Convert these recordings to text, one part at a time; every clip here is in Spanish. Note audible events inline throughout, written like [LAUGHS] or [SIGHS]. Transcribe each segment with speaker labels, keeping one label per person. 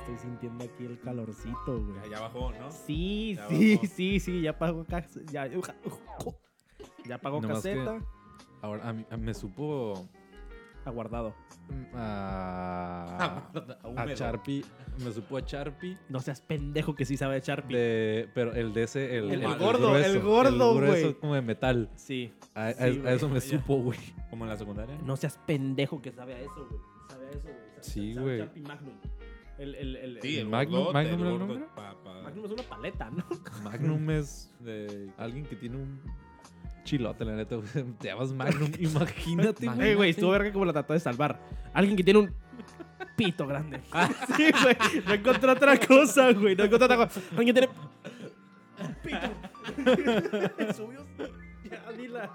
Speaker 1: estoy sintiendo aquí el calorcito, güey.
Speaker 2: Ya, ya bajó, ¿no?
Speaker 1: Sí,
Speaker 2: Ya
Speaker 1: sí,
Speaker 2: bajó.
Speaker 1: sí, sí, ya pagó cas- ya, ya pagó
Speaker 3: Nomás que-
Speaker 1: caseta,
Speaker 3: Ahora a mí- a- me supo
Speaker 1: aguardado.
Speaker 3: mm, a,
Speaker 2: Aguarda, a
Speaker 3: a
Speaker 2: Ah, húmedo.
Speaker 3: Charpy. Me supo a Charpy.
Speaker 1: No seas pendejo que sí sabe Sharpie.
Speaker 3: De, pero el de ese, el,
Speaker 1: El
Speaker 2: gordo,
Speaker 1: el gordo,
Speaker 3: el grueso
Speaker 1: güey.
Speaker 3: como de metal.
Speaker 1: Sí.
Speaker 3: A, a-
Speaker 1: Sí,
Speaker 3: a
Speaker 1: güey,
Speaker 3: eso me
Speaker 2: ya.
Speaker 3: supo, güey.
Speaker 2: Como en la secundaria.
Speaker 1: No seas pendejo que sabe a eso, güey. Sabe a eso, güey. Sabe-
Speaker 3: Sí,
Speaker 1: sabe
Speaker 3: güey.
Speaker 1: Sharpie Magnum. El, el, el,
Speaker 2: Sí,
Speaker 1: el-
Speaker 2: el
Speaker 3: Magnum-
Speaker 2: gordote,
Speaker 3: Magnum
Speaker 2: el
Speaker 3: era el
Speaker 2: gordo,
Speaker 3: nombre.
Speaker 2: pa- pa-
Speaker 1: Magnum es una paleta, ¿no?
Speaker 3: Magnum es
Speaker 2: de-
Speaker 3: alguien que tiene un chilote, la neta. güey. [LAUGHS] Te llamas Magnum, imagínate,
Speaker 1: Ey,
Speaker 3: güey.
Speaker 1: güey, estuvo verga como la trató de salvar. Alguien que tiene un
Speaker 4: [LAUGHS]
Speaker 1: pito grande. Ah, Sí, güey. No encontré otra cosa, güey. No encontré otra cosa. Alguien tiene.
Speaker 4: [LAUGHS]
Speaker 1: Pito. Subió. Ya, dila.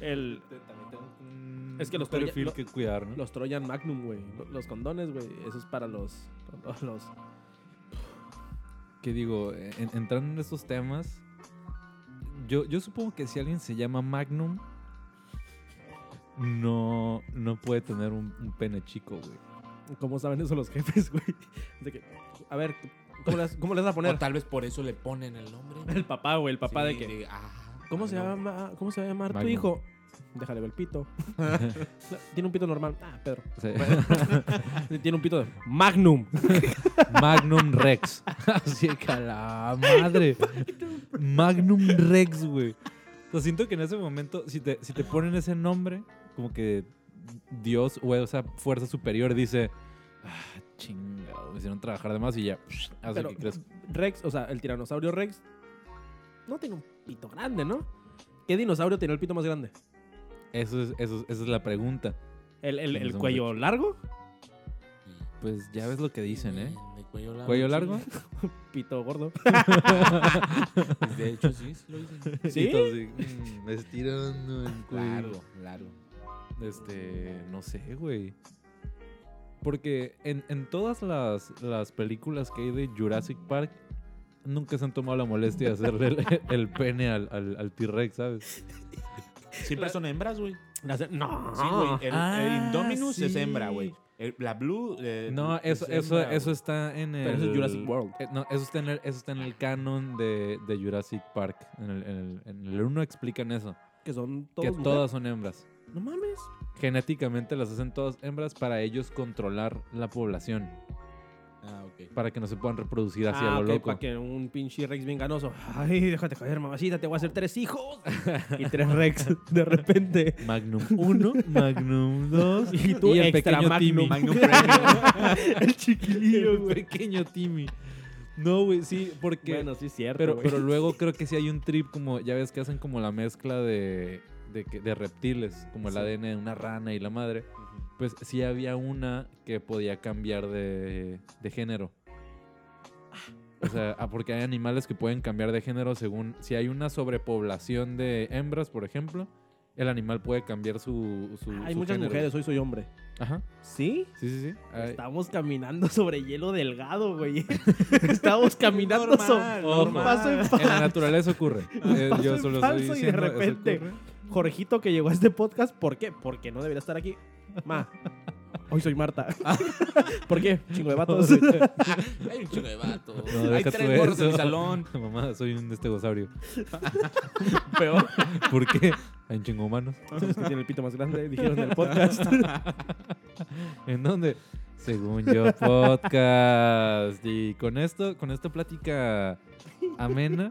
Speaker 1: El,
Speaker 3: Mm,
Speaker 1: Es que los
Speaker 3: un perfil
Speaker 1: lo-
Speaker 3: que cuidar, ¿no?
Speaker 1: los Trojan Magnum, güey. Lo- Los condones, güey. Eso es para los. los- los
Speaker 3: que digo, e-, en- entrando en estos temas, yo, yo supongo que si alguien se llama Magnum, no, no puede tener un, un pene chico, güey.
Speaker 1: ¿Cómo saben eso los jefes, güey? De que, a ver, ¿cómo les, cómo les vas a
Speaker 4: O
Speaker 1: poner?
Speaker 4: tal vez por eso le ponen el
Speaker 2: [LAUGHS]
Speaker 4: nombre.
Speaker 1: El papá, güey. El papá de
Speaker 4: Sí,
Speaker 1: que.
Speaker 4: ah,
Speaker 1: ¿Cómo
Speaker 4: al
Speaker 1: se,
Speaker 4: nombre.
Speaker 1: llama, ¿Cómo se va a llamar tu
Speaker 3: Magnum.
Speaker 1: hijo? Déjale ver el
Speaker 3: [LAUGHS]
Speaker 1: pito. [LAUGHS] No, Tiene un pito normal. Ah, Pedro.
Speaker 3: O sea,
Speaker 1: Tiene un pito de Magnum.
Speaker 3: [LAUGHS] Magnum Rex. [LAUGHS] Así que a la madre. Magnum Rex, güey. O sea, siento que en ese momento, si te, si te ponen ese nombre, como que Dios, güey, o esa fuerza superior dice, ah, chinga, me hicieron trabajar de más y ya, hace
Speaker 1: Pero-
Speaker 3: que crezca.
Speaker 1: Rex, o sea, el tiranosaurio Rex no tiene un pito grande, ¿no? ¿Qué dinosaurio tiene el pito más grande?
Speaker 3: Eso es, eso es- esa es la pregunta.
Speaker 1: ¿El, el- el
Speaker 3: Es un
Speaker 1: cuello largo?
Speaker 3: Pues ya ves lo que dicen, ¿eh?
Speaker 4: De cuello largo.
Speaker 3: ¿Cuello largo? [LAUGHS]
Speaker 4: sí.
Speaker 1: Pito gordo.
Speaker 4: Pues [LAUGHS] de hecho, sí, sí lo
Speaker 2: [LAUGHS]
Speaker 4: dicen.
Speaker 1: ¿Sí?
Speaker 3: Y todos así, "Mm, estirando el cuello.
Speaker 4: Largo, largo.
Speaker 3: Este, no sé, güey. Porque en, en todas las, las películas que hay de Jurassic Park, nunca se han tomado la molestia de hacerle el, [LAUGHS] el pene al, al, al T-Rex, ¿sabes?
Speaker 2: Siempre son hembras, güey.
Speaker 1: Las- No. eh,
Speaker 2: Sí, güey. El, el
Speaker 3: Ah,
Speaker 2: Indominus es
Speaker 3: sí.
Speaker 2: hembra, güey. El- La Blue. eh,
Speaker 3: No,
Speaker 2: es
Speaker 3: eso, eso,
Speaker 2: hembra,
Speaker 3: eso
Speaker 2: güey.
Speaker 3: está en el.
Speaker 1: Pero eso es Jurassic World.
Speaker 3: Eh, No, eso está en el, eso está en el canon de, de Jurassic Park. En el, en el, en el uno explican eso.
Speaker 1: Que son
Speaker 3: Que
Speaker 1: todos. mujeres.
Speaker 3: todas son hembras.
Speaker 1: No mames.
Speaker 3: Genéticamente las hacen todas hembras para ellos controlar la población.
Speaker 2: Ah, ok.
Speaker 3: Para que no se puedan reproducir hacia
Speaker 1: ah,
Speaker 3: lo
Speaker 1: ok,
Speaker 3: loco.
Speaker 1: para que un pinche Rex bien ganoso. Ay, déjate caer, mamacita, te voy a hacer tres hijos.
Speaker 3: [LAUGHS]
Speaker 1: y tres Rex de repente. [LAUGHS]
Speaker 3: Magnum 1, Magnum 2
Speaker 1: Y tú
Speaker 3: el
Speaker 1: extra
Speaker 3: pequeño
Speaker 1: Magnum.
Speaker 3: Timmy.
Speaker 2: Magnum Premium.
Speaker 3: [LAUGHS]
Speaker 1: el chiquilillo,
Speaker 3: el
Speaker 1: güey.
Speaker 3: pequeño Timmy. No, güey, sí, porque...
Speaker 1: Bueno, sí es cierto,
Speaker 3: pero,
Speaker 1: güey.
Speaker 3: pero luego creo que sí hay un trip como, ya ves que hacen como la mezcla de, de, que- de reptiles, como el
Speaker 1: Sí.
Speaker 3: ADN de una rana y la madre. Pues sí había una que podía cambiar de, de género. O sea, ah, porque hay animales que pueden cambiar de género según... Si hay una sobrepoblación de hembras, por ejemplo, el animal puede cambiar su... su
Speaker 1: [LAUGHS] Ah, Hay
Speaker 3: su
Speaker 1: muchas
Speaker 3: género.
Speaker 1: mujeres, hoy soy hombre.
Speaker 3: Ajá.
Speaker 1: ¿Sí?
Speaker 3: Sí, sí, sí. Ay,
Speaker 1: Estamos caminando [LAUGHS] sobre hielo delgado, [LAUGHS] güey. Estamos caminando
Speaker 2: Normal,
Speaker 1: sobre un
Speaker 3: normal.
Speaker 1: paso en
Speaker 3: En
Speaker 1: paso.
Speaker 3: la
Speaker 1: [LAUGHS]
Speaker 3: naturaleza ocurre. Eh,
Speaker 1: paso
Speaker 3: yo
Speaker 1: en
Speaker 3: solo
Speaker 1: falso
Speaker 3: estoy
Speaker 1: y de
Speaker 3: diciendo, eso
Speaker 1: repente.
Speaker 3: ocurre.
Speaker 1: Jorgito que llegó a este podcast, ¿por qué? Porque no debería estar aquí. Ma, hoy soy [LAUGHS] Marta. ¿Por qué? Chingo de
Speaker 4: [LAUGHS]
Speaker 1: vatos. [LAUGHS]
Speaker 4: Hay un chingo de vato.
Speaker 3: No,
Speaker 4: Hay
Speaker 3: deja tú
Speaker 4: tres morros en mi
Speaker 3: [LAUGHS] eso.
Speaker 4: salón.
Speaker 3: Mamá, soy un estegosaurio. [LAUGHS]
Speaker 1: Peor.
Speaker 3: ¿Por qué? Hay un chingo humanos.
Speaker 1: Es que tiene el pito más grande, dijeron en el [LAUGHS] podcast.
Speaker 3: ¿En dónde? Según yo, [LAUGHS] podcast. Y con esto, con esta plática amena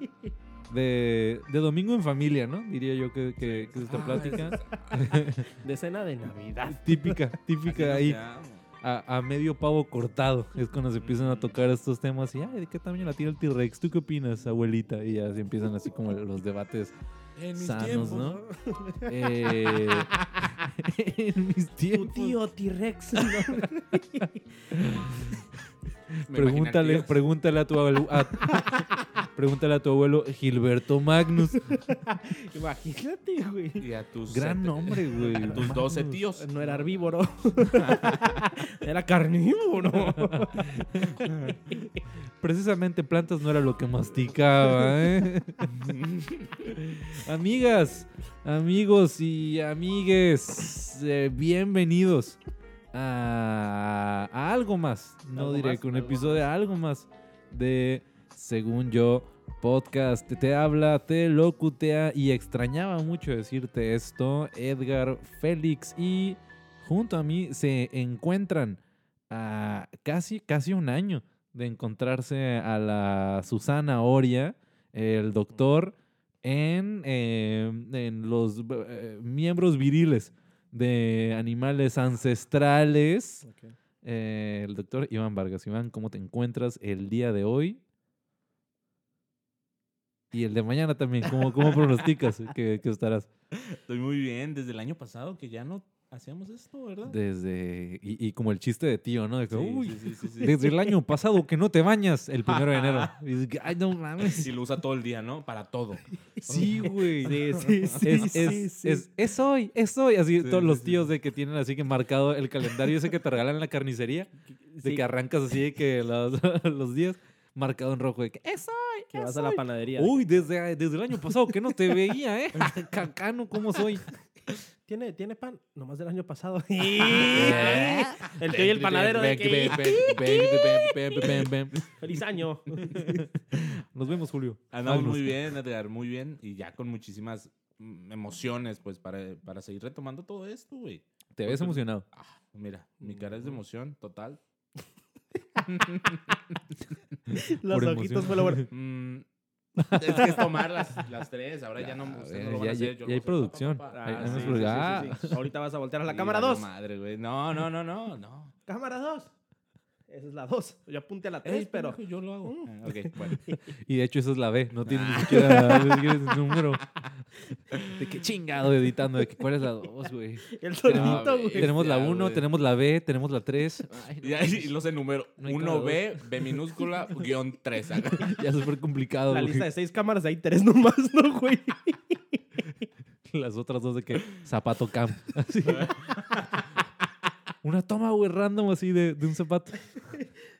Speaker 3: de, de domingo en familia, ¿no? Diría yo que, que, que es esta
Speaker 4: Ah,
Speaker 3: plática
Speaker 1: De cena de Navidad.
Speaker 3: típica,
Speaker 2: Así
Speaker 3: típica
Speaker 2: nos
Speaker 3: ahí,
Speaker 2: quedamos.
Speaker 3: a, a medio pavo cortado. Es cuando se empiezan a tocar estos temas y, ay, ¿de qué tamaño la tira el T-Rex? ¿Tú qué opinas, abuelita? Y ya se empiezan así como los debates
Speaker 4: En mis
Speaker 3: sanos,
Speaker 4: tiempos.
Speaker 3: ¿no? Eh, [LAUGHS] en mis
Speaker 1: Tu
Speaker 3: tiempos.
Speaker 1: tío T-Rex. [LAUGHS]
Speaker 4: Me imagino
Speaker 3: Pregúntale,
Speaker 4: al tío.
Speaker 3: pregúntale a tu abuelo, a- [LAUGHS] pregúntale a tu abuelo Gilberto Magnus.
Speaker 1: Imagínate, güey.
Speaker 2: Y a tus.
Speaker 3: Gran nombre, güey.
Speaker 2: A [LAUGHS] tus 12 tíos.
Speaker 1: No era herbívoro. [LAUGHS] era carnívoro. [LAUGHS]
Speaker 3: Precisamente plantas no era lo que
Speaker 1: [LAUGHS]
Speaker 3: masticaba, ¿eh? Amigas, amigos y amigues, eh, bienvenidos a, a algo más. No
Speaker 1: Algo
Speaker 3: diré
Speaker 1: más,
Speaker 3: que un
Speaker 1: algo
Speaker 3: episodio, a algo más de, según yo, podcast. Te, te habla, te locutea y extrañaba mucho decirte esto. Edgar, Félix y junto a mí se encuentran a casi, casi un año de encontrarse a la Susana Oria, el doctor, en, eh, en los eh, miembros viriles de animales ancestrales. Eh, el doctor Iván Vargas. Iván, ¿cómo te encuentras el día de hoy? Y el de mañana también, ¿cómo, cómo
Speaker 2: [LAUGHS]
Speaker 3: pronosticas que, que estarás?
Speaker 2: Estoy muy bien. Desde el año pasado que ya no hacíamos esto, ¿verdad?
Speaker 3: Desde, y, y como el chiste de tío, ¿no? De que,
Speaker 2: Sí,
Speaker 3: "Uy,
Speaker 2: sí, sí, sí, sí.
Speaker 3: desde el año pasado que no te bañas el primero de enero.
Speaker 2: [LAUGHS]
Speaker 3: Y dices que, Ay, no mames.
Speaker 2: Si lo usa todo el día, ¿no? Para todo.
Speaker 3: Sí, güey. [LAUGHS]
Speaker 1: Sí, sí, sí,
Speaker 3: es,
Speaker 1: sí,
Speaker 3: es-
Speaker 1: sí.
Speaker 3: es- es hoy, es hoy. Así
Speaker 2: Sí,
Speaker 3: todos
Speaker 2: sí,
Speaker 3: los
Speaker 2: sí.
Speaker 3: tíos de que tienen así que marcado el calendario ese que te regalan en la carnicería. De
Speaker 1: Sí,
Speaker 3: que arrancas así de que los, [LAUGHS] los días marcado en rojo. De que es hoy,
Speaker 1: que
Speaker 3: es
Speaker 1: vas a la
Speaker 3: hoy".
Speaker 1: panadería.
Speaker 3: Uy, desde, desde el año pasado que no te veía, ¿eh? [LAUGHS] Cacano, ¿cómo soy?
Speaker 1: ¿Tiene, ¿Tiene pan? Nomás del año [LAUGHS] pasado. el que oye el panadero de que...
Speaker 3: [LAUGHS]
Speaker 1: ¡Feliz [LAUGHS] año!
Speaker 3: Nos vemos, Julio.
Speaker 2: Andamos
Speaker 3: Magnus.
Speaker 2: muy bien, Edgar, muy bien. Y ya con muchísimas mm, emociones, pues, para, para seguir retomando todo esto, güey.
Speaker 3: Te ves emocionado.
Speaker 2: Ah, mira, mi cara es de emoción, total.
Speaker 1: Los
Speaker 3: emoción.
Speaker 1: ojitos fue lo bueno.
Speaker 2: Mm, es que es tomar las, las tres, ahora ya no,
Speaker 3: A
Speaker 2: ustedes
Speaker 3: ver,
Speaker 2: no lo van
Speaker 3: ya-
Speaker 2: a hacer.
Speaker 3: ya-
Speaker 2: yo
Speaker 3: ya
Speaker 2: lo
Speaker 3: hay
Speaker 2: voy a hacer, pa, pa,
Speaker 3: producción.
Speaker 2: pa, pa.
Speaker 3: Ahí-
Speaker 1: [LAUGHS] Ah,
Speaker 3: ahí nos
Speaker 1: sí,
Speaker 3: fue-
Speaker 1: sí,
Speaker 3: ah.
Speaker 1: sí, sí. Ahorita vas a voltear a la
Speaker 2: Sí,
Speaker 1: cámara
Speaker 2: valió
Speaker 1: 2.
Speaker 2: Madre, güey. No, no, no,
Speaker 1: [LAUGHS]
Speaker 2: no, no.
Speaker 1: Cámara 2. Esa es la 2. Yo apunté a la 3,
Speaker 2: Ey,
Speaker 1: [LAUGHS] pero...
Speaker 2: pendejo, Yo lo hago. Ah, ok, bueno.
Speaker 3: Y de hecho, esa es la B. No tiene ni siquiera ni siquiera ese número. De qué chingado editando. De que cuál es la 2, güey.
Speaker 1: El solito,
Speaker 2: Este, ver.
Speaker 1: güey.
Speaker 3: Tenemos la
Speaker 2: Ya,
Speaker 3: 1,
Speaker 2: güey.
Speaker 3: tenemos la B, tenemos la
Speaker 2: [LAUGHS]
Speaker 3: 3. [LAUGHS]
Speaker 2: Y ahí los enumero.
Speaker 3: No hay
Speaker 2: 1B, B
Speaker 3: [LAUGHS]
Speaker 2: minúscula, guión 3.
Speaker 3: Ya es súper complicado.
Speaker 1: La
Speaker 3: güey.
Speaker 1: lista de 6 cámaras, hay 3 [LAUGHS] nomás, ¿no, güey?
Speaker 3: [LAUGHS] Las otras dos de que zapato
Speaker 2: [LAUGHS]
Speaker 3: cam. Así. Una toma, güey, random así de, de un zapato.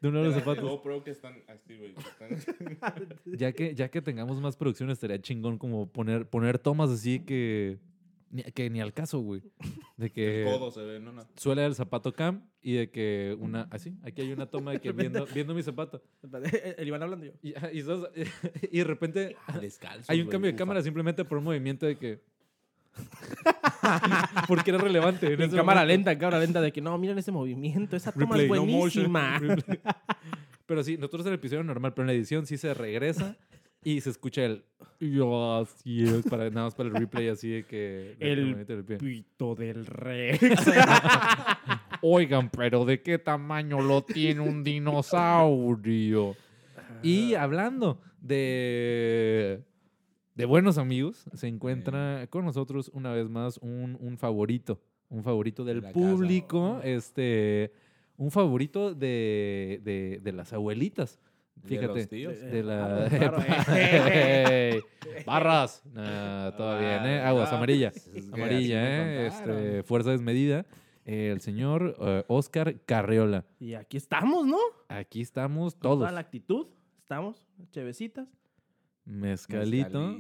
Speaker 3: De uno de los zapatos.
Speaker 2: GoPro que están así, güey. que están-
Speaker 3: [LAUGHS] Ya que, ya que tengamos más producción, estaría chingón como poner, poner tomas así que. Ni, que ni al caso, güey. De que.
Speaker 2: Codo se ve, no, no.
Speaker 3: Suele el zapato cam y de que una. Así, aquí hay una toma
Speaker 2: [LAUGHS]
Speaker 3: de que viendo, viendo mi zapato.
Speaker 1: El Iván hablando yo.
Speaker 3: Y, ah, y sos- [LAUGHS] y de repente
Speaker 2: ah, Descalzo.
Speaker 3: hay un cambio de cámara simplemente por un movimiento de que. [LAUGHS] Porque era relevante. En,
Speaker 1: En
Speaker 3: ese
Speaker 1: cámara
Speaker 3: momento.
Speaker 1: lenta, en cámara lenta, de que no, miren ese movimiento, esa toma
Speaker 3: Replay,
Speaker 1: es
Speaker 3: no motion. [LAUGHS]
Speaker 1: buenísima. [LAUGHS]
Speaker 3: Pero sí, nosotros en el episodio normal, pero en la edición sí se regresa y se escucha el. "Yes, yes", para, nada más para el replay así de que. de que
Speaker 1: El
Speaker 3: movimiento del pie.
Speaker 1: Pito del rey.
Speaker 3: Oigan, pero ¿de qué tamaño lo tiene un dinosaurio? Y hablando de, de buenos amigos, se encuentra con nosotros una vez más un, un favorito, un favorito del
Speaker 2: la casa.
Speaker 3: público, este, un favorito de, de- de las abuelitas. Fíjate,
Speaker 1: [LAUGHS]
Speaker 3: de la...
Speaker 1: Ah, pues, Claro, eh. [LAUGHS]
Speaker 3: Ey, Barras. No, todo bien, ¿eh?
Speaker 1: Ah,
Speaker 3: Aguas, amarilla.
Speaker 1: pues,
Speaker 3: Amarilla, ¿eh? Este, fuerza desmedida. Eh, el señor eh, Oscar Carriola.
Speaker 1: Y aquí estamos, ¿no?
Speaker 3: Aquí estamos
Speaker 1: Con
Speaker 3: todos.
Speaker 1: Toda la actitud. Estamos, chevecitas.
Speaker 3: Mezcalito.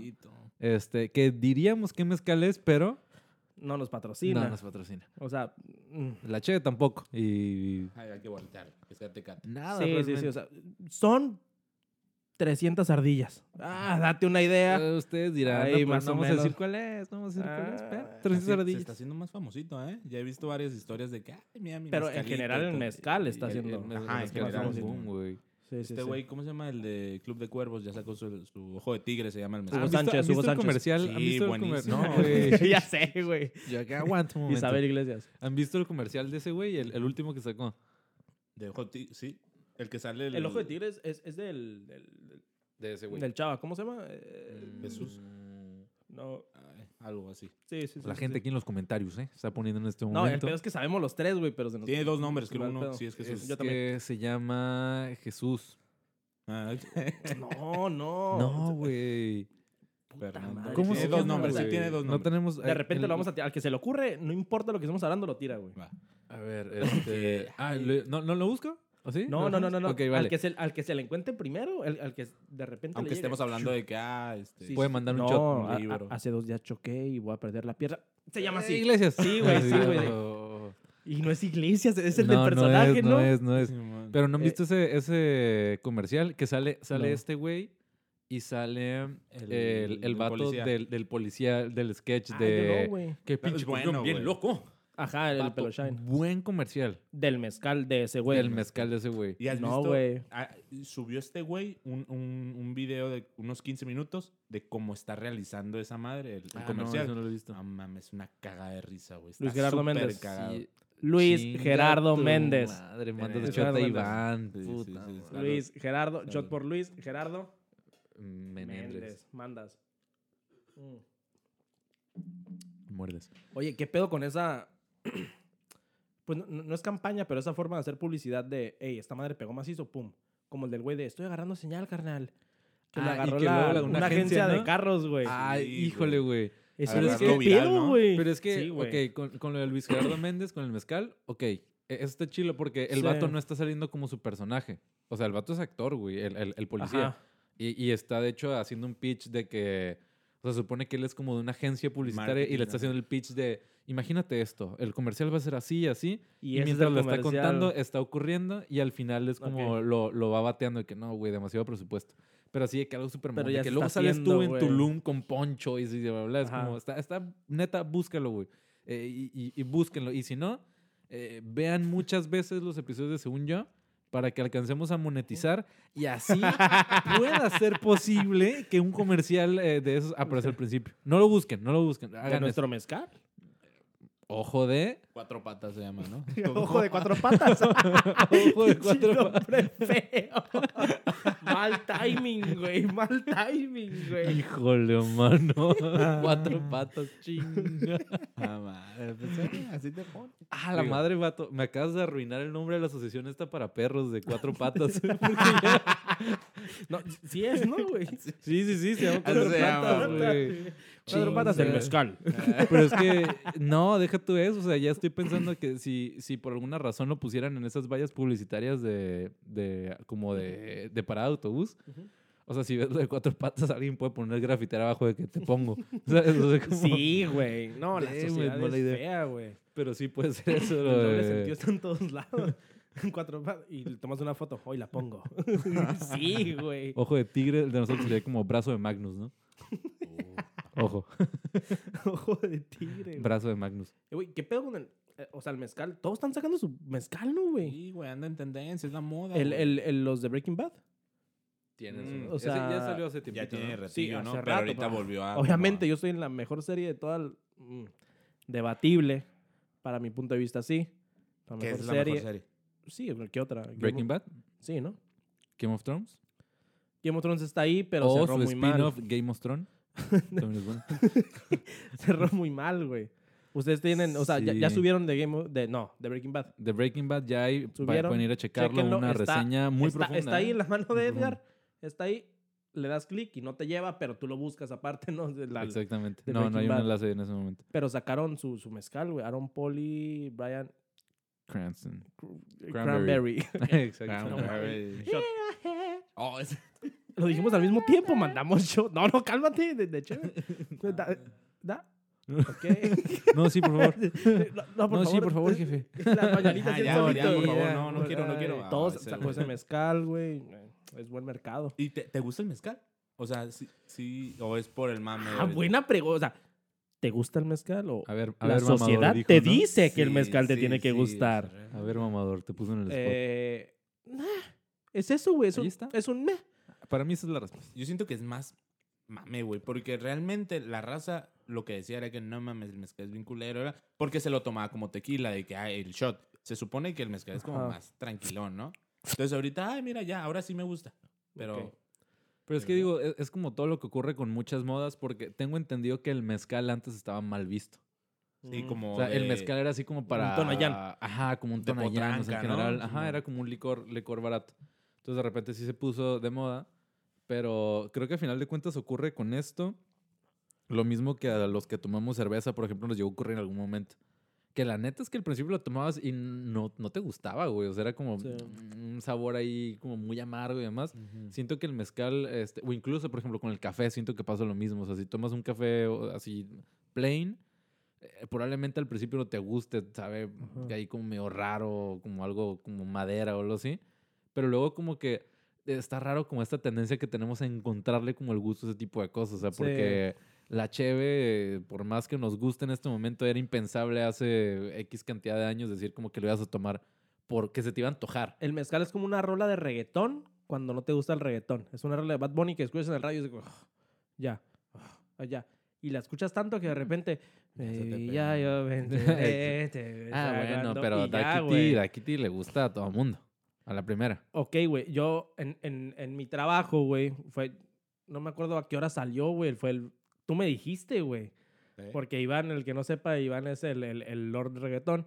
Speaker 3: Este, que diríamos que mezcal es, pero
Speaker 1: No nos patrocina.
Speaker 3: no nos patrocina.
Speaker 1: O sea, mm,
Speaker 3: La Che tampoco. Y
Speaker 2: Ay, hay que voltear. Es que te cate.
Speaker 3: nada.
Speaker 1: sí, sí, sí.
Speaker 3: realmente.
Speaker 1: O sea, son 300 ardillas. Ah, date una idea.
Speaker 3: Eh, Ustedes dirán,
Speaker 1: Ahí,
Speaker 3: "No, pero
Speaker 1: más
Speaker 3: no
Speaker 1: o
Speaker 3: vamos a
Speaker 1: menos.
Speaker 3: decir cuál es, no vamos a decir cuál es. pero
Speaker 1: Ah,
Speaker 3: 300
Speaker 2: Se
Speaker 3: ardillas.
Speaker 2: está haciendo más famosito, ¿eh? Ya he visto varias historias de que, ay, mira, mi
Speaker 1: Pero en
Speaker 2: mezcalito
Speaker 1: general
Speaker 2: y
Speaker 1: el
Speaker 2: todo.
Speaker 1: mezcal está
Speaker 2: Y- y-
Speaker 1: haciendo-
Speaker 2: y-
Speaker 3: Me-
Speaker 2: Ajá,
Speaker 3: me-
Speaker 2: en
Speaker 3: Eh, mezcal es
Speaker 2: general.
Speaker 3: un boom, güey.
Speaker 1: Sí, sí,
Speaker 2: Este
Speaker 1: sí. [LAUGHS]
Speaker 2: güey, ¿cómo se llama? El de Club de Cuervos. Ya sacó su, su ojo de tigre, se llama el
Speaker 1: Hugo
Speaker 3: ¿Han
Speaker 2: mezcal.
Speaker 3: visto-
Speaker 1: Sánchez,
Speaker 3: han visto
Speaker 1: Hugo
Speaker 3: el
Speaker 1: Sánchez.
Speaker 3: comercial? ¿Han
Speaker 2: Sí,
Speaker 3: visto el
Speaker 2: buenísimo.
Speaker 3: comercial? No,
Speaker 1: [LAUGHS]
Speaker 3: güey.
Speaker 1: ya sé, güey.
Speaker 3: Yo acá aguanto un momento.
Speaker 1: [LAUGHS] Isabel Iglesias.
Speaker 3: ¿Han visto el comercial de ese güey? El, el último que sacó.
Speaker 2: De ojo de tigre, sí. El que sale...
Speaker 1: El ojo de tigre es, es, es del, del,
Speaker 3: De Mm. ese
Speaker 1: del chava. ¿Cómo se llama? Eh,
Speaker 2: Jesús.
Speaker 1: No.
Speaker 2: Ay, algo así.
Speaker 1: Sí, sí, sí.
Speaker 3: La
Speaker 1: sí,
Speaker 3: gente
Speaker 1: sí.
Speaker 3: aquí en los comentarios, ¿eh? Está poniendo en este
Speaker 1: No, el
Speaker 3: momento.
Speaker 1: peor es que sabemos los tres, güey, pero se nos...
Speaker 2: Tiene dos nombres, creo
Speaker 1: Mal
Speaker 2: uno.
Speaker 1: pedo.
Speaker 2: Sí, es que
Speaker 3: es
Speaker 2: es...
Speaker 1: yo
Speaker 3: que
Speaker 1: también.
Speaker 3: se llama Jesús.
Speaker 2: Ah, ok.
Speaker 1: No, no.
Speaker 3: [LAUGHS] No, güey.
Speaker 2: Fernando.
Speaker 1: madre.
Speaker 3: ¿Cómo
Speaker 2: tiene
Speaker 3: se
Speaker 2: dos
Speaker 3: llama,
Speaker 2: nombres, sí
Speaker 3: güey?
Speaker 2: tiene dos
Speaker 3: No
Speaker 2: nombres.
Speaker 3: tenemos... eh,
Speaker 1: De repente lo vamos a tirar. Al que se le ocurre, no importa lo que estemos hablando, lo tira, güey.
Speaker 3: Ah,
Speaker 2: Va.
Speaker 3: A ver,
Speaker 1: [LAUGHS]
Speaker 3: este... ah, ¿lo- ¿no, ¿No lo busco? ¿O sí?
Speaker 1: Eh, No, no, no, no. no.
Speaker 3: Ok, vale.
Speaker 1: al, que se, al que se le encuentre primero, el- al que de repente.
Speaker 2: Aunque estemos hablando de que, ah, este...
Speaker 1: Sí,
Speaker 3: Puede mandar un
Speaker 1: no,
Speaker 3: shot.
Speaker 2: un
Speaker 1: a- a-
Speaker 2: libro.
Speaker 1: hace dos días choqué y voy a perder la pierna. Se llama
Speaker 3: Eh,
Speaker 1: así.
Speaker 3: [LAUGHS] Iglesias.
Speaker 1: Sí, güey, sí, güey.
Speaker 3: Oh.
Speaker 1: Y Y no es Iglesias, es el
Speaker 3: No,
Speaker 1: del personaje,
Speaker 3: es,
Speaker 1: ¿no?
Speaker 3: No es, no es.
Speaker 2: Simón.
Speaker 3: Pero no han
Speaker 1: Eh.
Speaker 3: visto ese, ese comercial que sale, sale
Speaker 1: No.
Speaker 3: este güey y sale el, el,
Speaker 2: el
Speaker 3: vato
Speaker 2: policía.
Speaker 3: del, del policía, del sketch
Speaker 1: Ah, yo
Speaker 3: de.
Speaker 1: no, güey.
Speaker 3: Qué
Speaker 2: Pero es
Speaker 3: pinche
Speaker 2: bueno,
Speaker 3: cuestión bien
Speaker 2: güey.
Speaker 3: loco.
Speaker 1: Ajá, el
Speaker 3: Vato,
Speaker 1: pelo shine.
Speaker 3: buen comercial.
Speaker 1: Del mezcal de ese güey.
Speaker 3: el mezcal de ese güey.
Speaker 2: ¿Y has
Speaker 1: No,
Speaker 2: visto?
Speaker 1: güey.
Speaker 2: Ah, subió este güey un, un, un video de unos 15 minutos de cómo está realizando esa madre, el, el
Speaker 3: Ah, no,
Speaker 2: comercial.
Speaker 3: eso
Speaker 2: No,
Speaker 3: no lo he visto.
Speaker 2: mames, una cagada de risa, güey. Está
Speaker 1: Luis Gerardo
Speaker 2: súper
Speaker 1: Méndez.
Speaker 2: cagado.
Speaker 3: Sí,
Speaker 1: Luis
Speaker 3: chinga
Speaker 1: Gerardo
Speaker 3: tu
Speaker 1: Méndez.
Speaker 3: Madre, manda
Speaker 2: Luis
Speaker 3: shot a
Speaker 1: Gerardo Méndez.
Speaker 3: Iván.
Speaker 2: Sí, sí,
Speaker 3: puta
Speaker 2: sí, sí.
Speaker 3: madre.
Speaker 1: Luis Gerardo,
Speaker 2: Salud.
Speaker 1: shot por Luis Gerardo
Speaker 3: Menéndez.
Speaker 1: Méndez. Mandas. Mm.
Speaker 3: Muerdes.
Speaker 1: Oye, ¿qué pedo con esa? [CLEARS THROAT] Pues no, no- no es campaña, pero esa forma de hacer publicidad de, hey, esta madre pegó macizo, pum. Como el del güey de, estoy agarrando señal, carnal. Que le
Speaker 3: Ah, y
Speaker 1: agarró
Speaker 3: que
Speaker 1: la-
Speaker 3: luego la-
Speaker 1: una, agencia de
Speaker 3: ¿no? Ah,
Speaker 1: carros, güey.
Speaker 3: Ay,
Speaker 2: Sí,
Speaker 3: híjole, güey.
Speaker 1: Eso
Speaker 2: pero
Speaker 1: es
Speaker 2: es
Speaker 1: que
Speaker 2: que- viral,
Speaker 1: pedo,
Speaker 2: ¿no?
Speaker 1: güey.
Speaker 3: Pero es que,
Speaker 1: Sí, güey.
Speaker 3: ok, con, con lo de Luis Gerardo Méndez, con el mezcal, ok, e- eso está chilo porque el
Speaker 1: Sí.
Speaker 3: vato no está saliendo como su personaje. O sea, el vato es actor, güey, el, el- el policía.
Speaker 1: Ajá.
Speaker 3: Y, y está, de hecho, haciendo un pitch de que, o sea, supone que él es como de una agencia publicitaria y le
Speaker 2: Marketing,
Speaker 3: está
Speaker 2: ajá.
Speaker 3: haciendo el pitch de, imagínate esto, el comercial va a ser así y así.
Speaker 1: Y,
Speaker 3: Y,
Speaker 1: ese es
Speaker 3: mientras
Speaker 1: el
Speaker 3: lo está
Speaker 1: comercial.
Speaker 3: contando, está ocurriendo y al final es como lo, lo va bateando de que no, güey, demasiado presupuesto. Pero así de que algo súper
Speaker 1: Pero
Speaker 3: mamón, de
Speaker 1: ya
Speaker 3: que
Speaker 1: se
Speaker 3: luego
Speaker 1: está
Speaker 3: sales tú
Speaker 1: haciendo,
Speaker 3: en
Speaker 1: güey.
Speaker 3: Tulum con poncho y así, bla, bla, bla. Es
Speaker 1: Ajá.
Speaker 3: como, está, está, neta, búscalo, güey. Eh, y, y- y búsquenlo. Y si no, eh, vean muchas veces los episodios de Según Yo para que alcancemos a monetizar y
Speaker 1: [LAUGHS]
Speaker 3: así pueda ser posible que un comercial eh, de esos aparezca al principio. No lo busquen, no lo busquen.
Speaker 1: De
Speaker 3: Hagan
Speaker 1: nuestro
Speaker 3: eso. [LAUGHS]
Speaker 1: mezcal. [LAUGHS]
Speaker 3: Ojo de...
Speaker 4: Cuatro patas se llama,
Speaker 2: [LAUGHS]
Speaker 4: ¿no?
Speaker 1: Ojo de cuatro
Speaker 3: [LAUGHS]
Speaker 1: patas.
Speaker 3: Ojo de
Speaker 1: Pinche
Speaker 3: cuatro...
Speaker 1: nombre feo. [LAUGHS] Mal timing, güey. Mal timing,
Speaker 3: [LAUGHS]
Speaker 1: güey.
Speaker 3: Híjole, mano. [LAUGHS] Cuatro patas, chinga.
Speaker 4: Ah, madre, pues, eh, así te pones.
Speaker 3: Ah, la
Speaker 4: Digo.
Speaker 3: madre, vato. Me acabas de arruinar el nombre de la asociación esta para perros de cuatro patas. [LAUGHS] Porque ya-
Speaker 1: No, sí es, ¿no, güey?
Speaker 3: Sí, sí, sí, se llama
Speaker 4: Así
Speaker 3: cuatro
Speaker 4: se llama,
Speaker 3: patas, güey.
Speaker 1: Cuatro patas
Speaker 3: Chinga.
Speaker 1: del mezcal.
Speaker 3: [LAUGHS] Pero es que, no, deja tú eso. O sea, ya estoy pensando que si, si por alguna razón lo pusieran en esas vallas publicitarias de, de como de, de parada de autobús.
Speaker 1: Ujú.
Speaker 3: O sea, si ves lo de cuatro patas, alguien puede poner grafitera abajo de que te pongo. [LAUGHS] ¿Sabes? O sea, como-
Speaker 1: Sí, güey. No, la
Speaker 3: Ve, güey,
Speaker 1: sociedad
Speaker 3: mala
Speaker 1: es
Speaker 3: idea.
Speaker 1: fea, güey.
Speaker 3: Pero sí puede ser eso.
Speaker 1: El
Speaker 3: lo
Speaker 1: doble
Speaker 3: de-
Speaker 1: sentido está en todos lados. [LAUGHS] En Cuatro pa- y le tomas una foto, hoy la pongo. [LAUGHS] sí, güey.
Speaker 3: Ojo de tigre, el de nosotros sería como brazo de Magnus, ¿no? Ojo,
Speaker 1: Ojo de tigre. güey.
Speaker 3: brazo de Magnus.
Speaker 1: Eh, Güey, ¿qué pedo con el eh, o sea, el mezcal? Todos están sacando su mezcal, ¿no, güey?
Speaker 2: Sí, güey, anda en tendencia, es la moda.
Speaker 1: El,
Speaker 2: güey.
Speaker 1: el, el- los de Breaking Bad.
Speaker 2: Tienes
Speaker 3: Mm,
Speaker 2: razón.
Speaker 1: O
Speaker 3: ese
Speaker 1: sea,
Speaker 3: ya salió hace tiempo.
Speaker 2: Ya tiene
Speaker 1: ¿no?
Speaker 2: retillo,
Speaker 1: Sí,
Speaker 2: ¿no?
Speaker 1: hace
Speaker 2: Pero
Speaker 1: rato,
Speaker 2: ahorita
Speaker 1: pero-
Speaker 2: volvió
Speaker 3: Ah,
Speaker 2: a...
Speaker 1: Obviamente, yo estoy en la mejor serie de toda el- mm, debatible para mi punto de vista, sí. La
Speaker 2: ¿Qué
Speaker 1: mejor
Speaker 2: es la
Speaker 1: serie.
Speaker 2: mejor serie?
Speaker 1: Sí, ¿qué otra?
Speaker 3: Breaking Bad,
Speaker 1: Sí, ¿no?
Speaker 3: Game of Thrones.
Speaker 1: Game of Thrones está ahí, pero
Speaker 3: o
Speaker 1: cerró
Speaker 3: Oh, su
Speaker 1: muy mal.
Speaker 3: spin-off Game
Speaker 1: [LAUGHS]
Speaker 3: of Thrones. También es bueno.
Speaker 1: Cerró muy mal, güey. Ustedes tienen, o sea, ya, ya
Speaker 3: Sí.
Speaker 1: subieron de Game of, de no, de Breaking Bad.
Speaker 3: De Breaking Bad ya hay, pa-
Speaker 1: Subieron,
Speaker 3: pueden ir a checarlo,
Speaker 1: chéquenlo,
Speaker 3: una
Speaker 1: está-
Speaker 3: reseña muy
Speaker 1: está,
Speaker 3: profunda.
Speaker 1: está ahí
Speaker 3: ¿eh?
Speaker 1: en la mano
Speaker 3: Muy
Speaker 1: de
Speaker 3: profunda.
Speaker 1: Edgar. Está ahí. Le das clic y no te lleva, pero tú lo buscas aparte, ¿no? De la-
Speaker 3: ¿eh? Exactamente.
Speaker 1: de
Speaker 3: No, no hay
Speaker 1: Breaking
Speaker 3: un
Speaker 1: Bad.
Speaker 3: enlace en ese momento.
Speaker 1: pero sacaron su, su mezcal, güey. Aaron Polly, Brian [LAUGHS] eh,
Speaker 3: Cranston. [LAUGHS] Cranberry. [LAUGHS]
Speaker 1: Cranberry.
Speaker 2: Ah,
Speaker 3: Exactamente.
Speaker 1: Shot.
Speaker 4: Oh, es-
Speaker 1: [LAUGHS] Lo dijimos al mismo tiempo, mandamos shot. No, no, cálmate, de, de
Speaker 3: [LAUGHS]
Speaker 1: chévere. Da, da.
Speaker 3: Ah.
Speaker 1: Ok.
Speaker 3: No, sí, por favor.
Speaker 1: Eh, No, no,
Speaker 3: No, sí, por favor, jefe.
Speaker 1: La mañanita
Speaker 2: Ah,
Speaker 1: sí,
Speaker 2: ya,
Speaker 1: solito,
Speaker 2: ya, por
Speaker 1: güey.
Speaker 2: favor, no, no quiero, no quiero. Ah,
Speaker 1: Todos
Speaker 2: ese,
Speaker 1: sacó ese
Speaker 2: güey.
Speaker 1: mezcal, güey. Es buen mercado.
Speaker 2: ¿Y te, te gusta el mezcal? O sea, sí, sí, o es por el mame.
Speaker 1: Ah,
Speaker 2: ahorita?
Speaker 1: buena pregunta. O sea, ¿te gusta el mezcal o
Speaker 3: A ver, a
Speaker 1: la
Speaker 3: ver, mamador,
Speaker 1: sociedad
Speaker 3: dijo,
Speaker 1: te
Speaker 3: ¿no?
Speaker 1: dice que el
Speaker 2: Sí,
Speaker 1: mezcal te
Speaker 2: sí,
Speaker 1: tiene que
Speaker 2: sí,
Speaker 1: gustar?
Speaker 2: es
Speaker 3: A ver, mamador, te puso en el spot.
Speaker 1: Eh, nah, es eso, güey. Es
Speaker 3: Ahí
Speaker 1: un,
Speaker 3: está.
Speaker 1: es un meh.
Speaker 3: Para mí esa es la respuesta.
Speaker 2: Yo siento que es más mame, güey, porque realmente la raza lo que decía era que no mames, el mezcal es bien culero, era porque se lo tomaba como tequila, de que ay, el shot. Se supone que el mezcal es como
Speaker 1: Ajá.
Speaker 2: más tranquilón, ¿no? Entonces ahorita, ay, mira, ya, ahora sí me gusta. Pero
Speaker 1: Ok.
Speaker 3: Pero es que
Speaker 2: ¿Verdad?
Speaker 3: digo, e, es, es como todo lo que ocurre con muchas modas, porque tengo entendido que el mezcal antes estaba mal visto.
Speaker 2: sí,
Speaker 1: Mm.
Speaker 2: como.
Speaker 3: O sea, el
Speaker 2: de-
Speaker 3: mezcal era así como para...
Speaker 1: Tonayán.
Speaker 3: Ajá, como un
Speaker 2: De
Speaker 3: tonayán, o sea,
Speaker 2: potranca,
Speaker 3: en
Speaker 2: ¿no?
Speaker 3: general. Ajá,
Speaker 2: Simón.
Speaker 3: era como un licor, licor barato. Entonces, de repente sí se puso de moda. Pero creo que al final de cuentas ocurre con esto lo mismo que a los que tomamos cerveza, por ejemplo, nos llegó a ocurrir en algún momento. Que la neta es que al principio lo tomabas y no, no te gustaba, güey. O sea, era como
Speaker 1: Sí.
Speaker 3: mm, un sabor ahí como muy amargo y demás.
Speaker 2: Ujú.
Speaker 3: Siento que el mezcal, este, o incluso, por ejemplo, con el café, siento que pasa lo mismo. O sea, si tomas un café o así plain, eh, probablemente al principio no te guste, sabe, que ahí como medio raro, como algo como madera o algo así. Pero luego como que está raro como esta tendencia que tenemos a encontrarle como el gusto a ese tipo de cosas. O sea,
Speaker 1: Sí.
Speaker 3: porque la cheve, eh, por más que nos guste en este momento, era impensable hace X cantidad de años decir como que lo ibas a tomar porque se te iba a antojar.
Speaker 1: El mezcal es como una rola de reggaetón cuando no te gusta el reggaetón. Es una rola de Bad Bunny que escuchas en el radio y dices, "Ugh, ya, ugh, ya. Y la escuchas tanto que de repente...
Speaker 2: Ya se te
Speaker 1: "Baby,
Speaker 2: pega".
Speaker 1: ya
Speaker 2: [LAUGHS]
Speaker 1: yo
Speaker 3: Eso.
Speaker 1: vente, te
Speaker 3: Ah, bueno,
Speaker 1: besando",
Speaker 3: pero
Speaker 1: y ya, güey.
Speaker 3: Daquiti, Daquiti le gusta a todo el mundo. A la primera.
Speaker 1: Ok, güey. Yo en, en, en mi trabajo, güey, fue. No me acuerdo a qué hora salió, güey. Fue el. Tú me dijiste, güey.
Speaker 2: ¿Eh?
Speaker 1: Porque Iván, el que no sepa, Iván es el, el, el Lord Reggaetón.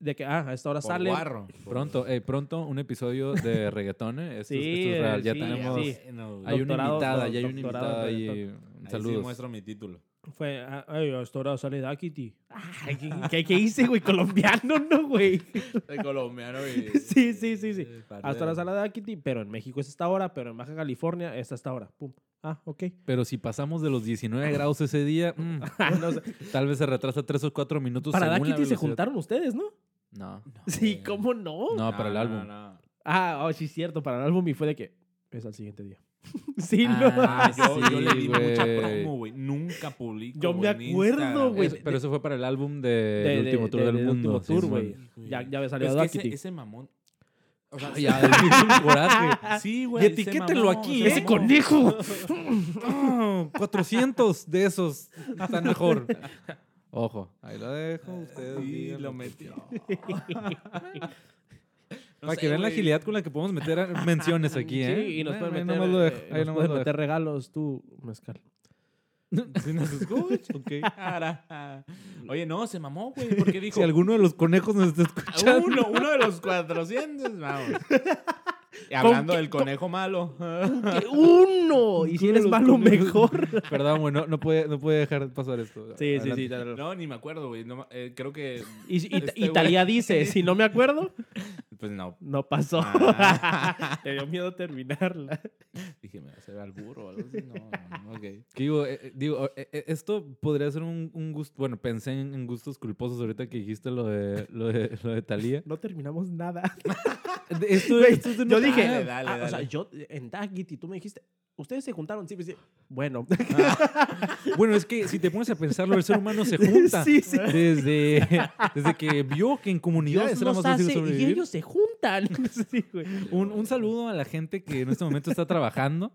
Speaker 1: De que, ah, a esta hora
Speaker 2: Por
Speaker 1: sale.
Speaker 2: guarro.
Speaker 1: Pues
Speaker 3: Pronto, eh, pronto un episodio de [LAUGHS] reggaetón. eh. Esto, es-
Speaker 1: Sí,
Speaker 3: esto es real. Ya
Speaker 1: sí,
Speaker 3: tenemos.
Speaker 1: sí.
Speaker 2: Bueno,
Speaker 1: Pues,
Speaker 3: Hay una
Speaker 1: Doctorado,
Speaker 3: invitada,
Speaker 1: doc-
Speaker 3: ya hay una
Speaker 1: doctorado en
Speaker 3: invitada ahí. eh,
Speaker 1: reggaetón.
Speaker 2: ahí sí
Speaker 3: Saludos.
Speaker 2: muestro
Speaker 1: [LAUGHS]
Speaker 2: mi título.
Speaker 1: Fue, ah, ay, a esta hora sale Daquiti. Ay, ¿Qué, qué, qué hice, güey? Colombiano, ¿no, güey?
Speaker 2: De colombiano
Speaker 1: [LAUGHS]
Speaker 2: y...
Speaker 1: Sí, sí, sí, sí.
Speaker 2: Eh, parte
Speaker 1: A esta hora
Speaker 2: de-
Speaker 1: sale Daquiti, pero en México es esta hora, pero en Baja California es a esta hora. Pum. Ah, ok.
Speaker 3: Pero si pasamos de
Speaker 1: [LAUGHS]
Speaker 3: los 19 grados ese día, mm,
Speaker 1: Ah, No sé.
Speaker 3: tal vez se retrasa 3 o 4 minutos.
Speaker 1: Para
Speaker 3: según la
Speaker 1: Daquiti se
Speaker 3: velocidad.
Speaker 1: juntaron ustedes,
Speaker 3: [LAUGHS]
Speaker 1: ¿no?
Speaker 3: No.
Speaker 1: Sí,
Speaker 2: güey.
Speaker 1: ¿cómo no?
Speaker 3: No, para el
Speaker 2: no,
Speaker 3: álbum.
Speaker 2: no.
Speaker 1: Ah, oh, sí, cierto, para el álbum y fue de que es al siguiente día. [LAUGHS] sí,
Speaker 3: Ah,
Speaker 1: [LAUGHS] no.
Speaker 2: Yo, yo le
Speaker 3: Sí,
Speaker 2: di mucha
Speaker 3: güey.
Speaker 2: promo, güey. Nunca publico.
Speaker 1: Yo me
Speaker 2: güey, en
Speaker 1: acuerdo,
Speaker 2: Instagram.
Speaker 1: güey.
Speaker 3: Es- pero eso fue para el álbum de,
Speaker 1: De-
Speaker 3: del último
Speaker 1: de-
Speaker 3: tour
Speaker 1: de-
Speaker 3: del
Speaker 1: del
Speaker 3: mundo.
Speaker 1: último tour,
Speaker 3: sí,
Speaker 1: güey.
Speaker 3: man.
Speaker 2: Hijo de-
Speaker 1: Ya, ya me
Speaker 2: Pero
Speaker 1: salió
Speaker 2: es que ese,
Speaker 1: Daquiti.
Speaker 2: ese mamón. O sea,
Speaker 3: Ay, [LAUGHS]
Speaker 1: [LAUGHS]
Speaker 3: ya, del mismo coraje.
Speaker 2: Sí,
Speaker 1: Y
Speaker 2: güey. ese
Speaker 1: etiquétenlo
Speaker 2: mamón,
Speaker 1: aquí,
Speaker 2: ese
Speaker 1: ese
Speaker 2: [LAUGHS] mamón.
Speaker 1: conejo.
Speaker 3: [LAUGHS] Oh, 400 de esos están mejor. Ojo, ahí lo dejo.
Speaker 1: Ah,
Speaker 3: Ustedes
Speaker 2: Sí,
Speaker 3: digan
Speaker 2: lo
Speaker 1: [LAUGHS]
Speaker 3: que-
Speaker 2: metió.
Speaker 3: Para que vean la agilidad con la que podemos meter
Speaker 1: [LAUGHS]
Speaker 3: a- menciones aquí, ¿eh?
Speaker 1: Sí, y nos
Speaker 3: Ahí
Speaker 1: pueden
Speaker 3: nomás
Speaker 1: meter,
Speaker 3: lo dejo,
Speaker 1: eh,
Speaker 3: ahí
Speaker 1: nos
Speaker 3: nomás
Speaker 1: pueden
Speaker 3: lo
Speaker 1: meter regalos tú,
Speaker 3: [LAUGHS]
Speaker 1: mezcal.
Speaker 3: dejo. [LAUGHS] Si nos escucha, ok.
Speaker 2: Oye, no, se mamó, güey.
Speaker 1: [LAUGHS]
Speaker 2: Porque dijo.
Speaker 3: Si alguno de los conejos nos está
Speaker 2: "A
Speaker 3: escuchando.
Speaker 2: uno, uno de los 400, vamos. [LAUGHS] Y
Speaker 1: ¿Con
Speaker 2: hablando
Speaker 1: qué-
Speaker 2: del conejo malo.
Speaker 1: ¡Que [LAUGHS] uno! Y si eres
Speaker 3: Los
Speaker 1: malo,
Speaker 3: conejos. [LAUGHS]
Speaker 1: mejor.
Speaker 3: Perdón, güey, no, no puede, no puede dejar pasar esto.
Speaker 1: Sí, sí, sí.
Speaker 2: No, ni me acuerdo, güey. no ma- eh, creo que.
Speaker 1: Y, y,
Speaker 2: Este
Speaker 1: y Thalía dice, si no me acuerdo,
Speaker 2: Pues no.
Speaker 1: no pasó.
Speaker 2: Ah.
Speaker 1: [LAUGHS] Te dio miedo terminarda.
Speaker 2: Dije, me va a hacer al burro. o algo así. No, no, ok.
Speaker 3: Que digo, eh, eh, digo, eh, eh, esto podría ser un, gusto. Bueno, pensé en, en gustos culposos ahorita que dijiste lo de, lo de, lo de Thalía.
Speaker 1: No terminamos nada.
Speaker 3: De- Esto,
Speaker 1: Güey,
Speaker 3: esto es de
Speaker 1: yo
Speaker 3: una-
Speaker 1: dije,
Speaker 2: Dale, dale,
Speaker 1: ah, o sea,
Speaker 2: dale.
Speaker 1: yo en Daggett y tú me dijiste, ustedes se juntaron, sí, pues, sí. [LAUGHS] Bueno,
Speaker 3: Ah, Bueno, es que si te pones a pensarlo, el
Speaker 1: [LAUGHS]
Speaker 3: ser humano se junta.
Speaker 1: Sí, sí.
Speaker 3: Desde, desde que vio que en comunidades
Speaker 1: Dios
Speaker 3: era más
Speaker 1: los
Speaker 3: fácil
Speaker 1: hace y
Speaker 3: sobrevivir.
Speaker 1: ellos se juntan.
Speaker 3: [LAUGHS]
Speaker 1: [LAUGHS] Sí, güey.
Speaker 3: Un, un saludo a la gente que en este momento
Speaker 1: [LAUGHS]
Speaker 3: está trabajando.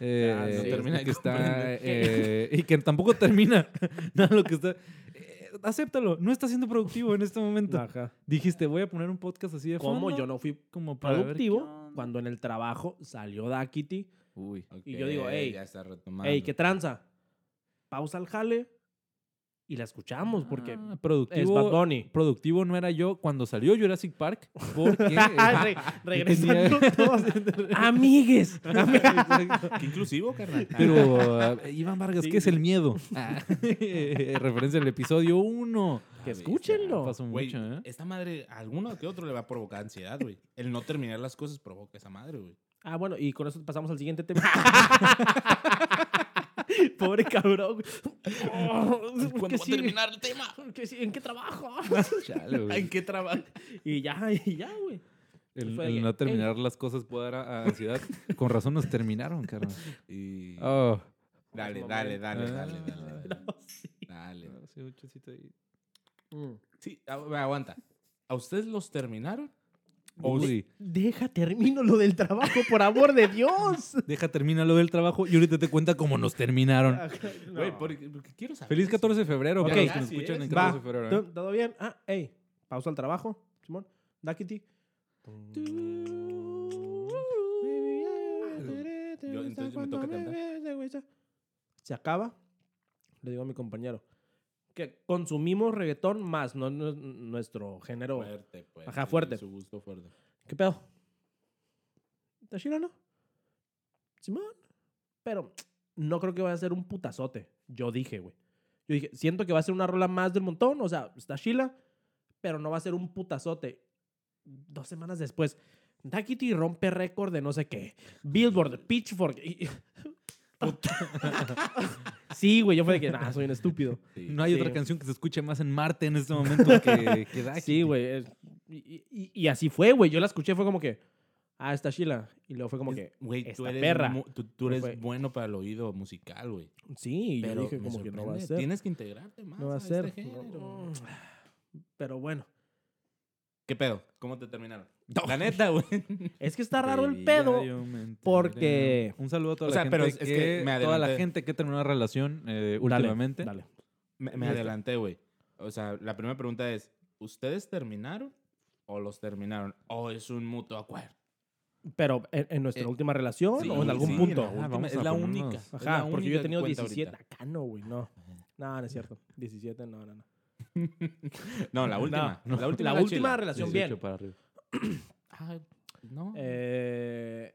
Speaker 3: eh,
Speaker 2: no termina de
Speaker 3: que está,
Speaker 2: comprender.
Speaker 3: eh, y que tampoco termina [LAUGHS] nada lo que está. eh, acéptalo, no está siendo productivo en este momento. Dijiste, voy a poner un podcast así de
Speaker 1: Como
Speaker 3: fondo,
Speaker 1: yo no fui
Speaker 3: como para ver qué
Speaker 1: productivo
Speaker 3: onda.
Speaker 1: cuando en el trabajo salió Daquiti.
Speaker 3: Uy.
Speaker 1: Y yo digo,
Speaker 2: Ok,
Speaker 1: "Ey,
Speaker 2: Ya está retomando.
Speaker 1: Ey, ¿qué tranza? Pausa al jale y la escuchamos porque
Speaker 3: Ah,
Speaker 1: es Bad
Speaker 3: productivo,
Speaker 1: Bunny.
Speaker 3: productivo no era yo cuando salió Jurassic Park
Speaker 1: [LAUGHS]
Speaker 3: porque [LAUGHS]
Speaker 1: Re- regresando todos. Amigues.
Speaker 2: Qué inclusivo, [LAUGHS] carnal.
Speaker 3: Pero eh, Iván Vargas,
Speaker 1: Sí,
Speaker 3: ¿qué es el miedo? Ah, [LAUGHS] referencia al episodio 1.
Speaker 1: Que escúchenlo.
Speaker 3: Pasó
Speaker 2: Güey,
Speaker 3: mucho, ¿eh?
Speaker 2: esta madre, a alguno que otro le va a provocar ansiedad, güey. El no terminar las cosas provoca esa madre, güey.
Speaker 1: Ah, bueno, y con eso pasamos al siguiente [LAUGHS] tema. Pobre cabrón. Oh, ¿qué
Speaker 2: ¿Cuándo va a
Speaker 1: sigue?
Speaker 2: terminar el tema?
Speaker 1: ¿Qué sigue? ¿En qué trabajo?
Speaker 3: Chale, güey.
Speaker 2: ¿En qué trabajo?
Speaker 1: [LAUGHS] y ya, y ya, güey.
Speaker 3: El,
Speaker 1: fue
Speaker 3: el
Speaker 1: de
Speaker 3: no
Speaker 1: que,
Speaker 3: terminar las cosas puede dar a- a ansiedad. Con razón nos terminaron, carnal.
Speaker 2: Y...
Speaker 3: Oh.
Speaker 2: Dale,
Speaker 1: Vamos,
Speaker 2: dale, dale,
Speaker 3: Ah.
Speaker 2: dale, [LAUGHS] dale.
Speaker 1: No, sí.
Speaker 2: Dale.
Speaker 3: Sí, un chocito ahí.
Speaker 1: Mm.
Speaker 2: Sí, agu- aguanta. ¿A ustedes los terminaron?
Speaker 3: Uy,
Speaker 1: Deja, termino lo del trabajo, por amor de [LAUGHS] Dios.
Speaker 3: deja, termina lo del trabajo y ahorita te cuenta cómo nos terminaron.
Speaker 2: Güey, porque, porque quiero saber.
Speaker 3: Feliz
Speaker 2: eso.
Speaker 3: 14 de febrero
Speaker 1: Ok.
Speaker 3: para los que nos
Speaker 2: Así
Speaker 3: escuchan
Speaker 2: es.
Speaker 3: en
Speaker 1: Va.
Speaker 3: 14 de febrero. ¿eh?
Speaker 1: ¿Todo todo bien? Ah, ey. Pausa al trabajo, Simón. Daquiti.
Speaker 2: Yo- entonces yo me toca cantar.
Speaker 1: Se acaba. Le digo a mi compañero que consumimos reggaetón más, no, no- nuestro género.
Speaker 2: Fuerte, pues.
Speaker 1: Ajá, fuerte.
Speaker 2: Su gusto fuerte.
Speaker 1: ¿Qué pedo? ¿Está chido, no? Simón. Pero no creo que vaya a ser un putazote. Yo dije, güey. Yo dije, siento que va a ser una rola más del montón. O sea, está chila, pero no va a ser un putazote. Dos semanas después, Daquiti rompe récord de no sé qué. Billboard, Pitchfork. y- [LAUGHS] Sí, güey, yo fue de que, nah, soy un estúpido.
Speaker 3: No hay
Speaker 1: Sí,
Speaker 3: otra
Speaker 1: güey.
Speaker 3: canción que se escuche más en Marte en este momento que, que Daki.
Speaker 1: Sí, güey. es- Y, y- y así fue, güey. Yo la escuché, fue como que, ah, está Sheila. Y luego fue como que,
Speaker 2: Güey, tú
Speaker 1: esta
Speaker 2: eres,
Speaker 1: perra.
Speaker 2: mu- tú, tú eres
Speaker 1: Fue-
Speaker 2: bueno para el oído musical, güey.
Speaker 1: sí, y yo
Speaker 2: Pero
Speaker 1: dije
Speaker 2: me
Speaker 1: como que no va a
Speaker 2: sorprende.
Speaker 1: ser.
Speaker 2: Tienes que integrarte más
Speaker 1: No va
Speaker 2: a,
Speaker 1: a ser.
Speaker 2: este género.
Speaker 1: No. [SIGHS] Pero bueno,
Speaker 2: ¿Qué pedo? ¿Cómo te terminaron? La
Speaker 1: [LAUGHS]
Speaker 2: neta, güey.
Speaker 1: es que está raro el
Speaker 3: Baby,
Speaker 1: pedo.
Speaker 3: ya yo me enteré.
Speaker 1: porque-
Speaker 3: Un saludo a toda
Speaker 2: O sea,
Speaker 3: la gente
Speaker 2: pero es
Speaker 3: que,
Speaker 2: que me
Speaker 3: toda la
Speaker 2: adelanté.
Speaker 3: gente que terminó una relación
Speaker 1: Dale,
Speaker 3: eh, últimamente.
Speaker 1: Dale.
Speaker 2: Me, me
Speaker 3: Ya está.
Speaker 2: adelanté, güey. O sea, la primera pregunta es, ¿ustedes terminaron o los terminaron? ¿O es un mutuo acuerdo?
Speaker 1: Pero en, en nuestra
Speaker 2: Eh,
Speaker 1: última relación
Speaker 2: sí,
Speaker 1: o en algún
Speaker 2: sí,
Speaker 1: punto.
Speaker 2: la última-
Speaker 3: vamos
Speaker 2: es
Speaker 3: a
Speaker 2: la
Speaker 3: ponernos-
Speaker 2: única. es
Speaker 1: Ajá,
Speaker 2: la
Speaker 1: porque yo
Speaker 2: única
Speaker 1: he
Speaker 2: que
Speaker 1: tenido
Speaker 2: cuenta
Speaker 1: 17.
Speaker 2: ahorita.
Speaker 1: Acá no, güey, no. No, no es cierto. 17, no, no, no.
Speaker 2: No, la última.
Speaker 1: No,
Speaker 2: La última,
Speaker 1: la
Speaker 2: era
Speaker 1: última
Speaker 2: chila.
Speaker 1: relación,
Speaker 3: 18
Speaker 1: bien.
Speaker 3: para arriba.
Speaker 2: Ah, no.
Speaker 1: Eh,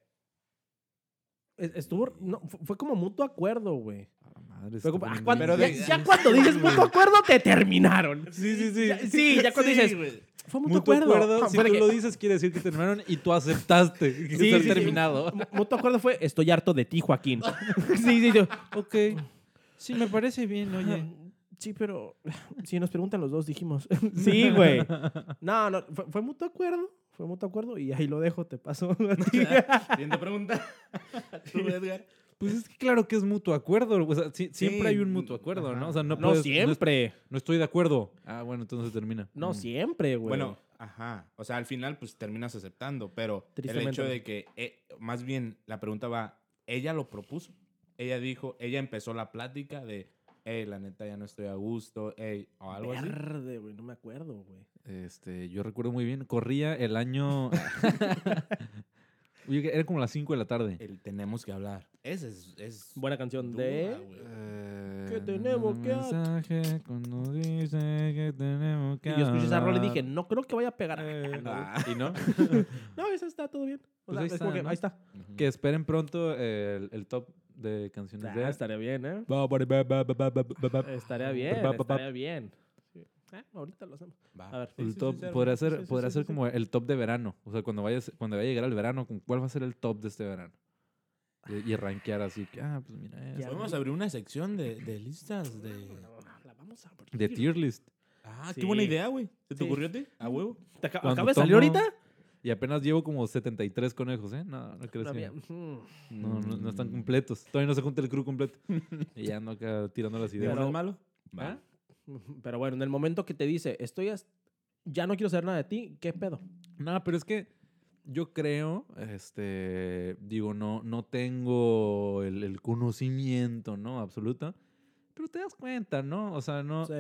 Speaker 1: es- estuvo. No, fu- fue como mutuo acuerdo, güey.
Speaker 3: A la madre,
Speaker 1: Fue
Speaker 3: está
Speaker 1: como- ah,
Speaker 3: poniendo
Speaker 1: cuando-
Speaker 2: Pero
Speaker 1: ya,
Speaker 2: de-
Speaker 1: ya cuando
Speaker 2: [LAUGHS]
Speaker 1: dices mutuo acuerdo, te terminaron.
Speaker 3: Sí, sí, sí.
Speaker 1: Ya- sí, ya cuando dices. Fue mutuo,
Speaker 3: Mutuo
Speaker 1: acuerdo.
Speaker 3: acuerdo,
Speaker 1: Ah,
Speaker 3: si
Speaker 1: fue de
Speaker 3: tú
Speaker 1: que-
Speaker 3: lo dices, quiere decir que terminaron y tú aceptaste que
Speaker 1: Sí,
Speaker 3: estar
Speaker 1: sí, sí.
Speaker 3: terminado.
Speaker 1: mu- Mutuo acuerdo fue: Estoy harto de ti, Joaquín. sí, sí, yo.
Speaker 3: Ok. Sí, me parece bien,
Speaker 1: Sí, pero [LAUGHS] si nos preguntan los dos, [LAUGHS] dijimos. sí, güey. No, no, fue, fue mutuo acuerdo. Fue mutuo acuerdo y ahí lo dejo, te [LAUGHS] paso. a ti.
Speaker 2: Siguiente pregunta. [LAUGHS] Tú, Edgar.
Speaker 3: Pues es que claro que es mutuo acuerdo. o sea, sí- siempre hay un mutuo acuerdo,
Speaker 2: ajá.
Speaker 3: ¿no? O sea, no,
Speaker 1: no
Speaker 3: puedes- es-
Speaker 1: siempre.
Speaker 3: No, estoy de acuerdo. Ah, bueno, entonces termina.
Speaker 1: No,
Speaker 3: Mm.
Speaker 1: siempre, güey.
Speaker 2: Bueno, ajá. O sea, al final, pues terminas aceptando, pero el
Speaker 1: Tristemente,
Speaker 2: hecho
Speaker 1: ¿no?
Speaker 2: de que, eh, más bien, la pregunta va, ella lo propuso. Ella dijo, ella empezó la plática de, hey, la neta, ya no estoy a gusto, hey, o algo así.
Speaker 1: Verde, güey, no me acuerdo, güey.
Speaker 3: Este, yo recuerdo muy bien, corría el año. [LAUGHS] Oye, era como las 5 de la tarde.
Speaker 2: El tenemos que hablar. Ese es, es
Speaker 1: Buena canción
Speaker 2: dura,
Speaker 1: de.
Speaker 2: güey.
Speaker 1: Eh,
Speaker 3: ¿Qué
Speaker 1: tenemos que ha-
Speaker 3: mensaje cuando dice que tenemos que
Speaker 1: Y yo escuché esa rola y
Speaker 3: hablar.
Speaker 1: dije, no creo que vaya a pegar. [LAUGHS]
Speaker 3: Eh,
Speaker 2: Ah.
Speaker 3: ¿Y no?
Speaker 1: No, esa está todo bien. O
Speaker 3: Pues
Speaker 1: sea,
Speaker 3: ahí
Speaker 1: es
Speaker 3: está,
Speaker 1: como que,
Speaker 3: ¿no?
Speaker 1: ahí está.
Speaker 2: Ujú.
Speaker 3: Que esperen pronto eh, el, el top de canciones
Speaker 1: Ah,
Speaker 3: de...
Speaker 1: estaría bien, ¿eh?
Speaker 3: Ba, ba, ba, ba, ba, ba, ba, ba, ba.
Speaker 1: Estaría bien,
Speaker 3: ba, ba, ba.
Speaker 1: estaría bien. Sí. Ah, ahorita lo hacemos.
Speaker 2: Va.
Speaker 1: A ver.
Speaker 3: El
Speaker 2: Sí, sí,
Speaker 3: top
Speaker 2: sí, sí,
Speaker 3: podría
Speaker 2: sí,
Speaker 3: ser,
Speaker 2: sí,
Speaker 3: podría
Speaker 2: sí,
Speaker 3: ser
Speaker 2: sí,
Speaker 3: como el top de verano. O sea, cuando vayas, cuando vaya a llegar el verano, ¿con ¿cuál va a ser el top de este verano? Y, y rankear así que, ah, pues mira,
Speaker 1: Ya.
Speaker 3: esto.
Speaker 2: Podemos abrir una sección de, de listas de...
Speaker 1: No, no, la vamos a abrir.
Speaker 3: de tier list.
Speaker 2: Ah,
Speaker 1: Sí.
Speaker 2: qué buena idea, güey. ¿Se te
Speaker 1: Sí.
Speaker 2: ocurrió a ti? A huevo.
Speaker 1: ¿Te aca-
Speaker 3: Cuando
Speaker 1: acaba de salir
Speaker 3: tomo-
Speaker 1: ahorita?
Speaker 3: Y apenas llevo como 73 conejos, ¿eh? No, no crees
Speaker 1: No,
Speaker 3: que...
Speaker 1: mira, ujú.
Speaker 3: No, no, no
Speaker 2: Mm.
Speaker 3: están completos. Todavía no se junta el crew
Speaker 2: [LAUGHS]
Speaker 3: completo. y ya ando acá tirando las
Speaker 2: ¿Digo,
Speaker 3: ideas.
Speaker 2: no es malo? Va.
Speaker 3: ¿Ah?
Speaker 1: [LAUGHS] Pero bueno, en el momento que te dice, estoy hasta- ya no quiero saber nada de ti, ¿qué pedo?
Speaker 3: No, pero es que yo creo, este, digo, no, no tengo el, el conocimiento, ¿no? Absoluto. Pero te das cuenta, ¿no? O sea, no,
Speaker 1: Sí.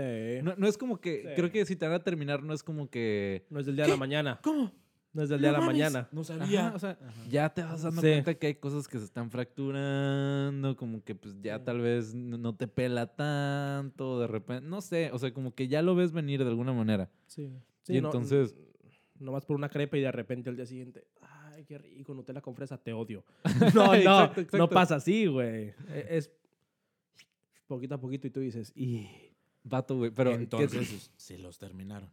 Speaker 1: No,
Speaker 3: no, no es como que,
Speaker 1: Sí.
Speaker 3: creo que si te van a terminar, no es como que...
Speaker 1: es del día de la mañana.
Speaker 2: ¿Cómo?
Speaker 1: No es del día de la mañana.
Speaker 2: No sabía.
Speaker 3: Ajá, o sea, ya te vas dando
Speaker 1: Sí.
Speaker 3: cuenta que hay cosas que se están fracturando, como que pues ya
Speaker 1: Sí.
Speaker 3: tal vez no no te pela tanto, de repente, no sé, o sea, como que ya lo ves venir de alguna manera.
Speaker 1: Sí.
Speaker 3: Y entonces- mm,
Speaker 1: No, nomás por una crepa y de repente al día siguiente, ay, qué rico, Nutella con fresa, te
Speaker 3: [LAUGHS]
Speaker 1: odio. No, no,
Speaker 3: Exacto, exacto.
Speaker 1: no pasa así, güey. E- Es poquito a poquito y tú dices, y...
Speaker 3: Vato, güey, pero
Speaker 2: Pero
Speaker 3: ¿qué-
Speaker 2: entonces se los terminaron.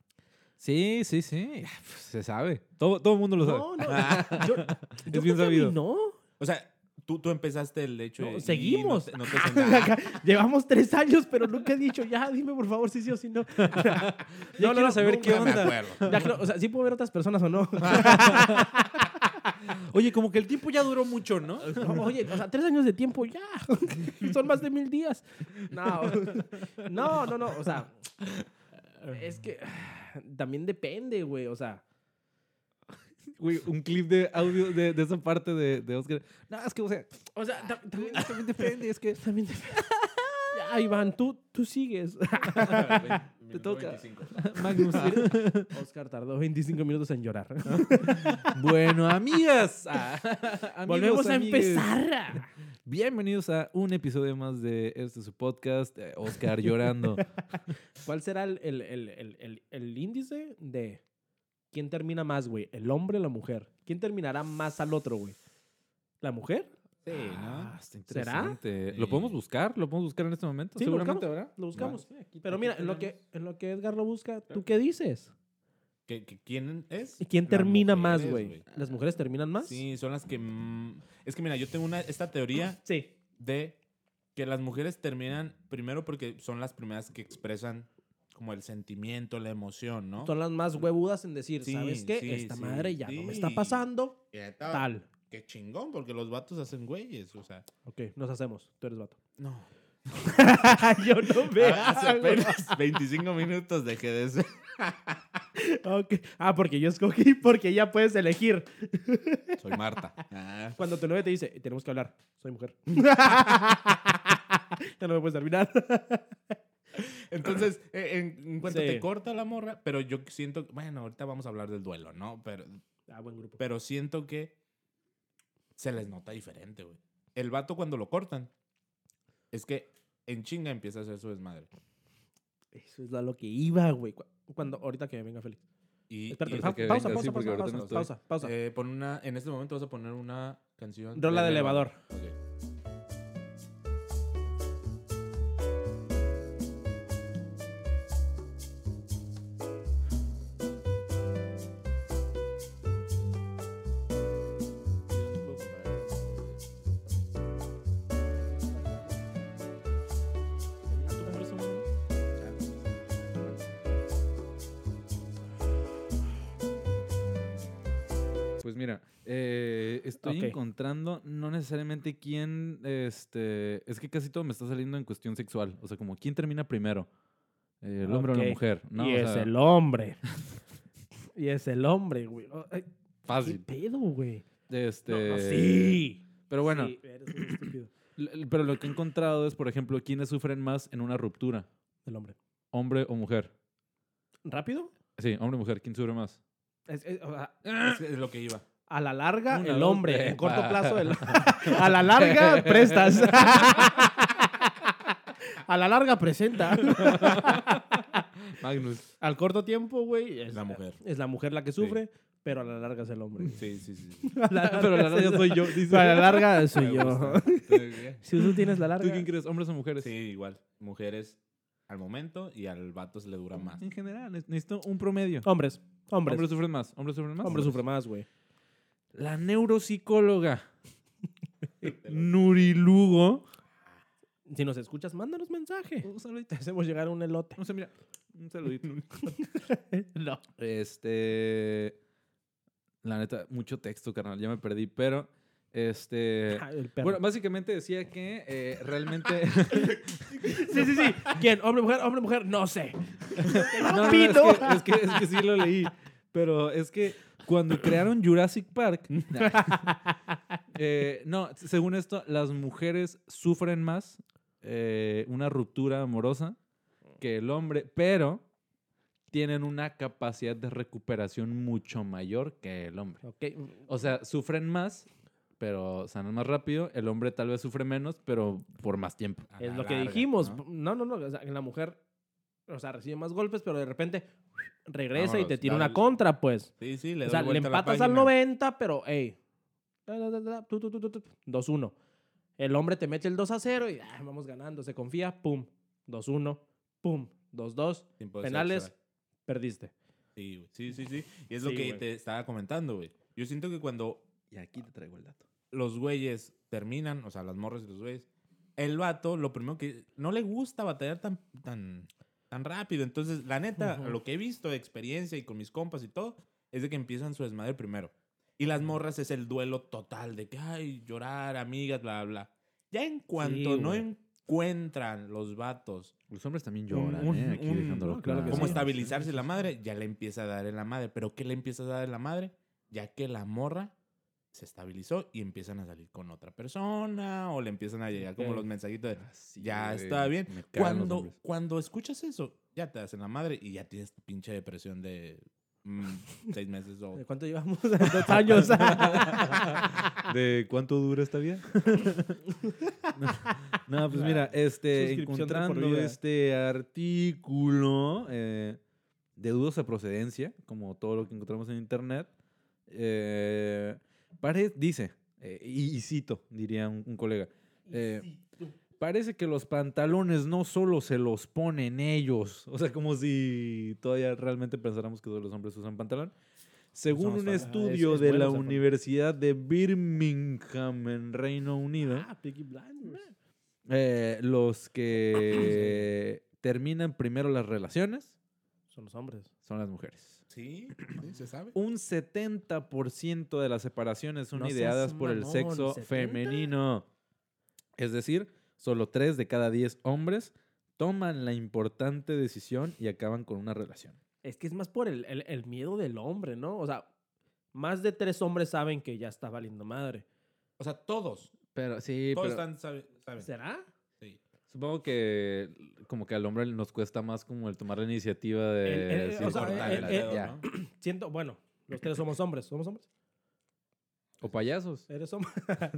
Speaker 3: Sí, sí, sí. Ah, pues, Se sabe. Todo, todo el mundo lo sabe. [LAUGHS]
Speaker 1: No, no, yo, yo
Speaker 3: bien
Speaker 1: creo que a mí
Speaker 3: sabido.
Speaker 1: No,
Speaker 2: O sea, tú, tú empezaste el hecho
Speaker 1: No,
Speaker 2: de...
Speaker 1: seguimos.
Speaker 2: y No te, no te sentaste.
Speaker 1: llevamos tres años, pero nunca he dicho, ya, dime por favor si sí o si no. [LAUGHS] no,
Speaker 3: quiero saber qué
Speaker 2: Ya me
Speaker 3: onda.
Speaker 2: acuerdo.
Speaker 1: Ya creo- o sea, sí puedo ver otras personas o no. [LAUGHS]
Speaker 3: Oye, como que el tiempo ya duró mucho, ¿no?
Speaker 1: Oye, o sea, tres años de tiempo ya. [LAUGHS] Son más de mil días. No, no, no, no. O sea, es que también depende, güey. O sea,
Speaker 3: Güey, un clip de audio de, de esa parte de, de Oscar. No, es que, o sea,
Speaker 1: o sea ta- también,
Speaker 3: también depende, es que.
Speaker 1: también depende. Ya, Iván, tú, tú sigues.
Speaker 2: Minuto
Speaker 3: toca.
Speaker 2: 25.
Speaker 3: [LAUGHS] Magnus.
Speaker 1: Oscar tardó 25 minutos en llorar.
Speaker 3: bueno,
Speaker 1: [LAUGHS]
Speaker 3: amigas. ah, amigos,
Speaker 1: Volvemos a
Speaker 3: amigues,
Speaker 1: empezar.
Speaker 3: Bienvenidos a un episodio más de este su podcast, eh, Oscar
Speaker 1: [LAUGHS]
Speaker 3: llorando.
Speaker 1: ¿Cuál será el, el- el- el- el- el índice de quién termina más, güey? ¿El hombre o la mujer? ¿Quién terminará más al otro, güey? ¿La mujer?
Speaker 2: Sí,
Speaker 3: Ah,
Speaker 2: ¿no?
Speaker 3: está
Speaker 1: ¿Será?
Speaker 3: interesante.
Speaker 2: Sí.
Speaker 3: ¿Lo podemos buscar? ¿Lo podemos buscar en este momento?
Speaker 1: Sí, lo
Speaker 3: Seguramente,
Speaker 1: buscamos.
Speaker 3: ¿verdad?
Speaker 1: Lo buscamos.
Speaker 3: aquí-
Speaker 1: Pero
Speaker 3: aquí
Speaker 1: mira, en lo, que, en lo que Edgar lo busca, ¿tú qué dices?
Speaker 2: ¿Que, que quién es?
Speaker 1: ¿Y quién
Speaker 2: Las
Speaker 1: termina más,
Speaker 2: mujeres,
Speaker 1: güey? ¿Las mujeres terminan más?
Speaker 2: Sí, son las que... mm, Es que mira, yo tengo una, esta teoría
Speaker 1: [CLEARS THROAT] Sí.
Speaker 2: de que las mujeres terminan primero porque son las primeras que expresan como el sentimiento, la emoción, ¿no?
Speaker 1: Son las más huevudas en decir,
Speaker 2: Sí,
Speaker 1: ¿sabes qué?
Speaker 2: sí,
Speaker 1: Esta
Speaker 2: sí,
Speaker 1: madre ya no me está
Speaker 2: sí. Ah.
Speaker 1: pasando.
Speaker 2: Y neta,
Speaker 1: Tal.
Speaker 2: Qué chingón, porque los vatos hacen güeyes, o sea.
Speaker 1: Ok, nos hacemos. Tú eres vato. [LAUGHS] Ah,
Speaker 2: No. Ah,
Speaker 1: Yo no me
Speaker 2: [LAUGHS] Hace
Speaker 1: hago.
Speaker 2: apenas 25 minutos dejé de ser.
Speaker 1: Ok. Ah, porque yo escogí, porque ya puedes elegir.
Speaker 2: Soy Marta. Ah.
Speaker 1: Cuando tu novia te dice, tenemos que hablar, soy mujer. [LAUGHS] ya no me puedes terminar.
Speaker 2: Entonces, eh, en, en cuanto
Speaker 1: Sí.
Speaker 2: te corta la morra, pero yo siento, bueno, ahorita vamos a hablar del duelo, ¿no? Pero,
Speaker 1: ah, buen grupo.
Speaker 2: pero siento que se les nota diferente, güey. El vato cuando lo cortan, es que en chinga empieza a hacer su desmadre.
Speaker 1: Eso es a lo que iba, güey. Cu- Cuando, ahorita que venga Félix.
Speaker 2: Y,
Speaker 1: Espérate,
Speaker 2: y-
Speaker 1: pa-
Speaker 3: que venga,
Speaker 1: pausa,
Speaker 3: sí,
Speaker 1: pausa,
Speaker 3: porque
Speaker 1: pausa,
Speaker 3: ahorita no
Speaker 1: pausa,
Speaker 3: estoy.
Speaker 1: pausa, pausa.
Speaker 2: eh, pon una, en este momento vas a poner una canción.
Speaker 1: Rola de elevador.
Speaker 2: Ok.
Speaker 1: Eh,
Speaker 3: Pues mira, eh, estoy
Speaker 1: Ok.
Speaker 3: encontrando no necesariamente quién, este, es que casi todo me está saliendo en cuestión sexual, o sea, como quién termina primero, Eh, el hombre o
Speaker 1: Ok.
Speaker 3: la mujer, ¿no?
Speaker 1: y
Speaker 3: O
Speaker 1: es
Speaker 3: sea,
Speaker 1: el
Speaker 3: [LAUGHS]
Speaker 1: hombre. y es el hombre, güey. Oh, ay, ¿Qué
Speaker 3: fácil.
Speaker 1: pedo, güey?
Speaker 3: Este,
Speaker 1: No, no, sí.
Speaker 3: Pero bueno,
Speaker 1: Sí, eres un estúpido.
Speaker 3: l- l- pero lo que he encontrado es, por ejemplo, quiénes sufren más en una ruptura,
Speaker 1: El hombre.
Speaker 3: hombre o mujer.
Speaker 1: ¿Rápido?
Speaker 3: Sí, hombre o mujer, ¿quién sufre más?
Speaker 1: Es- es- o sea,
Speaker 2: Es, es lo que iba.
Speaker 1: a la larga,
Speaker 3: Una,
Speaker 1: el
Speaker 3: dos,
Speaker 1: hombre.
Speaker 3: tres, Ah.
Speaker 1: en corto
Speaker 3: pa.
Speaker 1: plazo,
Speaker 3: [LAUGHS]
Speaker 1: el... a la larga, prestas. a la larga, presenta.
Speaker 3: Magnus.
Speaker 1: Al corto tiempo, güey. Es
Speaker 2: La mujer.
Speaker 1: Es la mujer la que sufre, pero a la larga es el
Speaker 3: [LAUGHS]
Speaker 1: hombre.
Speaker 2: Sí, sí, sí.
Speaker 1: A la larga,
Speaker 3: Pero [LAUGHS] la verdad
Speaker 1: [LAUGHS]
Speaker 3: yo soy yo. dice.
Speaker 1: a la larga soy yo. Si tú tienes la
Speaker 3: ¿Tú
Speaker 1: larga.
Speaker 3: quién crees, hombres o mujeres?
Speaker 2: Sí, igual. Mujeres al momento y al vato se le dura más.
Speaker 3: En general, ne- necesito un promedio.
Speaker 1: Hombres. Hombres.
Speaker 3: Hombres
Speaker 1: Hombres,
Speaker 3: sufren más. Hombres sufren más.
Speaker 1: sufre más, güey.
Speaker 3: La neuropsicóloga Nurilugo.
Speaker 1: Si nos escuchas, mándanos mensaje. [LAUGHS]
Speaker 3: Un saludito.
Speaker 1: Te hacemos llegar un elote. [LAUGHS]
Speaker 3: No sé, mira. Un saludito.
Speaker 1: No.
Speaker 3: Este. La neta, mucho texto, carnal. Ya me perdí, pero. Este.
Speaker 1: Ah, el perro.
Speaker 3: Bueno, básicamente decía que eh, realmente.
Speaker 1: sí, sí, sí. ¿Quién? ¿Hombre, mujer? ¿Hombre, mujer? No sé.
Speaker 3: [LAUGHS] No, no, no, es,
Speaker 1: Pito.
Speaker 3: que, es, que, es que sí lo leí. Pero es que cuando crearon Jurassic Park. [LAUGHS] Eh, no, según esto, las mujeres sufren más eh, una ruptura amorosa que el hombre, pero tienen una capacidad de recuperación mucho mayor que el hombre.
Speaker 1: Ok.
Speaker 3: O sea, sufren más, pero sanan más rápido. El hombre tal vez sufre menos, pero por más tiempo.
Speaker 2: A
Speaker 1: Es
Speaker 2: la
Speaker 1: lo que
Speaker 2: larga,
Speaker 1: dijimos.
Speaker 2: ¿no?
Speaker 1: No, no, no. O sea, la mujer, o sea, recibe más golpes, pero de repente regresa y te
Speaker 2: Vámonos,
Speaker 1: tira
Speaker 2: dale.
Speaker 1: una contra, pues.
Speaker 2: Sí, sí, le
Speaker 1: O
Speaker 2: doy
Speaker 1: sea, le
Speaker 2: vuelta a la
Speaker 1: empatas al
Speaker 2: página.
Speaker 1: 90, pero, ey. ta, ta, ta, ta, tu, tu, tu, tu, tu, 2-1. El hombre te mete el 2 a 0 y ah, vamos ganando. Se confía, pum. 2-1, pum. 2-2.
Speaker 2: Tiempo de
Speaker 1: Penales,
Speaker 2: sexo,
Speaker 1: perdiste.
Speaker 2: Sí, güey. sí, sí, sí. Y es lo
Speaker 1: Sí,
Speaker 2: que
Speaker 1: güey.
Speaker 2: te estaba comentando, güey. Yo siento que cuando
Speaker 3: Y aquí te traigo el dato.
Speaker 2: los güeyes terminan, o sea, las morras y los güeyes, el vato, lo primero que no le gusta batallar tan, tan, tan rápido. Entonces, la neta,
Speaker 1: Ujú.
Speaker 2: lo que he visto de experiencia y con mis compas y todo, es de que empiezan su desmadre primero. Y las morras es el duelo total de que, ay, llorar, amigas, bla, bla. Ya en cuanto no
Speaker 1: güey.
Speaker 2: encuentran los vatos
Speaker 3: Los hombres también lloran,
Speaker 2: un-
Speaker 3: ¿eh? Aquí
Speaker 2: un-
Speaker 3: dejándolo
Speaker 1: no, claro
Speaker 3: claro.
Speaker 1: que
Speaker 2: cómo
Speaker 1: sí.
Speaker 2: estabilizarse la madre, ya le empieza a dar en la madre. Pero ¿qué le empieza a dar en la madre? Ya que la morra se estabilizó y empiezan a salir con otra persona o le empiezan a llegar como
Speaker 1: Ok.
Speaker 2: los mensajitos de...
Speaker 3: Así,
Speaker 2: Ya
Speaker 3: güey.
Speaker 2: está bien.
Speaker 3: Me cagan los
Speaker 2: Cuando,
Speaker 3: hombres.
Speaker 2: cuando escuchas eso, ya te das en la madre y ya tienes pinche depresión de mm, seis meses o...
Speaker 1: ¿De ¿Cuánto llevamos? [LAUGHS] Dos
Speaker 2: [LAUGHS]
Speaker 1: años.
Speaker 3: ¿De cuánto dura esta vida? [LAUGHS] no, no, pues mira, este,
Speaker 1: Suscripción de por
Speaker 3: encontrando
Speaker 1: vida.
Speaker 3: este artículo eh, de dudosa procedencia, como todo lo que encontramos en internet, eh, pare- dice, eh, y, y cito, diría un, un colega, eh, parece que los pantalones no solo se los ponen ellos, o sea, como si todavía realmente pensáramos que todos los hombres usan pantalón. Según
Speaker 1: Usamos
Speaker 3: un
Speaker 1: pan- ah, es-
Speaker 3: estudio
Speaker 1: es
Speaker 3: de
Speaker 1: bueno usar
Speaker 3: la
Speaker 1: pantalón.
Speaker 3: Universidad de Birmingham en Reino Unido,
Speaker 1: ah, Peaky Blinders.
Speaker 3: eh, los que [CLEARS THROAT] terminan primero las relaciones
Speaker 1: Son los hombres.
Speaker 3: son las mujeres.
Speaker 2: Sí, se sabe.
Speaker 3: Un 70% de las separaciones son
Speaker 1: No seas
Speaker 3: ideadas por el
Speaker 1: mamón,
Speaker 3: sexo
Speaker 1: 70.
Speaker 3: femenino. Es decir, solo 3 de cada 10 hombres toman la importante decisión y acaban con una relación.
Speaker 1: Es que es más por el, el- el miedo del hombre, ¿no? O sea, más de tres hombres saben que ya está valiendo madre.
Speaker 2: O sea, todos.
Speaker 3: Pero sí,
Speaker 2: todos están, sabe- saben.
Speaker 1: ¿Será?
Speaker 2: Sí.
Speaker 3: Supongo que como que al hombre nos cuesta más como el tomar la iniciativa de...
Speaker 1: El- el-
Speaker 3: decir
Speaker 1: o sea,
Speaker 3: como,
Speaker 1: el-
Speaker 3: "Ah,
Speaker 1: el-
Speaker 3: la-
Speaker 1: el-
Speaker 3: ya".
Speaker 2: ¿no?
Speaker 1: Siento, bueno, los tres somos hombres. ¿Somos hombres?
Speaker 3: O payasos.
Speaker 1: ¿Eres [LAUGHS] hombre?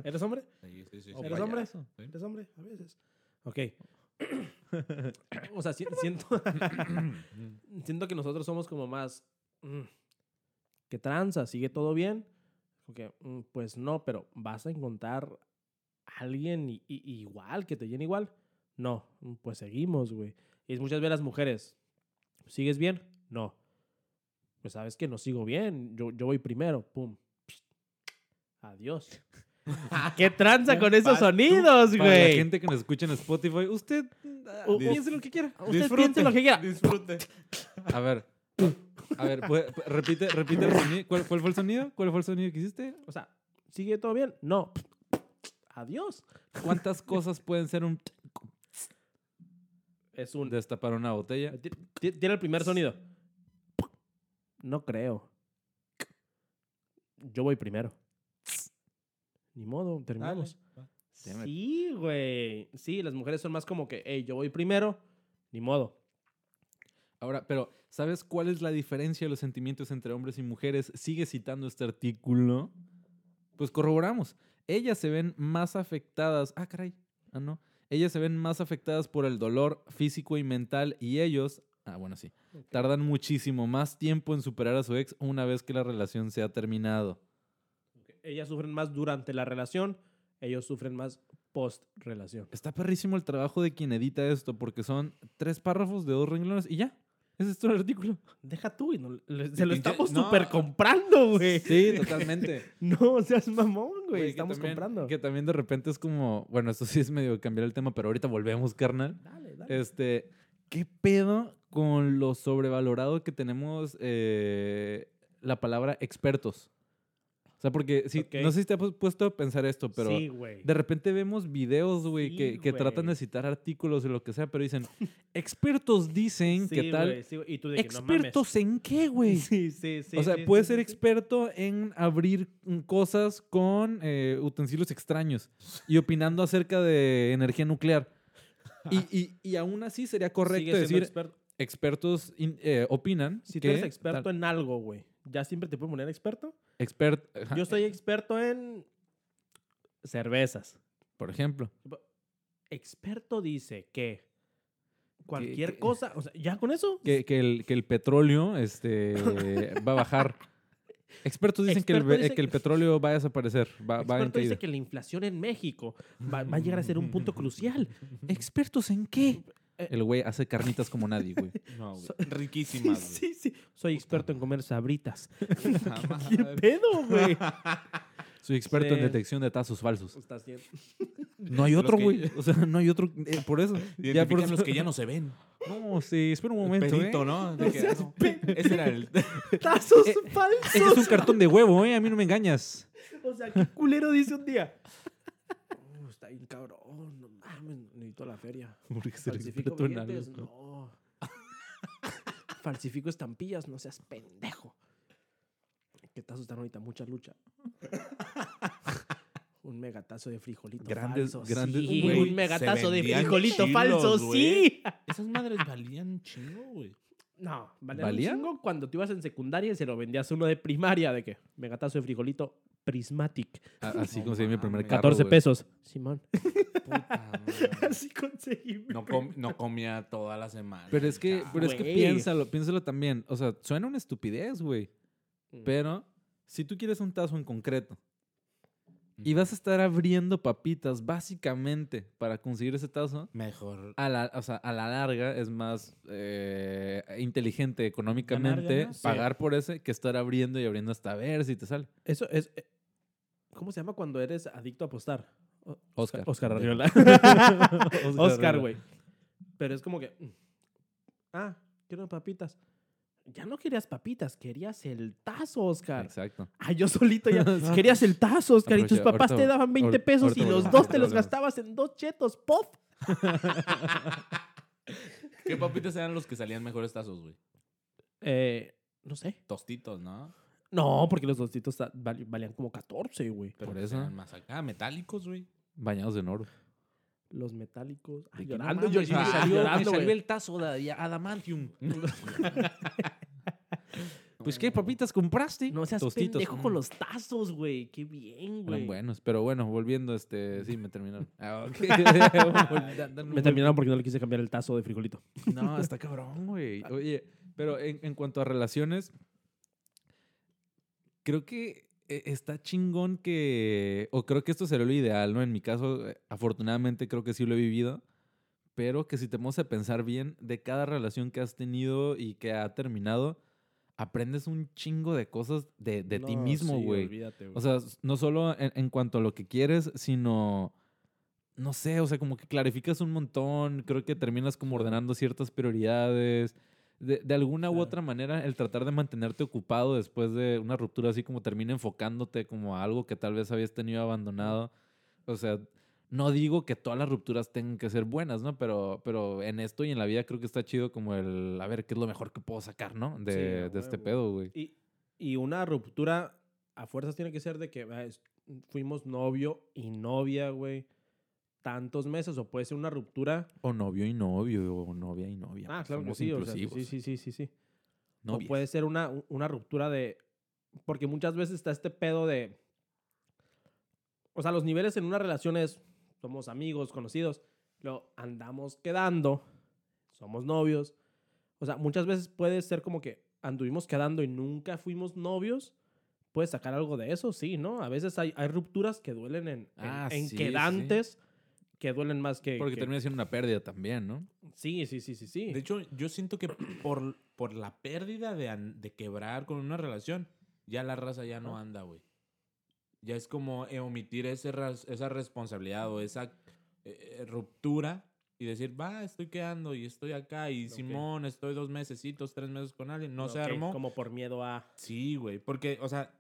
Speaker 1: ¿Eres hombre?
Speaker 2: Sí, sí, sí,
Speaker 3: O
Speaker 2: sí.
Speaker 1: ¿Eres hombre?
Speaker 3: payaso.
Speaker 1: ¿Eres hombre? A veces. Ok. [COUGHS] o sea, si- siento, [COUGHS] siento que nosotros somos como más... mm, ¿Qué tranza? ¿Sigue todo bien? Porque, mm, pues no, pero ¿vas a encontrar a alguien i- i- igual, que te llene igual? No, mm, pues seguimos, güey. Y es muchas veces las mujeres, ¿sigues bien? No. Pues sabes que no sigo bien, yo, yo voy primero, pum. Adiós.
Speaker 3: [LAUGHS]
Speaker 1: ¿Qué tranza con esos
Speaker 2: Pa- tú-
Speaker 1: sonidos,
Speaker 3: Para la
Speaker 1: güey?
Speaker 3: gente que nos escucha en Spotify, usted... ah,
Speaker 1: U-
Speaker 3: dis-
Speaker 1: Piense lo que quiera. Usted
Speaker 2: Disfrute,
Speaker 1: piense lo que quiera.
Speaker 2: [LAUGHS] Disfrute.
Speaker 3: A ver. A ver, puede- pu- repite, repite el sonido. ¿Cuál, cuál fue el sonido? ¿Cuál fue el sonido que hiciste?
Speaker 1: O sea, ¿sigue todo bien? No. Adiós.
Speaker 3: ¿Cuántas cosas pueden ser un
Speaker 1: Es un...
Speaker 3: destapar una botella?
Speaker 1: Ti- ti- Tiene el primer sonido. No creo. Yo voy primero. Ni modo, terminamos.
Speaker 3: Damn it.
Speaker 1: Sí, güey. Sí, las mujeres son más como que, hey, yo voy primero. Ni modo.
Speaker 3: Ahora, pero ¿sabes cuál es la diferencia de los sentimientos entre hombres y mujeres? Sigue citando este artículo. Pues corroboramos. Ellas se ven más afectadas. Ah, caray. Ah, no. Ellas se ven más afectadas por el dolor físico y mental y ellos. Ah, bueno, sí. Tardan muchísimo más tiempo en superar a su ex una vez que la relación se ha terminado.
Speaker 1: Ellas sufren más durante la relación, ellos sufren más post-relación.
Speaker 3: Está perrísimo el trabajo de quien edita esto porque son tres párrafos de dos renglones y ya. Ese es todo el artículo.
Speaker 1: Deja tú, y no- le- se lo
Speaker 2: pinche-
Speaker 1: estamos
Speaker 2: no.
Speaker 1: super comprando, güey.
Speaker 3: Sí, [LAUGHS] totalmente.
Speaker 1: [LAUGHS] No seas mamón, güey.
Speaker 3: que
Speaker 1: estamos
Speaker 3: también-
Speaker 1: comprando.
Speaker 3: Que también de repente es como, bueno, esto sí es medio cambiar el tema, pero ahorita volvemos, carnal.
Speaker 1: Dale, dale.
Speaker 3: Este, ¿qué pedo con lo sobrevalorado que tenemos eh, la palabra expertos? O sea, porque sí,
Speaker 1: Ok.
Speaker 3: no sé si te has puesto a pensar esto, pero
Speaker 1: sí, güey.
Speaker 3: de repente vemos videos, güey, que,
Speaker 1: Sí,
Speaker 3: que tratan de
Speaker 1: güey.
Speaker 3: citar artículos o lo que sea, pero dicen, expertos dicen,
Speaker 1: Sí,
Speaker 3: ¿qué tal?
Speaker 1: güey, sí, güey. y tú de que no mames.
Speaker 3: ¿Expertos en qué, güey?
Speaker 1: [LAUGHS] Sí, sí, sí.
Speaker 3: o sea,
Speaker 1: sí,
Speaker 3: puedes
Speaker 1: sí,
Speaker 3: ser
Speaker 1: sí, sí.
Speaker 3: experto en abrir mm, cosas con eh, utensilios extraños y opinando acerca de energía nuclear.
Speaker 1: [LAUGHS]
Speaker 3: Y, y- y aún así sería correcto
Speaker 1: Sigue siendo
Speaker 3: decir,
Speaker 1: experto.
Speaker 3: expertos in- eh, opinan.
Speaker 1: Si tú
Speaker 3: que
Speaker 1: eres experto
Speaker 3: tal-
Speaker 1: en algo, güey, ¿ya siempre te puedes poner experto?
Speaker 3: expert- ajá,
Speaker 1: Yo soy experto en cervezas.
Speaker 3: por ejemplo.
Speaker 1: Experto dice que cualquier
Speaker 3: que-
Speaker 1: cosa, o sea, ya con eso.
Speaker 3: Que, que el, que el petróleo [LAUGHS] este, va a bajar. Expertos dicen, que, el,
Speaker 1: Experto
Speaker 3: ve-
Speaker 1: dice
Speaker 3: que el
Speaker 1: que-
Speaker 3: petróleo va a desaparecer, va, va en
Speaker 1: experto dice
Speaker 3: caída.
Speaker 1: que la inflación en México va, va a llegar a ser un
Speaker 3: [LAUGHS]
Speaker 1: punto crucial.
Speaker 3: ¿Expertos en qué? El güey hace carnitas como nadie, güey.
Speaker 2: No, güey.
Speaker 1: So- Sí,
Speaker 2: Riquísimas,
Speaker 1: [LAUGHS] sí,
Speaker 2: güey.
Speaker 1: sí. Soy experto en comer sabritas.
Speaker 2: Jamás.
Speaker 1: ¿Qué pedo, [LAUGHS] güey?
Speaker 3: Soy experto en
Speaker 1: Sí.
Speaker 3: detección de tazos falsos.
Speaker 1: Estás bien.
Speaker 3: No hay
Speaker 2: Los
Speaker 3: otro,
Speaker 2: que-
Speaker 3: güey. O sea, no hay otro. eh, por eso. Ya por
Speaker 2: Identifican los
Speaker 3: [LAUGHS]
Speaker 2: que ya no se ven.
Speaker 3: No, sí, espera un momento.
Speaker 2: Pedito,
Speaker 3: eh.
Speaker 2: ¿no?
Speaker 3: [LAUGHS]
Speaker 2: De que, ah, no. Ese era el... [LAUGHS]
Speaker 1: Tazos
Speaker 3: Eh,
Speaker 1: falsos.
Speaker 3: Ese es un cartón de huevo, ¿eh? A mí no me engañas.
Speaker 1: O sea, qué culero dice un día. [LAUGHS] "Oh, está bien cabrón, no mames, necesito la feria.
Speaker 3: Porque ser
Speaker 1: Falsifico
Speaker 3: experto en
Speaker 1: billetes,
Speaker 3: algo.
Speaker 1: no. Falsifico estampillas, no seas pendejo. ¿Qué tazos están ahorita? Mucha lucha. Un megatazo de frijolito
Speaker 3: Grandes-
Speaker 1: falso.
Speaker 3: grandes-
Speaker 1: sí,
Speaker 2: Güey,
Speaker 1: un
Speaker 2: se
Speaker 1: megatazo de
Speaker 2: vendían
Speaker 1: frijolito
Speaker 2: chilos,
Speaker 1: falso, sí.
Speaker 2: Esas madres valían chingo, güey.
Speaker 1: No, valía
Speaker 3: ¿Valían?
Speaker 1: un chingo cuando te ibas en secundaria y se lo vendías a uno de primaria de que megatazo de frijolito prismatic.
Speaker 3: A- [LAUGHS] Así
Speaker 2: Ah, No
Speaker 3: conseguí mi primer
Speaker 2: mames.
Speaker 3: carro.
Speaker 1: 14
Speaker 3: güey.
Speaker 1: pesos. Simón. [LAUGHS]
Speaker 2: Puta madre.
Speaker 1: Así conseguí.
Speaker 2: No, com- no comía toda la semana.
Speaker 3: Pero es que,
Speaker 2: Ya.
Speaker 3: pero es que
Speaker 1: Güey.
Speaker 3: piénsalo, piénsalo también. O sea, suena una estupidez, güey.
Speaker 1: Mm.
Speaker 3: Pero si tú quieres un tazo en concreto y vas a estar abriendo papitas básicamente para conseguir ese tazo,
Speaker 2: Mejor...
Speaker 3: a la, o sea, a la larga es más eh, inteligente económicamente
Speaker 2: ganar. Sí.
Speaker 3: pagar por ese que estar abriendo y abriendo hasta ver si te sale.
Speaker 1: Eso es. eh, ¿Cómo se llama cuando eres adicto a apostar?
Speaker 3: Oscar.
Speaker 1: [LAUGHS] Oscar Arriola. [LAUGHS] Oscar, güey. Pero es como que. mm, Ah, quiero papitas. Ya no querías papitas, querías el tazo, Oscar.
Speaker 3: [LAUGHS] Exacto.
Speaker 1: Ah, yo solito [LAUGHS] ya. querías el tazo, Oscar, y tus
Speaker 3: Aprovecha,
Speaker 1: papás
Speaker 3: ahorita-
Speaker 1: te daban 20
Speaker 3: ahorita-
Speaker 1: pesos
Speaker 3: ahorita
Speaker 1: y los
Speaker 3: volvemos,
Speaker 1: dos
Speaker 3: ahorita
Speaker 1: te los
Speaker 3: volvemos.
Speaker 1: gastabas en dos chetos, pop.
Speaker 2: ¿Qué papitas eran los que salían mejores tazos, güey?
Speaker 1: Eh, no sé.
Speaker 2: Tostitos, ¿no?
Speaker 1: No, porque los dostitos ta- val- valían como 14, güey.
Speaker 2: Pero
Speaker 3: Por
Speaker 2: pues
Speaker 3: eso.
Speaker 2: Eran más acá, metálicos, güey.
Speaker 3: Bañados en oro.
Speaker 1: Los metálicos. Ay,
Speaker 3: De que no
Speaker 1: llorando, yo,
Speaker 3: mames,
Speaker 1: yo-
Speaker 3: me
Speaker 1: yo-
Speaker 3: salió-
Speaker 1: llorando,
Speaker 3: me salió
Speaker 1: güey.
Speaker 3: el tazo
Speaker 1: [LAUGHS]
Speaker 3: de Adamantium. [LAUGHS] pues, ¿qué papitas compraste?
Speaker 1: No seas
Speaker 3: Tostitos,
Speaker 1: pendejo
Speaker 3: mm.
Speaker 1: con los tazos, güey. Qué bien,
Speaker 3: Eran
Speaker 1: güey.
Speaker 3: buenos, pero bueno, volviendo, este, sí, me
Speaker 1: [LAUGHS]
Speaker 3: terminaron. [LAUGHS]
Speaker 1: Me terminaron porque no le quise cambiar el tazo de frijolito.
Speaker 3: No, está cabrón, güey.
Speaker 1: Ah.
Speaker 3: Oye, pero en, en cuanto a relaciones, creo que eh, está chingón que, o creo que esto sería lo ideal, ¿no? En mi caso, eh, afortunadamente creo que sí lo he vivido, pero que si te pones a pensar bien de cada relación que has tenido y que ha terminado, aprendes un chingo de cosas de, de ti
Speaker 1: No,
Speaker 3: mismo,
Speaker 1: sí,
Speaker 3: güey.
Speaker 1: olvídate, güey.
Speaker 3: O sea, s- no solo en, en cuanto a lo que quieres, sino, no sé, o sea, como que clarificas un montón, creo que terminas como ordenando ciertas prioridades. De, de alguna u
Speaker 1: Claro.
Speaker 3: otra manera, el tratar de mantenerte ocupado después de una ruptura así como termina enfocándote como a algo que tal vez habías tenido abandonado. O sea, no digo que todas las rupturas tengan que ser buenas, ¿no? Pero, pero en esto y en la vida creo que está chido como el, a ver, ¿qué es lo mejor que puedo sacar, ¿no? De,
Speaker 1: Sí, a
Speaker 3: de este
Speaker 1: huevo.
Speaker 3: pedo, güey.
Speaker 1: Y, y una ruptura a fuerzas tiene que ser de que ah, es- fuimos novio y novia, güey. Tantos meses, o puede ser una ruptura.
Speaker 3: O novio y novio, o novia y novia.
Speaker 1: Ah,
Speaker 3: pues,
Speaker 1: claro que
Speaker 3: somos
Speaker 1: sí, o sea, sí,
Speaker 3: inclusivos.
Speaker 1: sí, sí, sí, sí. O
Speaker 3: Novias.
Speaker 1: puede ser una, una ruptura de. Porque muchas veces está este pedo de. O sea, los niveles en una relación es. Somos amigos, conocidos. Lo andamos quedando. Somos novios. O sea, muchas veces puede ser como que anduvimos quedando y nunca fuimos novios. Puedes sacar algo de eso, sí, ¿no? A veces hay, hay rupturas que duelen en, en-
Speaker 3: Ah,
Speaker 1: en
Speaker 3: sí, sí, sí.
Speaker 1: quedantes que duelen más que.
Speaker 3: Porque
Speaker 1: que-
Speaker 3: termina siendo una pérdida también, ¿no?
Speaker 1: Sí, sí, sí, sí, sí.
Speaker 2: De hecho, yo siento que por, por la pérdida de, an- de quebrar con una relación, ya la raza ya no
Speaker 1: Ajá.
Speaker 2: anda, güey. Ya es como eh, omitir ese ras- esa responsabilidad o esa eh, eh, ruptura y decir, va, estoy quedando y estoy acá y
Speaker 1: Ok.
Speaker 2: Simón, estoy dos mesecitos, tres meses con alguien, no se
Speaker 1: Ok,
Speaker 2: armó.
Speaker 1: Como por miedo a.
Speaker 2: Sí, güey, porque, o sea,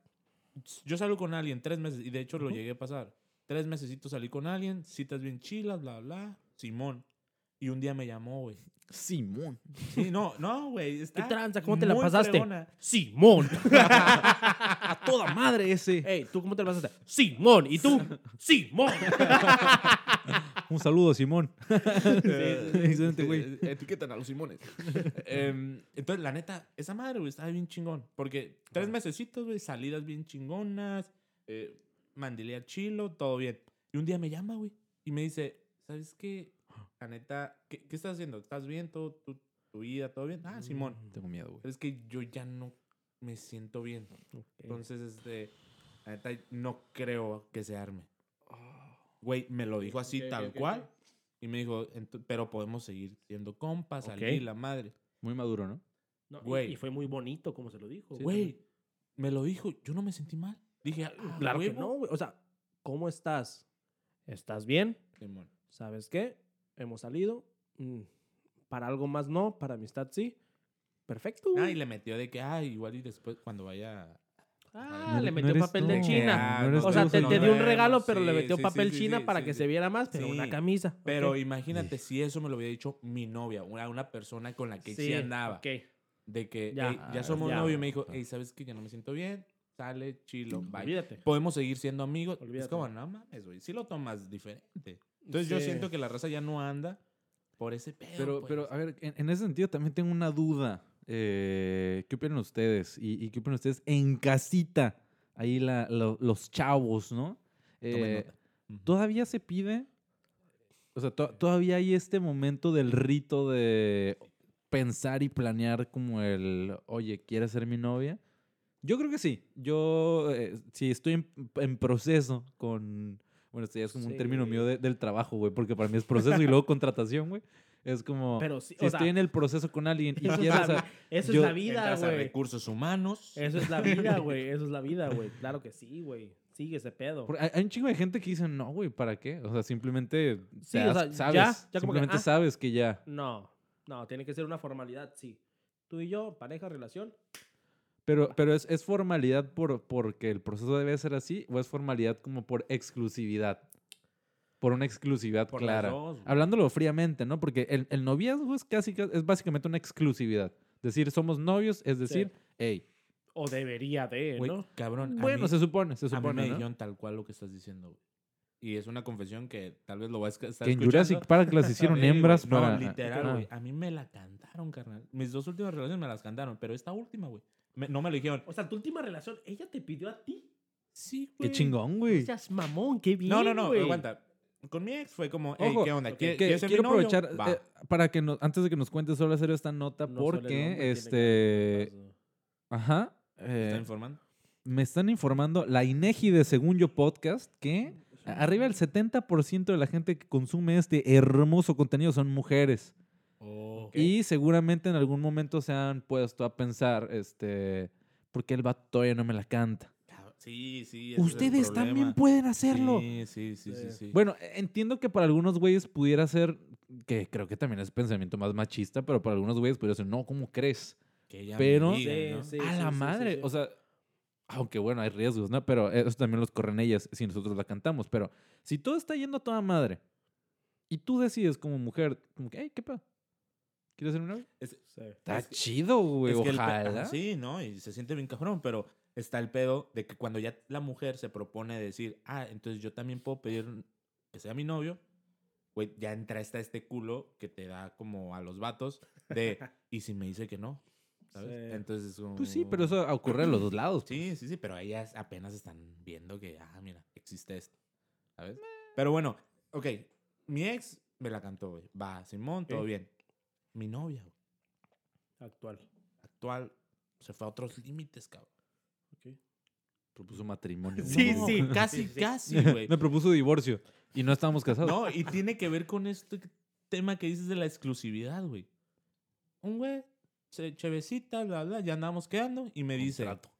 Speaker 2: s- yo salgo con alguien tres meses y de hecho lo
Speaker 1: Ujú.
Speaker 2: llegué a pasar. Tres mesecitos salí con alguien, citas bien chilas, bla, bla, Simón. Y un día me llamó, güey.
Speaker 3: Simón.
Speaker 2: Sí, no, no, güey.
Speaker 1: ¿Qué
Speaker 2: está
Speaker 1: tranza? ¿Cómo te la
Speaker 2: muy
Speaker 1: pasaste? [LAUGHS]
Speaker 2: fregona.
Speaker 1: Simón.
Speaker 3: A toda madre
Speaker 1: [LAUGHS]
Speaker 3: ese.
Speaker 1: Ey, ¿tú cómo te la pasaste? Simón. ¿Y tú? Simón.
Speaker 3: Un saludo, Simón. Excelente, güey.
Speaker 2: Eh, Etiquetan a los Simones. [LAUGHS] Em, entonces, la neta, esa madre, güey, estaba bien chingón. Porque tres mesecitos, güey, salidas bien chingonas, eh, mandilear chilo, todo bien. Y un día me llama, güey, y me dice, ¿sabes qué? La neta, ¿qué, qué estás haciendo? ¿Estás bien? ¿Todo, tu, tu vida? ¿Todo bien? Ah, Simón.
Speaker 3: Tengo miedo, güey.
Speaker 1: Mm.
Speaker 2: Pero es que yo ya no me siento bien.
Speaker 1: Eh,
Speaker 2: Entonces, este, la neta, no creo que se arme. Güey, me lo dijo así,
Speaker 1: ok,
Speaker 2: tal
Speaker 1: ok, ok.
Speaker 2: cual. Y me dijo, "Ento- pero podemos seguir siendo compas,
Speaker 1: Ok.
Speaker 2: salir la madre.
Speaker 3: Muy maduro, ¿no?
Speaker 1: Eh, No, y-
Speaker 2: Güey.
Speaker 1: Y, fue muy bonito como se lo dijo.
Speaker 2: Güey, me lo dijo, yo no me sentí mal. Dije, "Ah,
Speaker 1: Claro que
Speaker 2: huevo".
Speaker 1: no, güey. O sea, ¿cómo estás? ¿Estás bien?
Speaker 2: Simón.
Speaker 1: ¿Sabes qué? Hemos salido. Mm, Para algo más no, para amistad sí. Perfecto.
Speaker 2: Ah,
Speaker 1: güey.
Speaker 2: y le metió de que, ah, igual y después cuando vaya.
Speaker 1: Ah,
Speaker 3: No-
Speaker 1: le
Speaker 3: no
Speaker 1: metió
Speaker 3: eres
Speaker 1: papel
Speaker 3: tú.
Speaker 1: de
Speaker 2: Que,
Speaker 1: China.
Speaker 2: ah,
Speaker 3: no eres
Speaker 1: O sea,
Speaker 3: tú,
Speaker 1: te,
Speaker 3: no
Speaker 1: te dio un
Speaker 3: vemos.
Speaker 1: regalo, pero le
Speaker 2: Sí,
Speaker 1: metió
Speaker 2: sí,
Speaker 1: papel
Speaker 2: sí, sí,
Speaker 1: china
Speaker 2: sí,
Speaker 1: para
Speaker 2: sí,
Speaker 1: que
Speaker 2: sí.
Speaker 1: se viera más, pero
Speaker 2: Sí.
Speaker 1: una camisa.
Speaker 2: Pero
Speaker 1: Ok.
Speaker 2: imagínate si eso me lo hubiera dicho mi novia, una, una persona con la que sí, andaba.
Speaker 1: ok.
Speaker 2: De que "Ey,
Speaker 1: Ya.
Speaker 2: ya,
Speaker 1: Ah,
Speaker 2: somos
Speaker 1: ya.
Speaker 2: novios. Y me dijo, hey, ¿sabes qué? Ya no me siento bien. Sale, chilo, bye.
Speaker 1: Olvídate.
Speaker 2: podemos seguir siendo amigos.
Speaker 1: Olvídate.
Speaker 2: Es como, no mames, güey. Si lo tomas diferente. Entonces yo
Speaker 1: Sí.
Speaker 2: siento que la raza ya no anda por ese pedo.
Speaker 3: Pero,
Speaker 2: pues.
Speaker 3: pero a ver, en, en ese sentido también tengo una duda. Eh, ¿Qué opinan ustedes? ¿Y, y qué opinan ustedes en casita? Ahí la- lo- los chavos, ¿no?
Speaker 2: Tomen
Speaker 3: Eh,
Speaker 2: nota. Ujú.
Speaker 3: todavía se pide. O sea, to- todavía hay este momento del rito de pensar y planear como el, oye, ¿quieres ser mi novia? Yo creo que sí. Yo, eh, si estoy en, en proceso con, bueno, esto ya es como un
Speaker 1: Sí,
Speaker 3: término
Speaker 1: güey.
Speaker 3: mío de- del trabajo, güey, porque para mí es proceso y luego contratación, güey. Es como,
Speaker 1: Pero sí,
Speaker 3: si
Speaker 1: o
Speaker 3: estoy
Speaker 1: sea,
Speaker 3: en el proceso con alguien y
Speaker 1: eso,
Speaker 3: quiero
Speaker 1: es
Speaker 3: sa-
Speaker 1: la, eso
Speaker 3: yo-
Speaker 1: es la vida,
Speaker 2: Entras a
Speaker 1: güey.
Speaker 2: recursos humanos.
Speaker 1: Eso es la vida, güey. Eso es la vida, güey. Claro que sí, güey. Sigue ese pedo.
Speaker 3: Porque hay, hay un chingo de gente que dice, no, güey, ¿para qué? O sea, simplemente
Speaker 1: Sí,
Speaker 3: te
Speaker 1: o
Speaker 3: has-
Speaker 1: sea, ya,
Speaker 3: sabes.
Speaker 1: ya como que,
Speaker 3: simplemente
Speaker 1: ah.
Speaker 3: sabes que ya.
Speaker 1: No, no, tiene que ser una formalidad, sí. Tú y yo, pareja, relación.
Speaker 3: Pero, pero es, es formalidad por, porque el proceso debe ser así o es formalidad como por exclusividad. Por una exclusividad
Speaker 2: Por las
Speaker 3: clara.
Speaker 2: dos, güey.
Speaker 3: Hablándolo fríamente, ¿no? Porque el, el noviazgo es casi ca- es básicamente una exclusividad. Decir somos novios es decir, hey,
Speaker 1: O debería de,
Speaker 2: Güey,
Speaker 1: ¿no?
Speaker 2: cabrón. a
Speaker 3: bueno,
Speaker 2: mí-
Speaker 3: se supone, se
Speaker 2: A mí me
Speaker 3: supone, ¿no?
Speaker 2: dijeron tal cual lo que estás diciendo, güey. Y es una confesión que tal vez lo vas a estar
Speaker 3: Que en
Speaker 2: escuchando.
Speaker 3: Jurassic Park las
Speaker 2: [LAUGHS]
Speaker 3: hicieron
Speaker 2: Sí, güey.
Speaker 3: hembras
Speaker 2: No,
Speaker 3: para...
Speaker 2: literal,
Speaker 3: Ah,
Speaker 2: güey. A mí me la cantaron, carnal. Mis dos últimas relaciones me las cantaron, pero esta última, güey. me- no me lo dijeron.
Speaker 1: O sea, tu última relación, ella te pidió a ti.
Speaker 2: Sí, güey.
Speaker 3: Qué chingón, güey.
Speaker 1: Seas mamón, qué bien.
Speaker 2: No, no, no,
Speaker 1: güey.
Speaker 2: aguanta. Con mi ex fue como, hey,
Speaker 3: Ojo,
Speaker 2: ¿qué onda?
Speaker 1: ok.
Speaker 2: ¿Quie-
Speaker 3: Que-
Speaker 2: ¿Quieres ser mi
Speaker 3: quiero
Speaker 2: novio?
Speaker 3: aprovechar
Speaker 2: Va.
Speaker 3: eh, para que nos- antes de que nos cuentes solo hacer esta nota
Speaker 1: No solo el
Speaker 3: porque
Speaker 1: hombre
Speaker 3: este
Speaker 1: tiene que ver
Speaker 3: ajá
Speaker 2: ¿Me
Speaker 3: eh,
Speaker 2: están informando?
Speaker 3: me están informando la INEGI de Según Yo Podcast que a- arriba del 70% de la gente que consume este hermoso contenido son mujeres
Speaker 2: Ok.
Speaker 3: y seguramente en algún momento se han puesto a pensar este por qué el vato todavía no me la canta.
Speaker 2: Cab- Sí, sí. ese es el
Speaker 3: Ustedes también
Speaker 2: problema.
Speaker 3: pueden hacerlo.
Speaker 2: Sí, sí, sí, sí.
Speaker 1: Sí.
Speaker 2: sí.
Speaker 3: Bueno, entiendo que para algunos güeyes pudiera ser, que creo que también es pensamiento más machista, pero para algunos güeyes pudiera ser, no, ¿cómo crees?
Speaker 2: Que ella me
Speaker 3: pero-
Speaker 2: diga,
Speaker 1: Sí,
Speaker 2: ¿no?
Speaker 1: sí,
Speaker 3: a la
Speaker 1: sí, sí,
Speaker 3: madre,
Speaker 1: sí.
Speaker 3: o sea, aunque bueno, hay riesgos, ¿no? Pero eso también los corren ellas si nosotros la cantamos, pero si todo está yendo a toda madre y tú decides como mujer, como que, hey, ¿qué pedo? ¿Quieres ser un novio?
Speaker 2: Es-
Speaker 1: Sí.
Speaker 3: Está
Speaker 2: Es que-
Speaker 3: chido, güey,
Speaker 2: Es que el pe-
Speaker 3: ojalá.
Speaker 2: ajá, sí, ¿no? Y se siente bien cabrón, pero está el pedo de que cuando ya la mujer se propone decir, ah, entonces yo también puedo pedir un- que sea mi novio, güey, ya entra hasta este culo que te da como a los vatos
Speaker 3: [LAUGHS]
Speaker 2: de, y si me dice que no, ¿sabes?
Speaker 1: Sí.
Speaker 2: Entonces es como...
Speaker 3: Pues sí, pero eso ocurre a los dos lados.
Speaker 2: Sí, sí, sí, pero ahí as- apenas están viendo que, ah, mira, existe esto, ¿sabes? Pero bueno, ok, mi ex me la cantó, güey. Va, Simón, todo
Speaker 1: Ok.
Speaker 2: bien. Mi novia, güey,
Speaker 1: Actual.
Speaker 2: actual, se fue a otros límites, cabrón.
Speaker 3: Propuso matrimonio.
Speaker 1: Sí,
Speaker 3: No.
Speaker 1: sí.
Speaker 2: Casi,
Speaker 1: sí. [LAUGHS]
Speaker 2: casi, güey.
Speaker 3: Me propuso divorcio y no estábamos casados.
Speaker 2: No, y tiene que ver con este tema que dices de la exclusividad, güey. Un güey, se- chevecita, bla, bla, ya andábamos quedando y me dice,
Speaker 3: Contrato.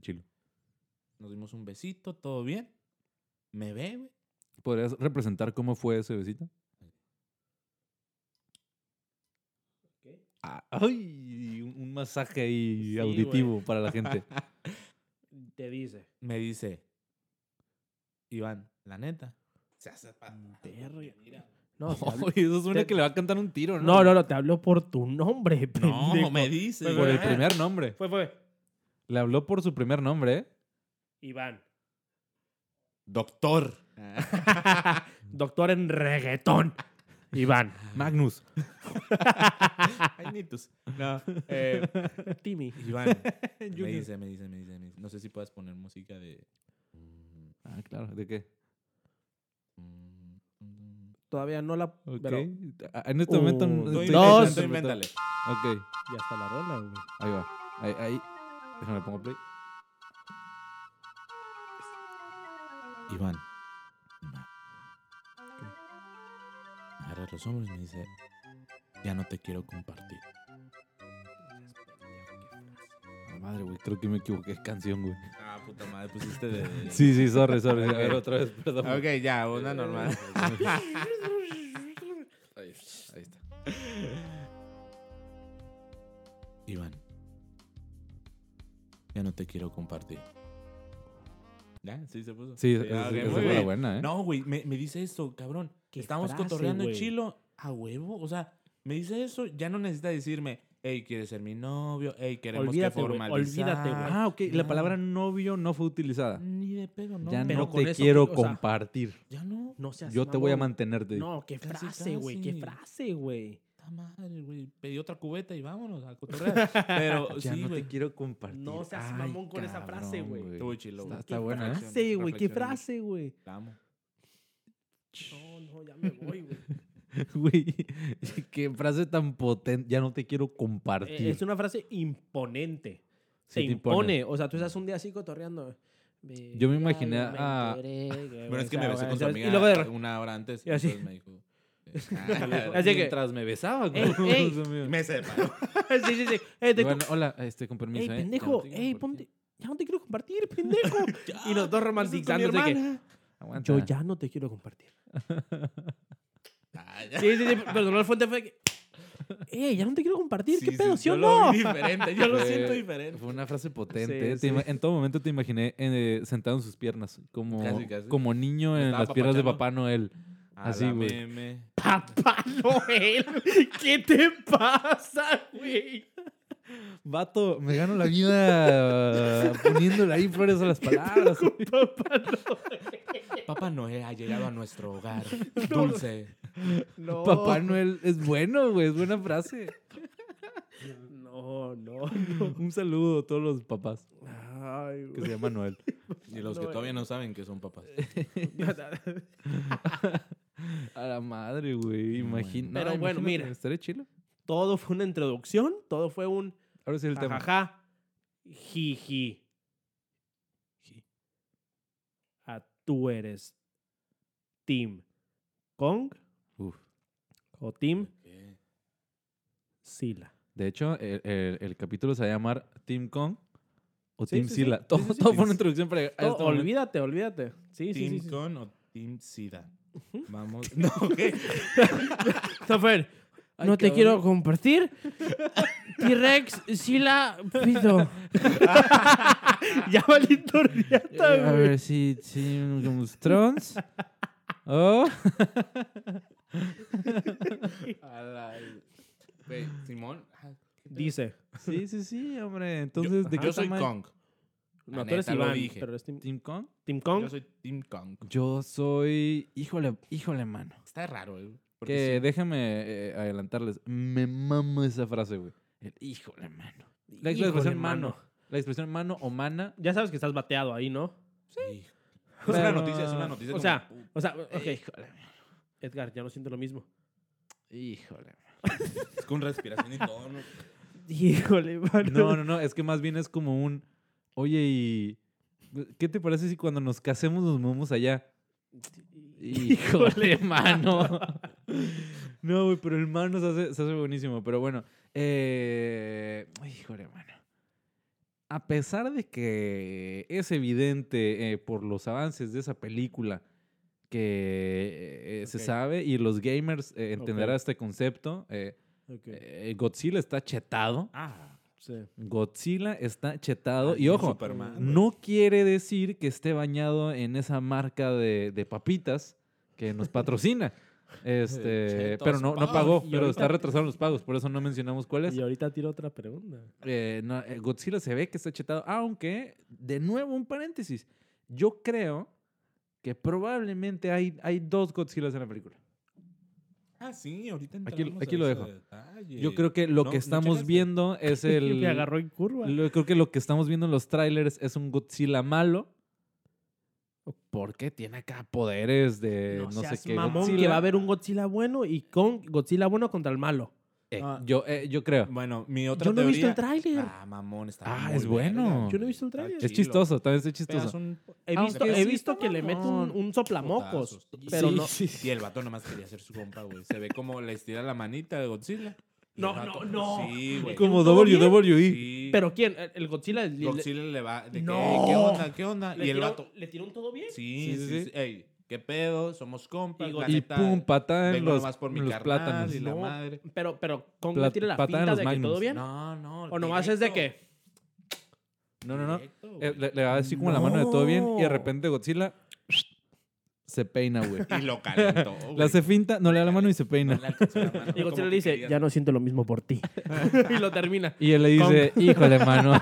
Speaker 3: Chilo.
Speaker 2: nos dimos un besito, todo bien. Me ve, güey.
Speaker 3: ¿Podrías representar cómo fue ese besito?
Speaker 1: Ok.
Speaker 3: Ah, ¡Ay! Un, un masaje ahí
Speaker 1: Sí, güey.
Speaker 3: auditivo para la [LAUGHS] gente.
Speaker 1: Te dice.
Speaker 2: Me dice, Iván, la neta. Se hace
Speaker 1: Verga.
Speaker 2: [LAUGHS]
Speaker 1: No, te hablo-
Speaker 3: Oye, eso suena que le va a cantar un tiro, ¿no?
Speaker 1: no, no, no, te habló por tu nombre,
Speaker 2: No,
Speaker 1: pendejo.
Speaker 2: me dice.
Speaker 1: Pero-
Speaker 3: Por el
Speaker 2: güey.
Speaker 3: primer nombre.
Speaker 1: Fue, fue.
Speaker 3: Le habló por su primer nombre, ¿eh?
Speaker 1: Iván.
Speaker 2: Doctor.
Speaker 1: Doctor en reggaetón.
Speaker 2: [LAUGHS]
Speaker 1: Iván.
Speaker 3: Magnus.
Speaker 2: [LAUGHS] Ay, nitos. No. [LAUGHS] eh,
Speaker 1: Timmy.
Speaker 2: Iván, me
Speaker 3: Junior.
Speaker 2: dice, me dice, me dice, me dice. No sé si puedes poner música de...
Speaker 3: Ah, claro. ¿De qué?
Speaker 1: Todavía no la.
Speaker 3: Ok.
Speaker 1: Pero
Speaker 3: Ah, En este momento...
Speaker 1: Un,
Speaker 3: estoy
Speaker 1: dos.
Speaker 2: Tú
Speaker 3: intentando interpretar.
Speaker 2: invéntale.
Speaker 3: Ok.
Speaker 1: ya está la rola, güey.
Speaker 3: Ahí va. Ahí, ahí. Déjame le pongo play.
Speaker 2: Iván. Me agarra los hombros y me dice, ya no te quiero compartir.
Speaker 3: Ah, madre, güey. Creo que me equivoqué. de Canción, güey.
Speaker 2: Ah, puta madre, pusiste de...
Speaker 3: [LAUGHS] Sí, sí, sorry, sorry. A ver, otra vez, perdón.
Speaker 2: Ok, ya, una normal. [LAUGHS]
Speaker 3: Ahí,
Speaker 1: [LAUGHS]
Speaker 3: ahí está.
Speaker 2: Iván. Ya no te quiero compartir. ¿Ya? Sí se puso.
Speaker 3: Sí,
Speaker 2: ah,
Speaker 3: esa,
Speaker 2: ok,
Speaker 3: esa
Speaker 2: muy
Speaker 3: fue la
Speaker 2: bien.
Speaker 3: buena, ¿eh?
Speaker 2: No, güey, me, me dice eso, cabrón.
Speaker 1: Qué
Speaker 2: Estamos
Speaker 1: frase,
Speaker 2: cotorreando
Speaker 1: güey.
Speaker 2: chilo a huevo. O sea, me dice eso, ya no necesita decirme, hey, ¿quieres ser mi novio? Hey, queremos
Speaker 1: Olvídate,
Speaker 2: que
Speaker 1: güey,
Speaker 2: formalizar.
Speaker 1: olvídate, güey.
Speaker 3: Ah, ok. La
Speaker 2: No.
Speaker 3: palabra novio no fue utilizada.
Speaker 2: Ni de pedo, no.
Speaker 3: ya
Speaker 2: güey.
Speaker 1: pero
Speaker 3: no
Speaker 1: con
Speaker 3: te
Speaker 1: eso,
Speaker 3: quiero
Speaker 1: o sea,
Speaker 3: compartir.
Speaker 2: Ya no.
Speaker 1: No seas
Speaker 3: Yo te voy a
Speaker 1: mamón.
Speaker 3: mantenerte.
Speaker 1: No, qué
Speaker 2: Casi,
Speaker 1: frase, güey. Qué
Speaker 2: casi.
Speaker 1: frase, güey.
Speaker 2: Está madre, güey. Pedí otra cubeta y vámonos a cotorrear. [LAUGHS] Pero
Speaker 3: ya
Speaker 2: sí,
Speaker 3: no
Speaker 2: güey.
Speaker 3: te quiero compartir.
Speaker 1: No seas
Speaker 3: Ay,
Speaker 1: mamón con esa frase,
Speaker 3: cabrón,
Speaker 1: güey.
Speaker 2: Estuvo chilo,
Speaker 3: Está,
Speaker 2: güey.
Speaker 3: está
Speaker 1: Qué
Speaker 3: buena, ¿eh?
Speaker 1: Frase, güey. Qué
Speaker 2: Reflexión.
Speaker 1: frase, güey.
Speaker 2: Te amo.
Speaker 1: No, no, ya me voy, güey.
Speaker 3: [LAUGHS] Güey, [LAUGHS] qué frase tan potente. Ya no te quiero compartir.
Speaker 1: Eh, Es una frase imponente. Se
Speaker 3: Sí te
Speaker 1: impone.
Speaker 3: [LAUGHS]
Speaker 1: O sea, tú estás un día así cotorreando.
Speaker 3: Yo me imaginé a-
Speaker 2: [LAUGHS] Bueno, es que me besé con su amiga
Speaker 1: Y luego de
Speaker 2: una hora antes. [LAUGHS]
Speaker 1: Y así.
Speaker 2: entonces me dijo,
Speaker 1: Así que-
Speaker 3: Mientras me besaba.
Speaker 1: Ey,
Speaker 3: como-
Speaker 1: ey.
Speaker 3: Dios mío.
Speaker 2: [LAUGHS] Me [LAUGHS] separo.
Speaker 1: [LAUGHS] sí, sí, sí. Eh,
Speaker 3: Y
Speaker 1: te-
Speaker 3: bueno, hola, este, con permiso.
Speaker 1: ey,
Speaker 3: ¿eh?
Speaker 1: pendejo.
Speaker 3: Ya no te
Speaker 1: Ey,
Speaker 3: compartí.
Speaker 1: ponte. Ya no te quiero compartir, pendejo. y los dos romantizándose de que
Speaker 3: Aguanta.
Speaker 1: yo ya no te quiero compartir.
Speaker 2: Ah,
Speaker 1: [LAUGHS]
Speaker 2: ya.
Speaker 1: Sí, sí, sí. Perdón, la fuente fue que. Ey, ya no te quiero compartir. ¿Qué
Speaker 2: Sí,
Speaker 1: pedo? ¿Sí o
Speaker 2: yo lo
Speaker 1: no?
Speaker 2: vi diferente, yo lo
Speaker 3: Fue-
Speaker 2: siento diferente.
Speaker 3: Fue una frase potente.
Speaker 1: Sí,
Speaker 3: ¿eh? Te
Speaker 1: sí.
Speaker 3: ima- En todo momento te imaginé eh, sentado en sus piernas, como,
Speaker 2: Casi, casi.
Speaker 3: como niño en
Speaker 2: estaba
Speaker 3: las piernas de
Speaker 2: apapachando.
Speaker 3: Papá Noel. Así,
Speaker 2: A la
Speaker 3: güey.
Speaker 2: meme.
Speaker 1: Papá Noel. ¿Qué te pasa, güey?
Speaker 3: Vato, me gano la vida [LAUGHS] poniéndole ahí flores
Speaker 1: [LAUGHS]
Speaker 3: a las palabras.
Speaker 1: Papá
Speaker 4: Papá Noé ha llegado a nuestro hogar.
Speaker 1: No.
Speaker 4: Dulce.
Speaker 1: No.
Speaker 3: Papá Noel es bueno, güey, es buena frase.
Speaker 1: No, no, no.
Speaker 3: Un saludo a todos los papás
Speaker 1: Ay,
Speaker 3: que
Speaker 1: güey.
Speaker 3: se llaman Noel.
Speaker 4: Y los que
Speaker 1: Noé.
Speaker 4: todavía no saben que son papás.
Speaker 3: A la madre, güey, imagina.
Speaker 1: Pero
Speaker 3: no,
Speaker 1: bueno,
Speaker 3: imagínate,
Speaker 1: mira.
Speaker 3: Estaré chilo.
Speaker 1: Todo fue una introducción, todo fue un
Speaker 3: Ahora sí el tema.
Speaker 1: jajaja, jiji. Ah, tú eres Team Kong
Speaker 3: Uf.
Speaker 1: o Team Sila.
Speaker 3: De hecho, el, el- el capítulo se va a llamar Team Kong o
Speaker 2: Sí,
Speaker 3: Team
Speaker 2: sí, sí.
Speaker 3: Sila.
Speaker 2: Sí,
Speaker 3: Todo,
Speaker 2: sí, sí,
Speaker 3: todo
Speaker 2: sí.
Speaker 3: fue una introducción para. a este
Speaker 1: Todo-
Speaker 3: momento.
Speaker 1: Oh, olvídate, olvídate. Sí, sí, sí.
Speaker 2: Team
Speaker 1: sí.
Speaker 2: Con o Team Sida. Vamos. No, ¿qué?
Speaker 1: Christopher,
Speaker 3: Ay,
Speaker 1: no te
Speaker 3: cabrón.
Speaker 1: quiero compartir. [LAUGHS] T-Rex, Sila, pido. [LAUGHS] ya valito riata,
Speaker 3: A
Speaker 1: güey.
Speaker 3: ver si Team Game of Thrones. Oh.
Speaker 4: A la- Güey, Simón. ah, ¿qué pedo?
Speaker 1: Dice.
Speaker 3: Sí, sí, sí, hombre. Entonces, ¿de qué
Speaker 2: Yo soy
Speaker 3: tamaño-
Speaker 2: Kong.
Speaker 1: No,
Speaker 4: La
Speaker 1: tú eres
Speaker 4: neta, lo
Speaker 1: Iván,
Speaker 4: dije.
Speaker 1: pero es Team,
Speaker 3: ¿Team Kong?
Speaker 1: Team Kong.
Speaker 2: Yo soy Team Kong.
Speaker 3: Yo soy. Híjole, híjole, mano.
Speaker 2: Está raro, güey. Porque
Speaker 3: Que
Speaker 2: sí-
Speaker 3: déjame eh, adelantarles. Me mamo esa frase, güey. El híjole, mano. La
Speaker 1: Híjole,
Speaker 3: expresión
Speaker 1: mano.
Speaker 3: mano. La expresión mano o mana.
Speaker 1: Ya sabes que estás bateado ahí, ¿no?
Speaker 4: Sí.
Speaker 2: Es una
Speaker 3: Pero-
Speaker 2: noticia, es una noticia.
Speaker 1: O
Speaker 2: como-
Speaker 1: sea, o sea, ok.
Speaker 3: Híjole.
Speaker 1: Edgar, ya no siento lo mismo.
Speaker 3: Híjole.
Speaker 2: Es con respiración y todo. ¿no?
Speaker 1: Híjole, mano.
Speaker 3: No, no, no. Es que más bien es como un. Oye, y. ¿Qué te parece si cuando nos casemos nos movemos allá?
Speaker 1: [LAUGHS]
Speaker 3: Híjole, mano. [LAUGHS] No, güey, pero el mano se hace, se hace buenísimo. Pero bueno, eh, híjole, mano. A pesar de que es evidente eh, por los avances de esa película que eh, se
Speaker 1: Ok.
Speaker 3: sabe y los gamers eh,
Speaker 1: Ok.
Speaker 3: entenderán este concepto, eh,
Speaker 1: Ok,
Speaker 3: eh, Godzilla está chetado.
Speaker 2: Ah,
Speaker 1: sí.
Speaker 3: Godzilla está
Speaker 1: Ah,
Speaker 3: chetado.
Speaker 2: así
Speaker 3: Y
Speaker 2: es
Speaker 3: ojo,
Speaker 2: Superman, güey.
Speaker 3: no quiere decir que esté bañado en esa marca de, de papitas
Speaker 1: [LAUGHS]
Speaker 3: que nos patrocina. Este,
Speaker 4: Chetos
Speaker 3: pero no, no
Speaker 4: Puff.
Speaker 3: pagó,
Speaker 1: Y
Speaker 3: pero está
Speaker 1: ahorita-
Speaker 3: retrasado en los pagos, por eso no mencionamos cuál es.
Speaker 1: Y ahorita tiro otra pregunta.
Speaker 3: Eh, no, eh, Godzilla se ve que está chetado, aunque, de nuevo, un paréntesis. Yo creo que probablemente hay, hay dos Godzillas en la película.
Speaker 2: Ah, sí, ahorita
Speaker 3: Aquí-
Speaker 2: entramos
Speaker 3: aquí
Speaker 2: a
Speaker 3: lo
Speaker 2: ese
Speaker 3: dejo.
Speaker 2: detalle.
Speaker 3: Yo creo que lo
Speaker 2: No, no
Speaker 3: que estamos
Speaker 2: checaste.
Speaker 3: viendo
Speaker 1: [LAUGHS]
Speaker 3: es el...
Speaker 1: Me agarró en curva.
Speaker 3: Yo creo que lo que estamos viendo en los trailers es un Godzilla malo. Porque tiene acá poderes de no, sé
Speaker 1: seas
Speaker 3: qué.
Speaker 1: mamón
Speaker 3: Godzilla.
Speaker 1: que va a haber un Godzilla bueno y con Godzilla bueno contra el malo.
Speaker 3: Eh,
Speaker 2: Ah.
Speaker 3: yo, eh, yo creo.
Speaker 2: Bueno, mi otra
Speaker 1: Yo no he visto
Speaker 2: teoría-
Speaker 1: el tráiler.
Speaker 2: Ah, mamón, está
Speaker 3: Ah,
Speaker 2: muy
Speaker 3: es bueno.
Speaker 2: verga.
Speaker 1: Yo no he visto el tráiler.
Speaker 2: Está
Speaker 3: Es
Speaker 2: chilo.
Speaker 3: chistoso, también es
Speaker 2: Pegas
Speaker 3: chistoso.
Speaker 2: un-
Speaker 1: He
Speaker 3: Aunque
Speaker 1: visto,
Speaker 3: Ah, sí
Speaker 1: he
Speaker 3: está
Speaker 1: visto que le mete un,
Speaker 3: mamón.
Speaker 1: un soplamocos.
Speaker 2: Putazos.
Speaker 1: Pero
Speaker 3: Sí,
Speaker 1: no.
Speaker 3: sí,
Speaker 2: Y el vato nomás quería hacer su compra, güey. Se ve como le estira la manita de Godzilla. Y
Speaker 1: No,
Speaker 2: el vato-
Speaker 1: no, no.
Speaker 2: Sí, güey.
Speaker 3: Como E
Speaker 1: ¿Todo bien?
Speaker 3: WWE.
Speaker 2: Sí.
Speaker 1: ¿Pero quién? ¿El- ¿El Godzilla? Le- le-
Speaker 2: Godzilla le va. de que,
Speaker 1: No.
Speaker 2: ¿Qué onda? ¿Qué onda?
Speaker 1: le
Speaker 2: Y el
Speaker 1: tiró-
Speaker 2: vato.
Speaker 1: ¿Le tiró un todo bien?
Speaker 2: Sí,
Speaker 3: Sí,
Speaker 2: sí,
Speaker 3: sí,
Speaker 2: sí.
Speaker 3: sí.
Speaker 2: Ey, ¿qué pedo? Somos compas.
Speaker 1: Y
Speaker 2: la
Speaker 1: Godzilla-
Speaker 3: Y
Speaker 2: neta,
Speaker 3: pum, patada en
Speaker 2: vengo
Speaker 3: los,
Speaker 2: nomás por mi
Speaker 3: en los
Speaker 2: carnal
Speaker 3: plátanos.
Speaker 2: y la
Speaker 1: No.
Speaker 2: madre.
Speaker 1: Pero, pero Kong
Speaker 3: Pla-
Speaker 1: le tira la
Speaker 3: patada en
Speaker 1: pinta
Speaker 3: los
Speaker 1: de que
Speaker 3: Magnums.
Speaker 1: todo bien.
Speaker 2: No, no.
Speaker 1: o nomás es
Speaker 2: [LAUGHS]
Speaker 1: de que.
Speaker 3: No, no, no.
Speaker 2: Directo,
Speaker 3: Eh,
Speaker 2: güey.
Speaker 3: le, le da así como la mano de todo bien y
Speaker 1: No.
Speaker 3: de repente Godzilla [LAUGHS] se peina,
Speaker 2: [LAUGHS]
Speaker 3: güey.
Speaker 2: Y lo calentó.
Speaker 3: Le hace finta, no le da la mano y se peina.
Speaker 1: Y Godzilla le dice, ya no siento lo mismo por ti. y lo termina.
Speaker 3: [LAUGHS] Y él le dice,
Speaker 2: [LAUGHS]
Speaker 3: híjole, mano.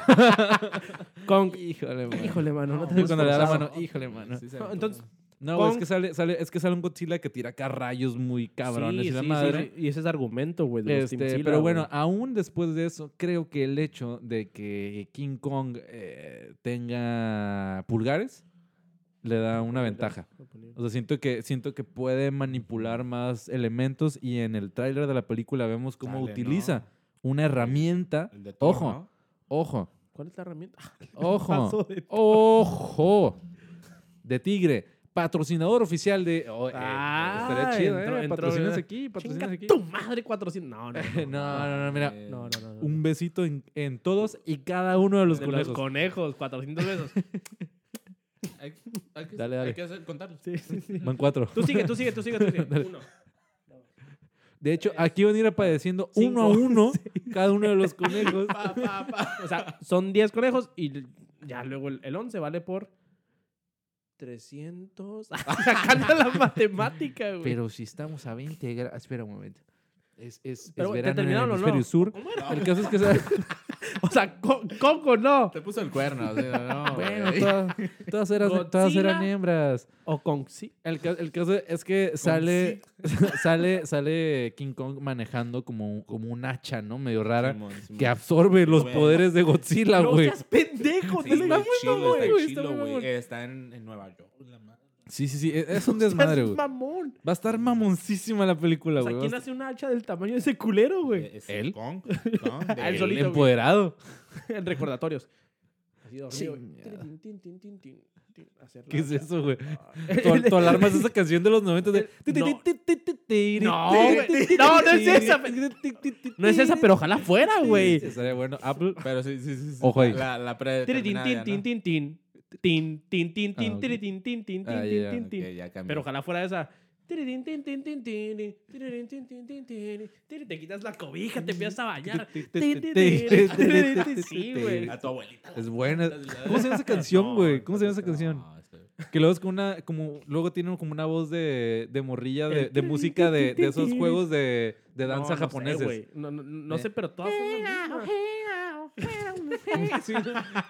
Speaker 1: Kong,
Speaker 3: híjole, mano.
Speaker 1: híjole, mano, no te
Speaker 3: Y
Speaker 1: habías
Speaker 3: cuando le da la
Speaker 1: forzado.
Speaker 3: mano, híjole, mano.
Speaker 1: No, entonces,
Speaker 3: No, güey, es
Speaker 1: Kong-
Speaker 3: que sale, sale, es que sale un Godzilla que tira acá rayos muy cabrones
Speaker 1: sí,
Speaker 3: y la
Speaker 1: sí,
Speaker 3: madre.
Speaker 1: sí, sí. Y ese es argumento, güey, de los Team
Speaker 3: Este,
Speaker 1: Sila,
Speaker 3: pero
Speaker 1: güey.
Speaker 3: bueno, aún después de eso, creo que el hecho de que King Kong eh, tenga pulgares le da una ventaja. O sea, siento que, siento que puede manipular más elementos y en el tráiler de la película vemos cómo
Speaker 2: Chale,
Speaker 3: utiliza una herramienta. Ojo.
Speaker 1: [LAUGHS]
Speaker 3: Ojo,
Speaker 1: ¿Cuál es la herramienta?
Speaker 3: ojo,
Speaker 1: Paso de-
Speaker 3: ojo de tigre patrocinador oficial de. Oh, eh,
Speaker 1: Ah,
Speaker 3: estaría chido,
Speaker 1: entró-
Speaker 3: ¿eh?
Speaker 1: entró,
Speaker 3: Patrocinas
Speaker 1: ¿verdad?
Speaker 3: aquí, patrocinas
Speaker 1: Chinga
Speaker 3: aquí.
Speaker 1: tu madre 400. No, no, no.
Speaker 3: [LAUGHS] No, no, no, mira.
Speaker 4: Eh,
Speaker 1: No, no, no, no.
Speaker 3: Un besito en, en todos y cada uno de los
Speaker 1: De
Speaker 3: conejos.
Speaker 1: Los conejos, 400 pesos.
Speaker 4: Hay, hay que,
Speaker 3: Dale, dale.
Speaker 4: hay que hacer, contarlos.
Speaker 1: Sí, sí, sí.
Speaker 3: Van cuatro.
Speaker 1: Tú sigue, tú sigue, tú sigue, tú sigue. Uno.
Speaker 3: De hecho, aquí van a ir apareciendo uno a
Speaker 1: Cinco. [LAUGHS]
Speaker 3: uno cada uno de los conejos.
Speaker 1: Pa, pa, pa. O sea, son 10 conejos y ya luego el, el 11 vale por [LAUGHS] Ah, 300. Sacando la matemática, güey.
Speaker 4: Pero si estamos a 20
Speaker 3: ah,
Speaker 4: grados. Espera un momento. Es, es,
Speaker 1: Pero,
Speaker 4: es verano
Speaker 1: ¿te
Speaker 4: en el
Speaker 1: terminaron o no?
Speaker 4: hemisferio sur.
Speaker 1: ¿Cómo era?
Speaker 3: El caso
Speaker 1: [LAUGHS]
Speaker 3: es que se-
Speaker 1: O sea, co- Coco no.
Speaker 4: Te puso el cuerno. o sea,
Speaker 2: [LAUGHS]
Speaker 3: [LAUGHS]
Speaker 4: no,
Speaker 3: bueno,
Speaker 4: güey.
Speaker 3: todas, todas eran, todas
Speaker 1: Godzilla.
Speaker 3: eran hembras.
Speaker 1: O con sí.
Speaker 3: El, ca- el caso es que sale, [LAUGHS] sale, sale King Kong manejando como, un- como un hacha, ¿no? Medio rara.
Speaker 2: Simón, Simón.
Speaker 3: Que absorbe los
Speaker 2: Güey.
Speaker 3: poderes de Godzilla,
Speaker 1: No
Speaker 3: Ah, güey.
Speaker 1: seas pendejo,
Speaker 2: Sí,
Speaker 1: te
Speaker 2: güey,
Speaker 1: estás
Speaker 2: chilo,
Speaker 1: viendo,
Speaker 2: está
Speaker 1: güey.
Speaker 2: chilo,
Speaker 1: Está muy
Speaker 2: güey.
Speaker 1: mamón.
Speaker 2: Está en, en Nueva York. Eh, la madre.
Speaker 3: Sí, sí, sí.
Speaker 1: [LAUGHS]
Speaker 3: Es, es un
Speaker 1: Estás
Speaker 3: desmadre, güey. Va
Speaker 1: mamón.
Speaker 3: a estar mamoncísima la película,
Speaker 1: O sea,
Speaker 3: güey. Va a
Speaker 1: ¿quién hace una hacha del tamaño de ese culero, güey?
Speaker 2: Es
Speaker 3: ¿Él?
Speaker 2: Kong, Kong, de-
Speaker 1: Ah, él
Speaker 3: El
Speaker 1: solito, güey.
Speaker 3: empoderado.
Speaker 1: [LAUGHS] En recordatorios. Así dormido, güey.
Speaker 3: Chingada.
Speaker 1: Tin, tin, tin, tin, tin, tin. Hacer la
Speaker 3: ¿Qué es
Speaker 1: hacha. [LAUGHS]
Speaker 3: eso, güey?
Speaker 1: El-
Speaker 3: Tu,
Speaker 1: el-
Speaker 3: tu alarma es
Speaker 1: [LAUGHS]
Speaker 3: esa canción de los 90 de...
Speaker 1: No.
Speaker 3: No,
Speaker 1: No, güey. No, no es esa. No es esa, pero ojalá fuera, güey.
Speaker 3: Estaría bueno. [LAUGHS] Apple...
Speaker 2: Pero sí, sí, sí. sí.
Speaker 3: Ojo ahí.
Speaker 2: La, la
Speaker 1: Tiri, tin,
Speaker 2: predeterminada,
Speaker 1: tin, tin,
Speaker 2: ¿no?
Speaker 1: tin, tin. Tin, tin, tin, tin,
Speaker 3: Ah, ok.
Speaker 1: tiri, tin, tin, tin,
Speaker 3: Ah,
Speaker 1: tin,
Speaker 3: ya,
Speaker 1: tin,
Speaker 2: Ok,
Speaker 1: tin.
Speaker 2: ya cambió.
Speaker 1: Pero ojalá fuera esa. Tiri, tin, tin, tin, tin, tin, tiri, tin, tin, tin, tin, tiri. Te quitas la cobija, te empiezas a bañar. Tiri, tiri, tiri, tiri, tiri. Sí, güey.
Speaker 2: A tu abuelita.
Speaker 1: [LAUGHS]
Speaker 3: Es buena. ¿Cómo se llama esa canción, güey? ¿Cómo se llama esa canción?
Speaker 4: No, espera.
Speaker 3: Que luego es como una... Como, luego tiene como una voz de, de morrilla de,
Speaker 1: El
Speaker 3: de música de, de esos
Speaker 1: tiri.
Speaker 3: juegos de, de danza
Speaker 1: No, no sé,
Speaker 3: japoneses.
Speaker 1: güey. No, no, no
Speaker 3: Eh.
Speaker 1: sé, pero todas son las mismas.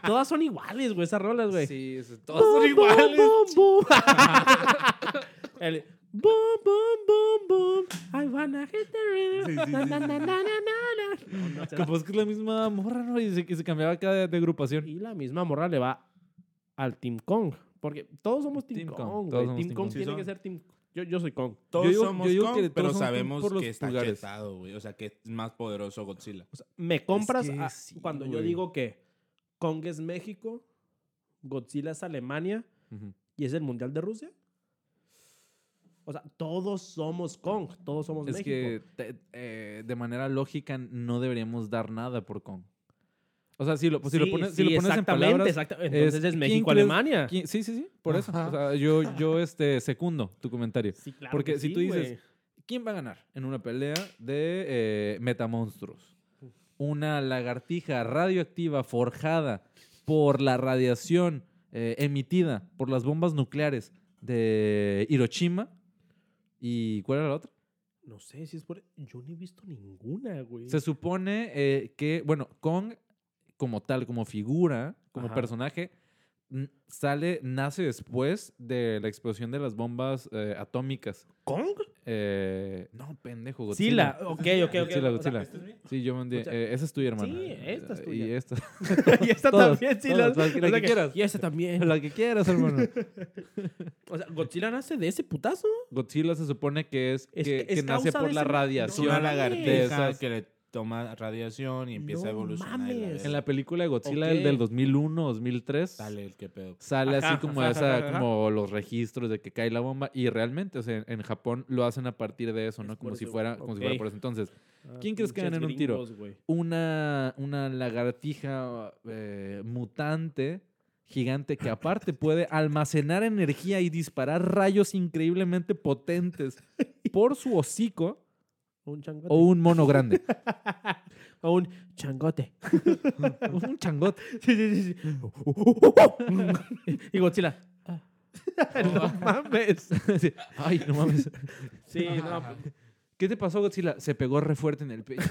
Speaker 1: Todas son iguales, güey, esas rolas, güey.
Speaker 3: Sí, es- todos
Speaker 1: Bom,
Speaker 3: son
Speaker 1: bom,
Speaker 3: [LAUGHS] iguales.
Speaker 1: bom, bom. El bom, bom, bom, bom. I wanna hit the rhythm. Na, na, na, na, na, na, na. No, no, se da.
Speaker 3: Capaz que pues es la misma morra, ¿no? Y se, y se cambiaba acá de, de agrupación.
Speaker 1: Y la misma morra le va al Team Kong. Porque todos somos Team,
Speaker 3: Team
Speaker 1: Kong,
Speaker 3: Kong,
Speaker 1: güey.
Speaker 3: todos somos
Speaker 1: Team
Speaker 3: Team
Speaker 1: Kong
Speaker 3: Kong.
Speaker 1: tiene
Speaker 2: Sí,
Speaker 1: que
Speaker 2: son.
Speaker 1: ser Team Yo, yo soy Kong.
Speaker 2: Todos
Speaker 3: Yo digo-
Speaker 2: somos
Speaker 3: yo digo
Speaker 2: Kong,
Speaker 3: que todos
Speaker 2: pero
Speaker 3: son Kong
Speaker 2: sabemos
Speaker 3: por los
Speaker 2: que está
Speaker 3: pulgares.
Speaker 2: chetado, güey. O sea, que es más poderoso Godzilla.
Speaker 1: O sea, me compras
Speaker 3: que
Speaker 1: a-
Speaker 3: sí,
Speaker 1: cuando yo
Speaker 3: güey.
Speaker 1: digo que Kong es México, Godzilla es Alemania
Speaker 3: Ujú.
Speaker 1: y es el Mundial de Rusia. O sea, todos somos Kong, todos somos
Speaker 3: Es
Speaker 1: pues México.
Speaker 3: que te- eh, de manera lógica no deberíamos dar nada por Kong. O sea, si lo, pues, si lo
Speaker 1: Sí,
Speaker 3: pones,
Speaker 1: sí,
Speaker 3: si lo pones en
Speaker 1: exactamente,
Speaker 3: palabras...
Speaker 1: exacta- Entonces es
Speaker 3: ¿quién
Speaker 1: México-Alemania.
Speaker 3: crees- quién- Sí, sí, sí, por eso. O sea, yo, yo este, secundo tu comentario.
Speaker 1: Sí, claro
Speaker 3: Porque
Speaker 1: que
Speaker 3: si tú dices,
Speaker 1: güey.
Speaker 3: ¿Quién va a ganar en una pelea de eh, metamonstruos? Una lagartija radioactiva forjada por la radiación eh, emitida por las bombas nucleares de Hiroshima. ¿Y cuál era la otra?
Speaker 1: No sé si es por... Yo no he visto ninguna, güey.
Speaker 3: Se supone eh, que, bueno, Kong como tal, como figura, como
Speaker 1: Ajá.
Speaker 3: personaje, n- sale, nace después de la explosión de las bombas eh, atómicas.
Speaker 1: ¿Kong?
Speaker 3: Eh, no, pendejo. Godzilla.
Speaker 1: Sila. Ok, ok, ok.
Speaker 3: Godzilla,
Speaker 1: O sea,
Speaker 3: Godzilla. Sí, yo mandé.
Speaker 1: Escucha.
Speaker 3: eh, esa es tuya, hermana.
Speaker 1: Sí, esta es
Speaker 3: Eh,
Speaker 1: tuya.
Speaker 3: Y esta.
Speaker 1: [LAUGHS] y esta
Speaker 3: Todas,
Speaker 1: también, sí.
Speaker 3: todas, la que- la
Speaker 1: o sea
Speaker 3: que quieras.
Speaker 1: Y esta también.
Speaker 3: La que quieras, hermano.
Speaker 1: O sea, Godzilla nace de ese putazo.
Speaker 3: [LAUGHS] Godzilla se supone que es,
Speaker 1: Es-
Speaker 3: que,
Speaker 1: es
Speaker 3: que nace
Speaker 1: causa
Speaker 3: por
Speaker 1: de
Speaker 3: la
Speaker 1: ese-
Speaker 2: Es
Speaker 3: radiación.
Speaker 1: No
Speaker 2: una
Speaker 1: mames.
Speaker 3: de
Speaker 2: lagartija
Speaker 3: esas-
Speaker 2: que le toma radiación y empieza
Speaker 1: No
Speaker 2: a evolucionar. y la
Speaker 1: mames.
Speaker 2: verga.
Speaker 3: En la película de Godzilla
Speaker 1: Ok.
Speaker 3: del, del 2001, 2003.
Speaker 2: Dale, el que pedo.
Speaker 3: Sale así
Speaker 1: Ajá,
Speaker 3: como
Speaker 1: ajá,
Speaker 3: esa,
Speaker 1: ajá, ajá.
Speaker 3: como los registros de que cae la bomba. Y realmente, o sea, en Japón lo hacen a partir de eso,
Speaker 1: Es
Speaker 3: ¿no?
Speaker 1: por
Speaker 3: Como si
Speaker 1: eso,
Speaker 3: fuera, como si fuera
Speaker 1: ok.
Speaker 3: por eso. Entonces,
Speaker 1: Ah,
Speaker 3: ¿Quién crees que
Speaker 1: pinches
Speaker 3: gana en un tiro?
Speaker 1: gringos, güey.
Speaker 3: una, una lagartija eh, mutante gigante que aparte puede almacenar energía y disparar rayos increíblemente potentes por su hocico
Speaker 1: O un changote.
Speaker 3: o un mono grande.
Speaker 1: O un [LAUGHS] changote.
Speaker 3: un changote.
Speaker 1: [LAUGHS] Sí, sí, sí. sí. y Godzilla. ah. [LAUGHS] no mames.
Speaker 3: [LAUGHS] Sí. Ay, no mames.
Speaker 1: Sí, no.
Speaker 3: ¿Qué te pasó, Godzilla? Se pegó re fuerte en el pecho.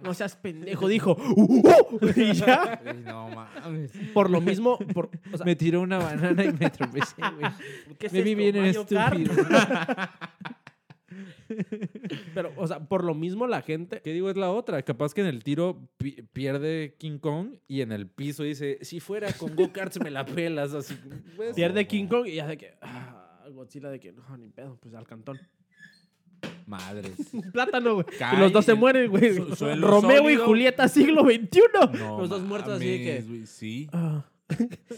Speaker 1: No seas pendejo, dijo. [LAUGHS] "Uh, uh", y ya.
Speaker 4: Ey, No mames.
Speaker 1: Por lo mismo, por, o sea,
Speaker 3: Me tiró una banana y me tropecé, güey.
Speaker 1: [LAUGHS] ¿qué es
Speaker 3: Me vi
Speaker 1: esto,
Speaker 3: bien
Speaker 1: Mario Kart?
Speaker 3: estúpido.
Speaker 1: Pero, o sea, por lo mismo la gente.
Speaker 3: ¿Qué digo? Es la otra. Capaz que en el tiro pi- pierde King Kong y en el piso dice, si fuera con go-karts me la pelas. Así, pues,
Speaker 1: Pierde King Kong y ya de que. ah, Godzilla de que no, ni pedo, pues al cantón. [LAUGHS]
Speaker 4: Madres.
Speaker 1: Un Plátano, güey. Y
Speaker 2: Cae
Speaker 1: los dos se
Speaker 2: el-
Speaker 1: mueren, güey.
Speaker 2: su- suelo
Speaker 1: Romeo y
Speaker 2: sólido.
Speaker 1: Julieta, siglo XXI.
Speaker 2: No
Speaker 1: los dos muertos así de
Speaker 2: mames,
Speaker 1: que.
Speaker 2: güey, Sí.
Speaker 1: ah,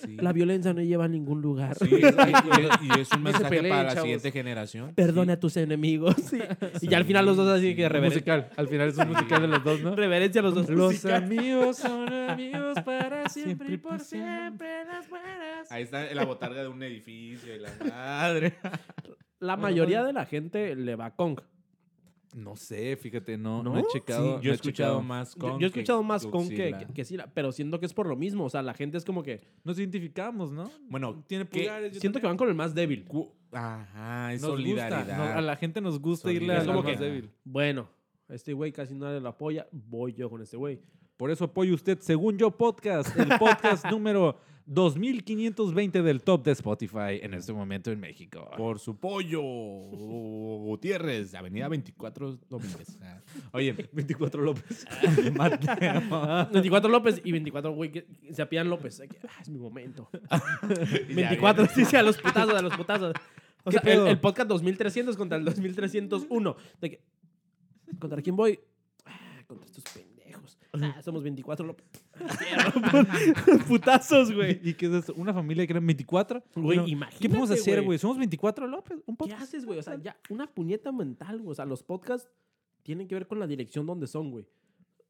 Speaker 4: Sí.
Speaker 1: La violencia no lleva a ningún lugar. [LAUGHS]
Speaker 4: Sí, y, y- y es un
Speaker 1: No se
Speaker 4: mensaje
Speaker 1: peleen,
Speaker 4: para la
Speaker 1: chavos.
Speaker 4: siguiente generación.
Speaker 1: Perdona a tus enemigos. sí. [LAUGHS] Y ya al final los dos así
Speaker 4: sí.
Speaker 1: que
Speaker 3: Un
Speaker 1: reverencia.
Speaker 3: musical. Al final es un musical de los dos, ¿no?
Speaker 1: Reverencia a los dos.
Speaker 3: Los
Speaker 1: Musical.
Speaker 3: amigos [LAUGHS] son amigos para
Speaker 4: Siempre
Speaker 3: siempre, y
Speaker 4: y
Speaker 3: por
Speaker 4: por
Speaker 3: siempre las buenas.
Speaker 4: Ahí está la botarga de un edificio y la madre.
Speaker 1: La mayoría de la gente le va a Kong.
Speaker 3: No sé, fíjate, no,
Speaker 1: ¿No?
Speaker 3: no he checado.
Speaker 2: yo
Speaker 3: no
Speaker 2: he escuchado
Speaker 3: checado.
Speaker 2: más
Speaker 1: Yo,
Speaker 2: con.
Speaker 1: yo he escuchado más Kong
Speaker 2: con
Speaker 1: que, que, que Sila, pero siento que es por lo mismo. O sea, la gente es como que.
Speaker 3: Nos identificamos, ¿no?
Speaker 2: Bueno,
Speaker 3: Tiene
Speaker 2: que
Speaker 3: pulgares. yo
Speaker 1: Siento que
Speaker 3: también.
Speaker 1: van con el más débil.
Speaker 2: cu- Ajá, es
Speaker 3: Nos
Speaker 2: solidaridad.
Speaker 3: gusta, no, a la gente nos gusta irle
Speaker 2: Solidaridad.
Speaker 3: al
Speaker 1: Es como
Speaker 3: más
Speaker 1: que-
Speaker 3: débil.
Speaker 1: Bueno, este güey casi nadie lo apoya. Voy yo con este güey.
Speaker 3: Por eso apoya usted, según yo, podcast. El podcast [LAUGHS] número 2520 del top de Spotify en este momento en México.
Speaker 2: Por su pollo, [LAUGHS] Gutiérrez, Avenida 24 Domínguez. Ah. Oye,
Speaker 3: 24 López. [LAUGHS]
Speaker 1: 24 López y 24 güey que que se apían López. Ay, que, ah, es mi momento.
Speaker 2: [LAUGHS] y ya
Speaker 1: 24, [LAUGHS]
Speaker 2: viene.
Speaker 1: sí, sí, a los putazos, a los putazos. O
Speaker 3: ¿Qué
Speaker 1: sea, el,
Speaker 3: pedo?
Speaker 1: el podcast 2300 contra el 2301. De que, ¿Contra quién voy? Ah, contra estos pendejos. Ah, somos 24 López. [LAUGHS] Fierro, putazos, güey.
Speaker 3: ¿Y qué es esto? ¿Una familia que eran 24?
Speaker 1: Güey,
Speaker 3: Bueno,
Speaker 1: imagínate.
Speaker 3: ¿Qué podemos hacer, güey? ¿Somos 24 López? ¿Un
Speaker 1: ¿Qué
Speaker 3: podcast?
Speaker 1: haces, güey? O sea, ya una puñeta mental, güey. O sea, los podcasts tienen que ver con la dirección donde son, güey.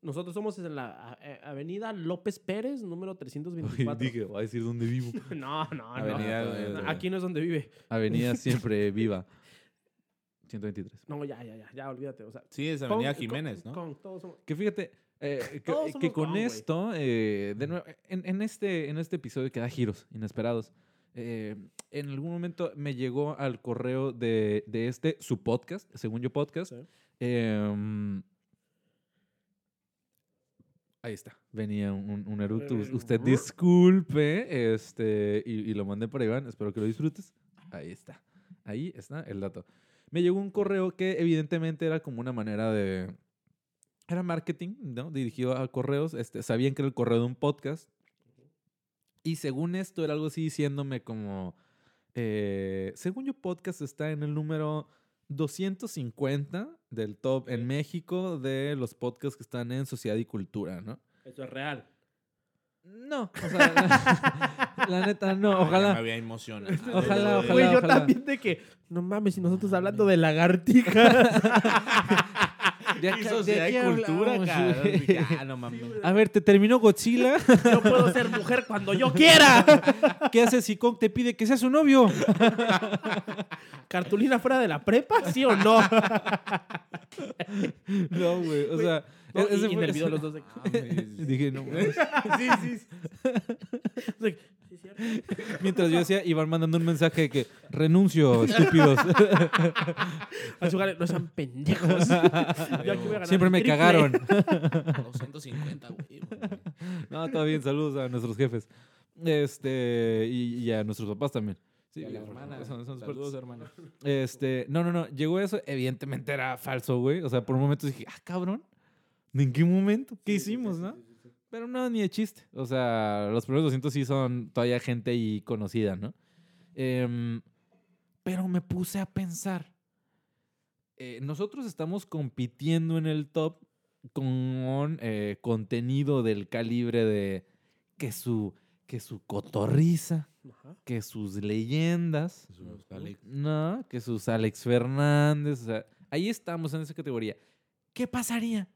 Speaker 1: Nosotros somos en la a- a- avenida López Pérez, número
Speaker 3: [LAUGHS]
Speaker 1: 324.
Speaker 3: va a decir dónde vivo.
Speaker 1: [LAUGHS] No, no,
Speaker 3: Avenida,
Speaker 1: no.
Speaker 3: eh,
Speaker 1: Aquí no es donde vive.
Speaker 3: [LAUGHS] Avenida [LAUGHS] Siempre Viva. 123.
Speaker 1: No, ya, ya, ya, ya, olvídate. O sea,
Speaker 2: Sí, es
Speaker 1: con-
Speaker 2: Avenida
Speaker 1: con-
Speaker 2: Jiménez, ¿no?
Speaker 1: con- todos somos-
Speaker 3: Que fíjate, [LAUGHS] eh, que,
Speaker 1: Todos
Speaker 3: eh, que
Speaker 1: somos
Speaker 3: con
Speaker 1: Kong, güey.
Speaker 3: esto, eh, de nuevo, en, en este, en este episodio que da giros inesperados, eh, en algún momento me llegó al correo de, de este, su podcast, según yo podcast.
Speaker 1: Sí.
Speaker 3: em, ahí está, venía un, un eructo. Us- Usted disculpe, este, y, y lo mandé para Iván, espero que lo disfrutes. Ahí está, ahí está el dato. Me llegó un correo que evidentemente era como una manera de, era marketing, ¿no? Dirigido a correos. Este, sabían que era el correo de un podcast. Y según esto, era algo así diciéndome como, eh, según yo, podcast está en el número 250 del top en México de los podcasts que están en sociedad y cultura, ¿no?
Speaker 1: Eso es real.
Speaker 3: No, o sea, [LAUGHS] la, la neta, no,
Speaker 2: Ah, ya Me
Speaker 3: ojalá.
Speaker 2: había emocionado.
Speaker 3: Ojalá, ojalá.
Speaker 1: Güey, yo también de que, no mames, y nosotros hablando de lagartijas. [LAUGHS]
Speaker 3: De
Speaker 2: Y
Speaker 3: acá- de
Speaker 2: sociedad y
Speaker 3: aquí
Speaker 2: cultura,
Speaker 3: hablamos,
Speaker 2: cabrón.
Speaker 3: güey.
Speaker 2: Dije, Ah, no mames.
Speaker 3: [LAUGHS] A ver, te terminó Godzilla.
Speaker 1: yo puedo ser mujer cuando yo quiera. [LAUGHS]
Speaker 3: ¿Qué haces si Kong te pide que sea su novio?
Speaker 1: ¿Cartulina fuera de la prepa? ¿Sí o
Speaker 3: [LAUGHS]
Speaker 1: no?
Speaker 3: [LAUGHS] No, güey, o sea...
Speaker 1: No,
Speaker 3: E-,
Speaker 1: y,
Speaker 3: ese
Speaker 1: y en
Speaker 3: fue-
Speaker 1: el video los dos de...
Speaker 2: Mames.
Speaker 3: [LAUGHS] Dije, no, mames.
Speaker 2: sí, sí, sí.
Speaker 1: de- Sí, cierto.
Speaker 3: Mientras yo decía, iban mandando un mensaje de que [LAUGHS] renuncio, estúpidos.
Speaker 1: A su hogar, no sean
Speaker 2: [LAUGHS]
Speaker 1: pendejos. Yo aquí voy a ganar
Speaker 3: Siempre
Speaker 1: el
Speaker 3: me
Speaker 1: triple.
Speaker 3: cagaron.
Speaker 4: 250, güey.
Speaker 3: No, está bien, saludos a nuestros jefes. Este, y, y a nuestros papás también. Sí,
Speaker 4: Y a la
Speaker 3: por
Speaker 4: hermana.
Speaker 3: favor, son- son súper-
Speaker 4: Saludos, hermana.
Speaker 3: Este, no, no, no, llegó eso, evidentemente era falso, güey. O sea, por un momento dije, ah, cabrón, ¿en qué momento? ¿Qué hicimos, no? Pero no, ni de chiste. O sea, los primeros 200 sí son todavía gente y conocida, ¿no? Em, pero me puse a pensar. eh, nosotros estamos compitiendo en el top con eh, contenido del calibre de que su, que su cotorriza,
Speaker 1: Ajá.
Speaker 3: que sus leyendas,
Speaker 2: Dale.
Speaker 3: no, que sus Alex Fernández, o sea, ahí estamos en esa categoría. ¿Qué pasaría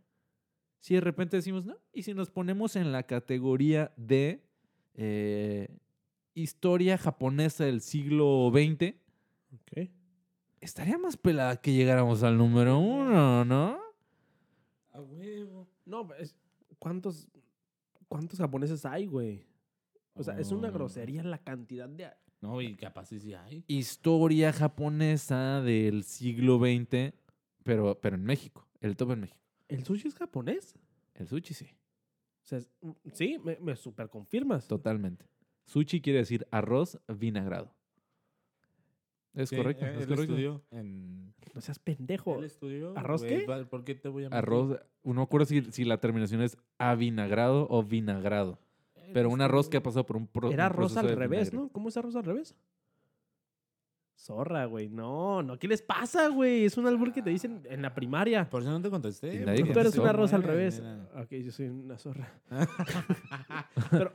Speaker 3: si de repente decimos, no? Y si nos ponemos en la categoría de eh, historia japonesa del siglo XX,
Speaker 1: Ok.
Speaker 3: estaría más pelada que llegáramos al número uno, ¿no?
Speaker 4: A huevo.
Speaker 1: No, es- ¿cuántos, ¿cuántos japoneses hay, güey? O sea, es una
Speaker 2: Oh.
Speaker 1: grosería la cantidad de...
Speaker 2: No, y capaz sí, sí hay.
Speaker 3: Historia japonesa del siglo XX, pero, pero en México, el top en México.
Speaker 1: ¿El sushi es japonés?
Speaker 3: El sushi sí,
Speaker 1: O sea, es- mm, sí, me, me super confirmas.
Speaker 3: totalmente. Sushi quiere decir arroz vinagrado. Es
Speaker 2: Sí,
Speaker 3: correcto,
Speaker 2: eh,
Speaker 3: es
Speaker 2: él
Speaker 3: correcto.
Speaker 2: estudió en-
Speaker 1: No seas pendejo.
Speaker 2: él estudió,
Speaker 1: ¿Arroz
Speaker 2: güey,
Speaker 1: qué?
Speaker 2: va- ¿Por qué te voy a mentir?
Speaker 3: Arroz, no me acuerdo si, si la terminación es avinagrado o vinagrado,
Speaker 2: Él
Speaker 3: pero un arroz que
Speaker 2: estudió.
Speaker 3: ha pasado por un pro-
Speaker 1: Eh, Era
Speaker 3: un
Speaker 1: arroz
Speaker 3: proceso
Speaker 1: al
Speaker 3: de
Speaker 1: revés,
Speaker 3: vinagre.
Speaker 1: ¿no? ¿Cómo es arroz al revés? Zorra, güey. No, no. ¿Qué les pasa, güey? Es un albur que te dicen en la primaria.
Speaker 2: Por eso no te contesté.
Speaker 3: Y
Speaker 2: porque
Speaker 3: nadie
Speaker 1: Tú eres
Speaker 3: contestó,
Speaker 1: una rosa al
Speaker 2: Ay,
Speaker 1: revés.
Speaker 2: mira.
Speaker 1: Ok, yo soy una zorra. [LAUGHS]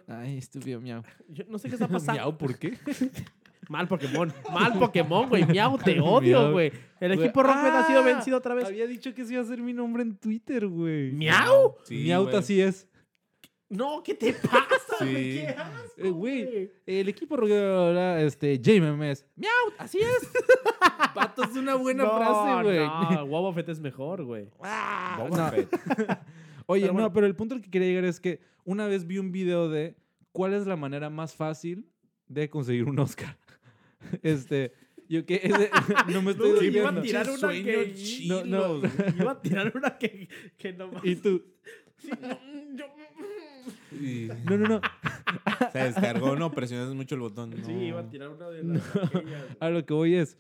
Speaker 4: Ay, estúpido miau.
Speaker 1: Yo no sé
Speaker 3: [LAUGHS]
Speaker 1: qué está pasando.
Speaker 3: Miau, ¿por qué?
Speaker 1: [LAUGHS] Mal Pokémon. Mal Pokémon, güey. Miau,
Speaker 3: [LAUGHS]
Speaker 1: te odio,
Speaker 3: Miau.
Speaker 1: güey. El
Speaker 3: Güey,
Speaker 1: equipo Rockman ha sido
Speaker 3: ah,
Speaker 1: vencido otra vez.
Speaker 3: Había dicho que ese iba a ser mi nombre en Twitter, güey.
Speaker 1: Pues ¿Miau?
Speaker 2: Sí,
Speaker 3: Miauta
Speaker 2: güey.
Speaker 3: así es.
Speaker 1: No, ¿qué te
Speaker 3: [LAUGHS]
Speaker 1: pasa, güey?
Speaker 2: Sí.
Speaker 1: ¿Qué asco,
Speaker 3: Eh, güey.
Speaker 1: güey?
Speaker 3: El equipo roguera, este, JMMS.
Speaker 4: ¡Miau! Así
Speaker 3: [LAUGHS]
Speaker 4: es.
Speaker 3: Pato es una buena
Speaker 1: No,
Speaker 3: frase, güey.
Speaker 1: [LAUGHS] No, Boba Fett es mejor,
Speaker 3: [LAUGHS]
Speaker 1: güey.
Speaker 2: Boba
Speaker 3: No.
Speaker 2: Fett.
Speaker 3: Oye,
Speaker 1: Pero bueno.
Speaker 3: no, pero el punto al que quería llegar es que una vez vi un video de cuál es la manera más fácil de conseguir un Oscar. [LAUGHS] este, yo que ese- [LAUGHS] no me estoy
Speaker 1: No, iba a
Speaker 3: desviando.
Speaker 1: tirar una que-
Speaker 2: Sueños
Speaker 3: No, no.
Speaker 2: chinos.
Speaker 1: Iba a tirar una que, que no más.
Speaker 3: Y tú,
Speaker 1: Sí, no, yo-
Speaker 2: Sí.
Speaker 3: no, no, no.
Speaker 2: Se descargó, no presionas mucho el botón.
Speaker 1: Sí,
Speaker 2: no.
Speaker 1: iba a tirar una de las. aquellas.
Speaker 3: A lo que voy es.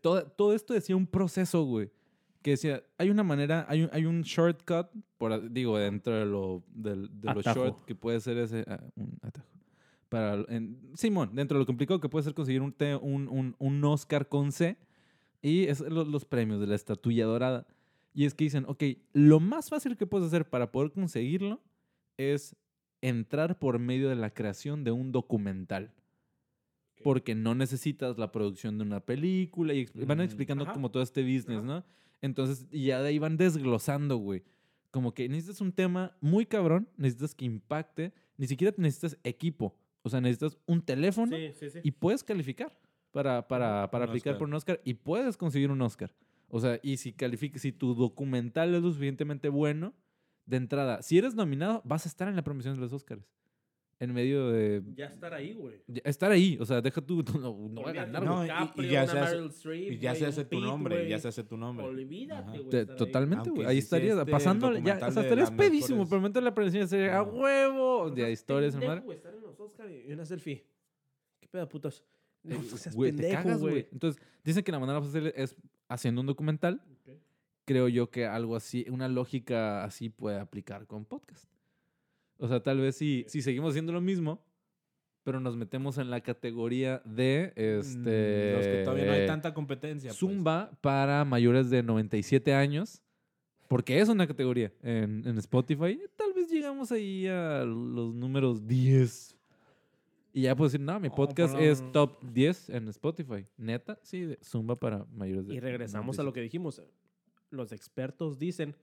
Speaker 3: Todo, todo esto decía un proceso, güey. Que decía, hay una manera, hay un, hay un shortcut, por, a- digo, dentro de lo, del- de lo
Speaker 1: Atajo.
Speaker 3: short que puede ser ese. ah, un atajo. Para, el- en- Simón, dentro de lo complicado que puede ser conseguir un, te- un, un, un Oscar con C. Y es lo- los premios de la estatuilla dorada. Y es que dicen, ok, lo más fácil que puedes hacer para poder conseguirlo es entrar por medio de la creación de un documental. Porque no necesitas la producción de una película y expli- van
Speaker 2: Mm,
Speaker 3: explicando
Speaker 1: ajá.
Speaker 3: como todo este business,
Speaker 1: Ajá.
Speaker 3: ¿no? Entonces, y ya de ahí van desglosando, güey. Como que necesitas un tema muy cabrón, necesitas que impacte, ni siquiera necesitas equipo. O sea, necesitas un teléfono
Speaker 1: Sí, sí, sí.
Speaker 3: y puedes calificar para, para, para
Speaker 2: Un
Speaker 3: aplicar
Speaker 2: Oscar.
Speaker 3: por un Oscar y puedes conseguir un Oscar. O sea, y si califica, si tu documental es lo suficientemente bueno, de entrada, si eres nominado, vas a estar en la promoción de los Oscars. En medio de
Speaker 1: Ya estar ahí, güey.
Speaker 3: ya- estar ahí, o sea, deja tú, [LAUGHS] no, no, no voy a
Speaker 1: Olvídate
Speaker 3: ganar,
Speaker 1: de
Speaker 2: No,
Speaker 3: güey.
Speaker 2: y- y
Speaker 1: DiCaprio,
Speaker 2: ya
Speaker 1: una
Speaker 2: se hace-
Speaker 1: Meryl Streep,
Speaker 2: Y ya
Speaker 1: güey,
Speaker 2: se
Speaker 1: un
Speaker 2: hace tu
Speaker 1: Pitt,
Speaker 2: nombre,
Speaker 1: güey.
Speaker 2: ya se hace tu nombre.
Speaker 1: Olvídate,
Speaker 2: Ajá.
Speaker 1: güey.
Speaker 3: Te-
Speaker 1: estar ahí.
Speaker 3: totalmente,
Speaker 2: Aunque
Speaker 3: güey.
Speaker 2: sí
Speaker 3: Ahí
Speaker 2: sea
Speaker 3: estarías
Speaker 2: este el
Speaker 3: pasándole, ya,
Speaker 2: documental
Speaker 3: o sea,
Speaker 2: de
Speaker 3: estarías
Speaker 2: las
Speaker 3: pedísimo,
Speaker 2: mejores-
Speaker 3: pero momento de la presencia sería a
Speaker 2: Ajá.
Speaker 3: huevo.
Speaker 1: No
Speaker 3: De
Speaker 1: seas
Speaker 3: historias,
Speaker 1: pendejo,
Speaker 3: hermano.
Speaker 1: güey, estar en los Oscar y una selfie. ¿Qué pedo, putos? No, no seas
Speaker 3: Eh, Güey, te
Speaker 1: pendejo,
Speaker 3: cagas, güey.
Speaker 1: güey.
Speaker 3: Entonces, dicen que la manera más fácil es haciendo un documental.
Speaker 1: Ok.
Speaker 3: Creo yo que algo así, una lógica así puede aplicar con podcast. O sea, tal vez si,
Speaker 1: Ok.
Speaker 3: si seguimos haciendo lo mismo, pero nos metemos en la categoría de este.
Speaker 2: Mm, Los que todavía no hay
Speaker 3: eh,
Speaker 2: tanta competencia. pues.
Speaker 3: Zumba para mayores de 97 años. Porque es una categoría en, en Spotify. Tal vez llegamos ahí a los números 10. Y ya puedo decir, no, mi
Speaker 2: No,
Speaker 3: podcast
Speaker 2: pero-
Speaker 3: es top 10 en Spotify. Neta, sí, de Zumba para mayores de
Speaker 1: Y regresamos a lo
Speaker 3: 97.
Speaker 1: que dijimos. Los expertos dicen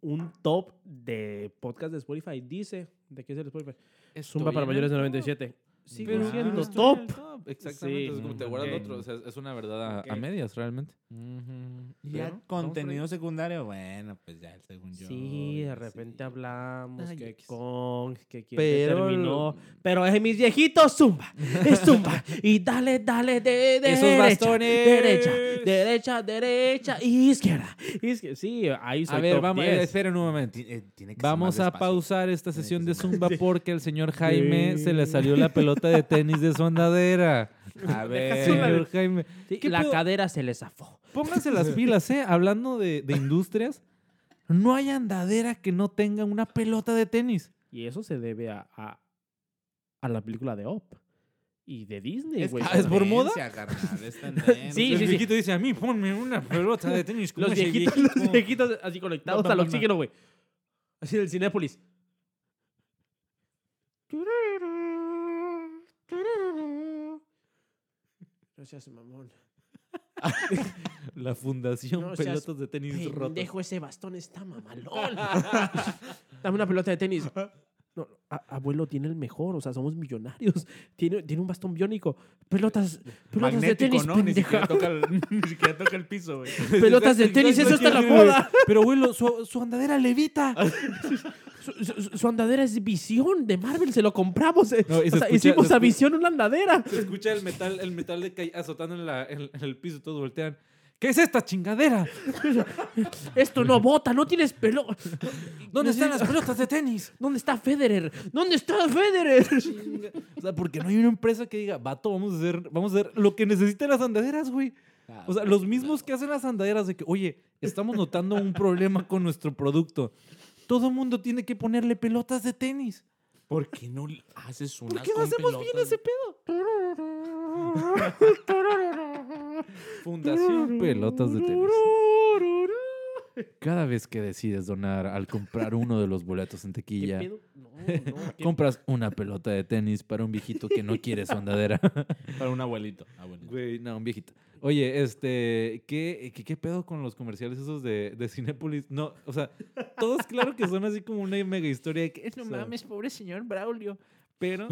Speaker 1: un top de podcast de Spotify dice de qué es el Spotify. Zumba
Speaker 3: Estoy
Speaker 1: para
Speaker 3: en
Speaker 1: mayores de
Speaker 3: el
Speaker 1: 97. Sigue
Speaker 3: Pero-
Speaker 1: siendo
Speaker 3: pero estoy
Speaker 1: top.
Speaker 3: en el Exactamente,
Speaker 1: Sí.
Speaker 3: es como te guardas
Speaker 1: Ok.
Speaker 3: otro. O sea, es una verdad a- a
Speaker 1: Ok.
Speaker 3: medias, realmente.
Speaker 2: Ujú. Y
Speaker 3: Pero,
Speaker 2: Ya
Speaker 3: vamos por ahí.
Speaker 2: contenido secundario, bueno, pues ya, según yo.
Speaker 1: Sí,
Speaker 2: ya
Speaker 1: de repente
Speaker 2: sí.
Speaker 1: hablamos
Speaker 3: Ay,
Speaker 1: que
Speaker 3: X.
Speaker 1: con, que quién
Speaker 3: Pero-
Speaker 1: terminó. Pero es mis viejitos, zumba, es zumba. Y dale, dale, de, de
Speaker 3: Esos
Speaker 1: derecha,
Speaker 3: bastones.
Speaker 1: derecha, derecha, derecha, izquierda. izquierda. Sí, ahí soy
Speaker 3: a ver,
Speaker 1: top
Speaker 3: vamos,
Speaker 1: 10.
Speaker 3: eh, esperen un momento.
Speaker 2: Ti- eh, tiene que ser
Speaker 3: Vamos
Speaker 2: más
Speaker 3: a
Speaker 2: despacio.
Speaker 3: pausar esta
Speaker 2: Tiene que
Speaker 3: sesión
Speaker 2: ser
Speaker 3: de
Speaker 2: más
Speaker 3: Zumba porque el señor Jaime se le salió la pelota de tenis de su andadera.
Speaker 2: A ver.
Speaker 3: Señor Jaime,
Speaker 1: Sí,
Speaker 3: ¿qué
Speaker 1: la
Speaker 3: puedo-
Speaker 1: cadera se le zafó.
Speaker 3: pónganse las pilas, ¿eh? Hablando de, de industrias, no hay andadera que no tenga una pelota de tenis.
Speaker 1: Y eso se debe a, a, a la película de Op y de Disney,
Speaker 2: Es,
Speaker 1: güey.
Speaker 3: ah, es por moda?
Speaker 2: tendencia, carnal, es
Speaker 1: Sí,
Speaker 2: tendencia.
Speaker 1: sí,
Speaker 3: el
Speaker 1: sí.
Speaker 3: viejito dice, a mí ponme una pelota de tenis. como
Speaker 1: Los
Speaker 3: ese
Speaker 1: viejitos, los
Speaker 3: viejito".
Speaker 1: viejitos así conectados
Speaker 3: No, no,
Speaker 1: al
Speaker 3: no, no.
Speaker 1: oxígeno, güey. Así del Cinépolis. Gracias, mamón.
Speaker 3: La fundación
Speaker 1: No seas
Speaker 3: Pelotas de Tenis Rotas.
Speaker 1: Pendejo, ese bastón está mamalón. [LAUGHS] Dame una pelota de tenis. No, no, a- abuelo tiene el mejor, o sea, somos millonarios. [LAUGHS] Tiene, tiene un bastón biónico. Pelotas, pelotas de
Speaker 2: Magnético,
Speaker 1: tenis,
Speaker 2: ¿no? Ni
Speaker 1: pendeja.
Speaker 2: siquiera, toca el,
Speaker 3: [LAUGHS]
Speaker 2: ni siquiera toca el piso, güey.
Speaker 1: Pelotas de tenis, eso está la moda.
Speaker 3: Pero, abuelo, su, su andadera levita.
Speaker 1: Su, su- su andadera es Visión de Marvel, se lo compramos. eh.
Speaker 3: No, y
Speaker 1: o
Speaker 3: se
Speaker 1: sea,
Speaker 3: escucha-
Speaker 1: hicimos
Speaker 3: se
Speaker 1: a
Speaker 3: escu-
Speaker 1: Visión una andadera.
Speaker 3: Se escucha el metal, el metal de ca- azotando en, la- en- en el piso, todos voltean. ¿Qué es esta chingadera?
Speaker 1: Esto
Speaker 3: [LAUGHS]
Speaker 1: no bota, no tienes pelo.
Speaker 3: ¿Dónde están las pelotas de tenis?
Speaker 1: ¿Dónde está Federer? ¿Dónde está Federer?
Speaker 3: Chinga. O sea, porque no hay una empresa que diga, vato, vamos a hacer, vamos a hacer lo que necesitan las andaderas, güey. O sea, los mismos que hacen las andaderas de que, oye, estamos notando un problema con nuestro producto. Todo mundo tiene que ponerle pelotas de tenis.
Speaker 2: ¿Por qué no haces una
Speaker 3: ¿Por qué no hacemos bien ese pedo? Fundación Pelotas de Tenis. Cada vez que decides donar al comprar uno de los boletos en
Speaker 1: ¿Qué
Speaker 3: tequilla,
Speaker 1: pedo? No, no. ¿qué-
Speaker 3: compras una pelota de tenis para un viejito que
Speaker 1: [LAUGHS]
Speaker 3: no quiere su andadera.
Speaker 2: Para un abuelito. abuelito.
Speaker 3: Güey, no, un viejito. Oye, este, ¿qué, qué, qué pedo con los comerciales esos de, de Cinépolis? No, o sea, todos claro que son así como una mega historia de que "Eh, no
Speaker 1: Sí.
Speaker 3: mames, pobre señor Braulio. Pero,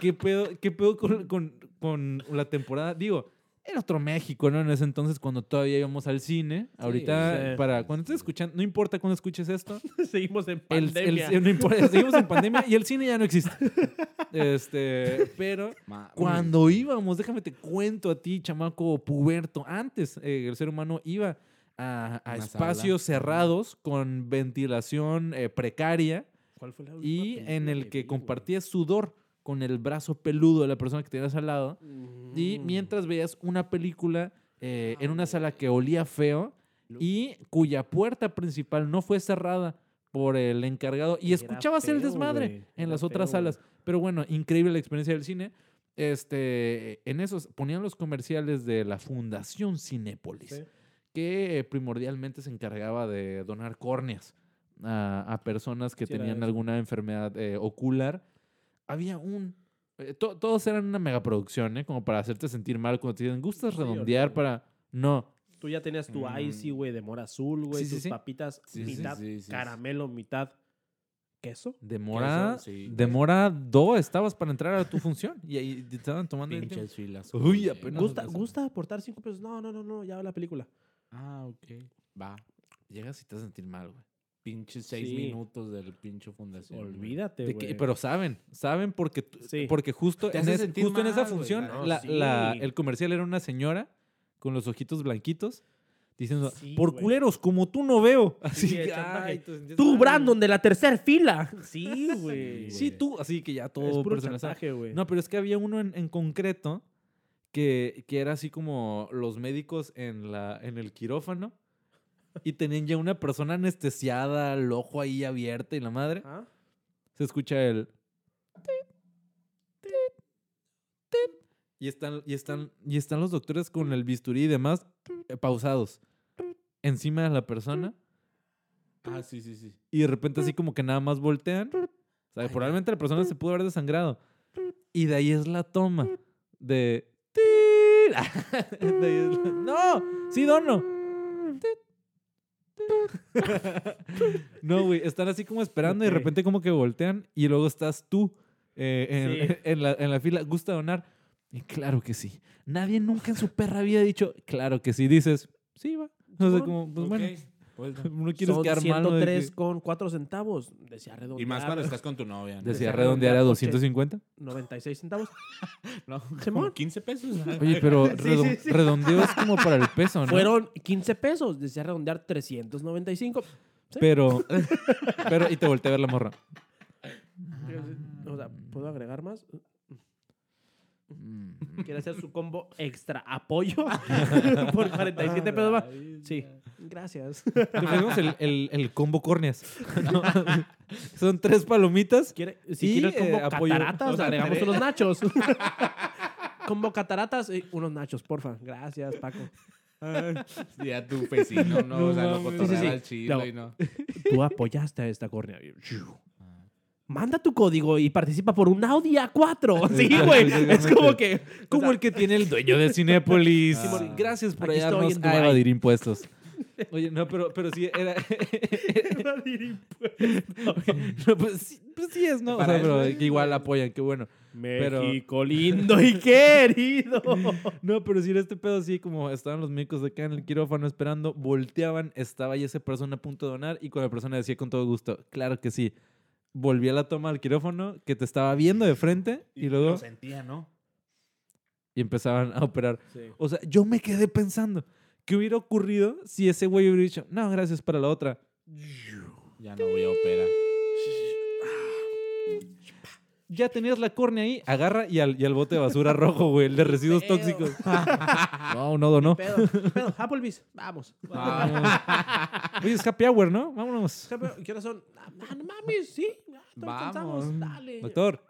Speaker 3: ¿qué pedo, qué pedo con, con- con la temporada? Digo, era otro México, ¿no? En ese entonces, cuando todavía íbamos al cine. Ahorita,
Speaker 1: sí.
Speaker 3: para cuando estés escuchando, no importa cuando escuches esto,
Speaker 1: [LAUGHS] Seguimos en
Speaker 3: el, el-
Speaker 1: pandemia.
Speaker 3: el- no importa, seguimos en pandemia y el cine ya no existe.
Speaker 1: [LAUGHS]
Speaker 3: Este, pero
Speaker 4: Ma-
Speaker 3: cuando íbamos, déjame te cuento a ti, chamaco puberto, antes eh, el ser humano iba a, a
Speaker 4: Una
Speaker 3: espacios cerrados con ventilación eh, precaria
Speaker 1: ¿Cuál fue la última
Speaker 3: y en
Speaker 1: película
Speaker 3: el que
Speaker 1: vi, güey?
Speaker 3: compartías sudor con el brazo peludo de la persona que tenías al lado y
Speaker 1: Mm. Ah,
Speaker 3: mientras veías una película eh, en una sala que olía feo y cuya puerta principal no fue cerrada por el encargado y
Speaker 1: Era
Speaker 3: escuchabas el
Speaker 1: feo,
Speaker 3: desmadre
Speaker 1: güey,
Speaker 3: en
Speaker 1: era
Speaker 3: las otras
Speaker 1: feo, güey.
Speaker 3: salas. Pero bueno, increíble la experiencia del cine. Este, en esos ponían los comerciales de la Fundación Cinépolis,
Speaker 1: Sí.
Speaker 3: que eh, primordialmente se encargaba de donar córneas a, a personas que
Speaker 1: Sí, era
Speaker 3: tenían
Speaker 1: eso.
Speaker 3: alguna enfermedad eh, ocular. Había un eh, to- todos eran una megaproducción, ¿eh? Como para hacerte sentir mal cuando te dicen, ¿gustas
Speaker 1: Sí, o
Speaker 3: redondear
Speaker 1: no.
Speaker 3: para...? No.
Speaker 1: Tú ya tenías tu
Speaker 4: Mm.
Speaker 1: icy, güey, de mora azul, güey,
Speaker 3: Sí, sí,
Speaker 1: tus
Speaker 3: sí.
Speaker 1: papitas,
Speaker 4: Sí, sí,
Speaker 1: mitad
Speaker 4: sí, sí, sí.
Speaker 1: caramelo, mitad queso.
Speaker 3: Demora...
Speaker 4: Queso, sí.
Speaker 3: Demora dos estabas para entrar a tu función. Y ahí te estaban tomando... el tiempo.
Speaker 4: Pinches filas.
Speaker 3: Uy,
Speaker 4: güey.
Speaker 3: apenas- No,
Speaker 1: ¿Gusta,
Speaker 3: no, no.
Speaker 1: ¿Gusta aportar cinco pesos? No, no, no, no, ya va la película.
Speaker 4: Ah, ok. Va.
Speaker 3: Llegas y te vas a sentir mal, güey.
Speaker 4: Pinches seis
Speaker 1: Sí.
Speaker 4: minutos del pinche fundación. güey.
Speaker 1: Olvídate,
Speaker 3: De que-
Speaker 1: güey.
Speaker 3: pero saben, saben porque, tú-
Speaker 1: Sí.
Speaker 3: porque justo,
Speaker 4: Te
Speaker 3: en,
Speaker 4: hace
Speaker 3: es-
Speaker 4: sentir
Speaker 3: justo en esa
Speaker 4: mal, güey,
Speaker 3: función
Speaker 4: la
Speaker 3: la-
Speaker 1: neta.
Speaker 3: la-
Speaker 1: Sí.
Speaker 3: el comercial era una señora con los ojitos blanquitos diciendo,
Speaker 1: Sí,
Speaker 3: por
Speaker 1: güey.
Speaker 3: culeros, como tú no veo. Así
Speaker 1: Sí, el
Speaker 3: que,
Speaker 1: chantaje.
Speaker 3: ay, te sentías
Speaker 1: Tú,
Speaker 3: mal,
Speaker 1: Brandon, de la tercer
Speaker 3: [LAUGHS]
Speaker 1: fila. Sí, güey.
Speaker 3: güey. Sí, tú. Así que ya
Speaker 1: Es
Speaker 3: todo
Speaker 1: puro
Speaker 3: personalizado.
Speaker 1: chantaje, güey.
Speaker 3: No, pero es que había uno en, en concreto que, que era así como los médicos en, la, en el quirófano y tenían ya una persona anestesiada, el ojo ahí abierto y la madre.
Speaker 1: Ajá.
Speaker 3: Se escucha el... tit, tit, tit, Y están, y, están, y están los doctores con el bisturí y demás eh, pausados encima de la persona
Speaker 2: Ah, sí, sí, sí.
Speaker 3: y de repente así como que nada más voltean. O sea, probablemente la persona se pudo haber desangrado. Y de ahí es la toma de... "Tit". [LAUGHS] De ahí es la- ¡No! ¡Sí, dono! Tit. No, güey. Están así como esperando y de
Speaker 1: Ok.
Speaker 3: repente como que voltean y luego estás tú eh, en,
Speaker 1: Sí.
Speaker 3: [LAUGHS] en la, en la fila. ¿Gusta donar? Y claro que sí. Nadie nunca en su perra había dicho, claro que sí. Dices, sí, va. No sé,
Speaker 1: Simón,
Speaker 3: como, pues
Speaker 2: Ok,
Speaker 3: bueno.
Speaker 2: pues, no.
Speaker 3: [LAUGHS] No quieres
Speaker 1: Son
Speaker 3: quedar malo de que-
Speaker 1: 103 con 4 centavos. Decía redondear.
Speaker 2: Y más cuando estás con tu novia. ¿no?
Speaker 3: Decía
Speaker 1: Decía
Speaker 3: redondear
Speaker 1: redondear
Speaker 3: a
Speaker 1: oche-
Speaker 3: [LAUGHS] 250.
Speaker 1: 96
Speaker 3: [LAUGHS]
Speaker 1: centavos.
Speaker 2: No,
Speaker 1: Simón.
Speaker 2: como 15 pesos.
Speaker 3: Oye, pero
Speaker 1: Sí,
Speaker 3: redon-
Speaker 1: sí, sí.
Speaker 3: redondeo es como para el peso, ¿no?
Speaker 1: Fueron 15 pesos. Decía redondear 395. sí.
Speaker 3: [LAUGHS] Pero, pero, y te volteé a ver la morra. Ah.
Speaker 1: O sea, ¿puedo agregar más? Quiere hacer su combo extra apoyo [LAUGHS] por 47 pesos más. Sí, gracias.
Speaker 3: Te ofrecemos el, el- el combo córneas. ¿no? [LAUGHS] Son tres palomitas.
Speaker 1: ¿Quiere-
Speaker 3: Y,
Speaker 1: si quieres combo
Speaker 3: eh, apoyo-
Speaker 1: cataratas,
Speaker 3: o sea,
Speaker 1: agregamos
Speaker 3: tres.
Speaker 1: unos
Speaker 3: [LAUGHS]
Speaker 1: nachos. combo cataratas, eh, unos nachos, porfa. Gracias,
Speaker 3: [LAUGHS]
Speaker 1: Paco.
Speaker 2: Sí, a tu vecino, ¿no? o sea, lo
Speaker 3: mames.
Speaker 2: cotorreaba
Speaker 1: Sí, sí, sí.
Speaker 2: al chile
Speaker 1: No.
Speaker 2: y no.
Speaker 1: Tú apoyaste a esta córnea. Manda tu código y participa por un Audi A4. Sí,
Speaker 3: [LAUGHS]
Speaker 1: güey. Es como que.
Speaker 3: Como [LAUGHS] el que tiene el dueño de Cinépolis.
Speaker 4: Ah.
Speaker 3: Gracias por
Speaker 1: Aquí estoy
Speaker 3: ayudarnos
Speaker 1: en
Speaker 3: a
Speaker 1: Dubái.
Speaker 3: evadir impuestos. Oye, no, pero, pero sí era. [LAUGHS] no, pues, sí, pues sí es, ¿no? O
Speaker 2: Para
Speaker 3: sea,
Speaker 2: eso
Speaker 3: pero
Speaker 2: es,
Speaker 3: que igual apoyan, qué bueno.
Speaker 1: México lindo y querido.
Speaker 3: No, pero si era este pedo así, como estaban los médicos acá en el quirófano esperando, volteaban, estaba ya esa persona a punto de donar y cuando la persona decía con todo gusto, claro que sí, volvía la toma al quirófano que te estaba viendo de frente y, luego
Speaker 2: Lo sentía, ¿no?
Speaker 3: y empezaban a operar. O sea, yo me quedé pensando, ¿qué hubiera ocurrido si ese güey hubiera dicho, no, gracias para la otra?
Speaker 2: Ya no voy a operar.
Speaker 3: Ya tenías la córnea ahí, agarra y al, y al bote de basura rojo, güey, el de residuos
Speaker 1: Feo.
Speaker 3: tóxicos. no, no
Speaker 1: [LAUGHS]
Speaker 3: donó.
Speaker 1: Pedo, pedo. Applebee's, vamos.
Speaker 3: Oye, es happy hour, ¿no? Vámonos.
Speaker 1: Jefe, ¿Qué horas son? Ah, no mames, sí. Ah, todavía
Speaker 4: Vamos.
Speaker 1: alcanzamos, Dale.
Speaker 3: Doctor.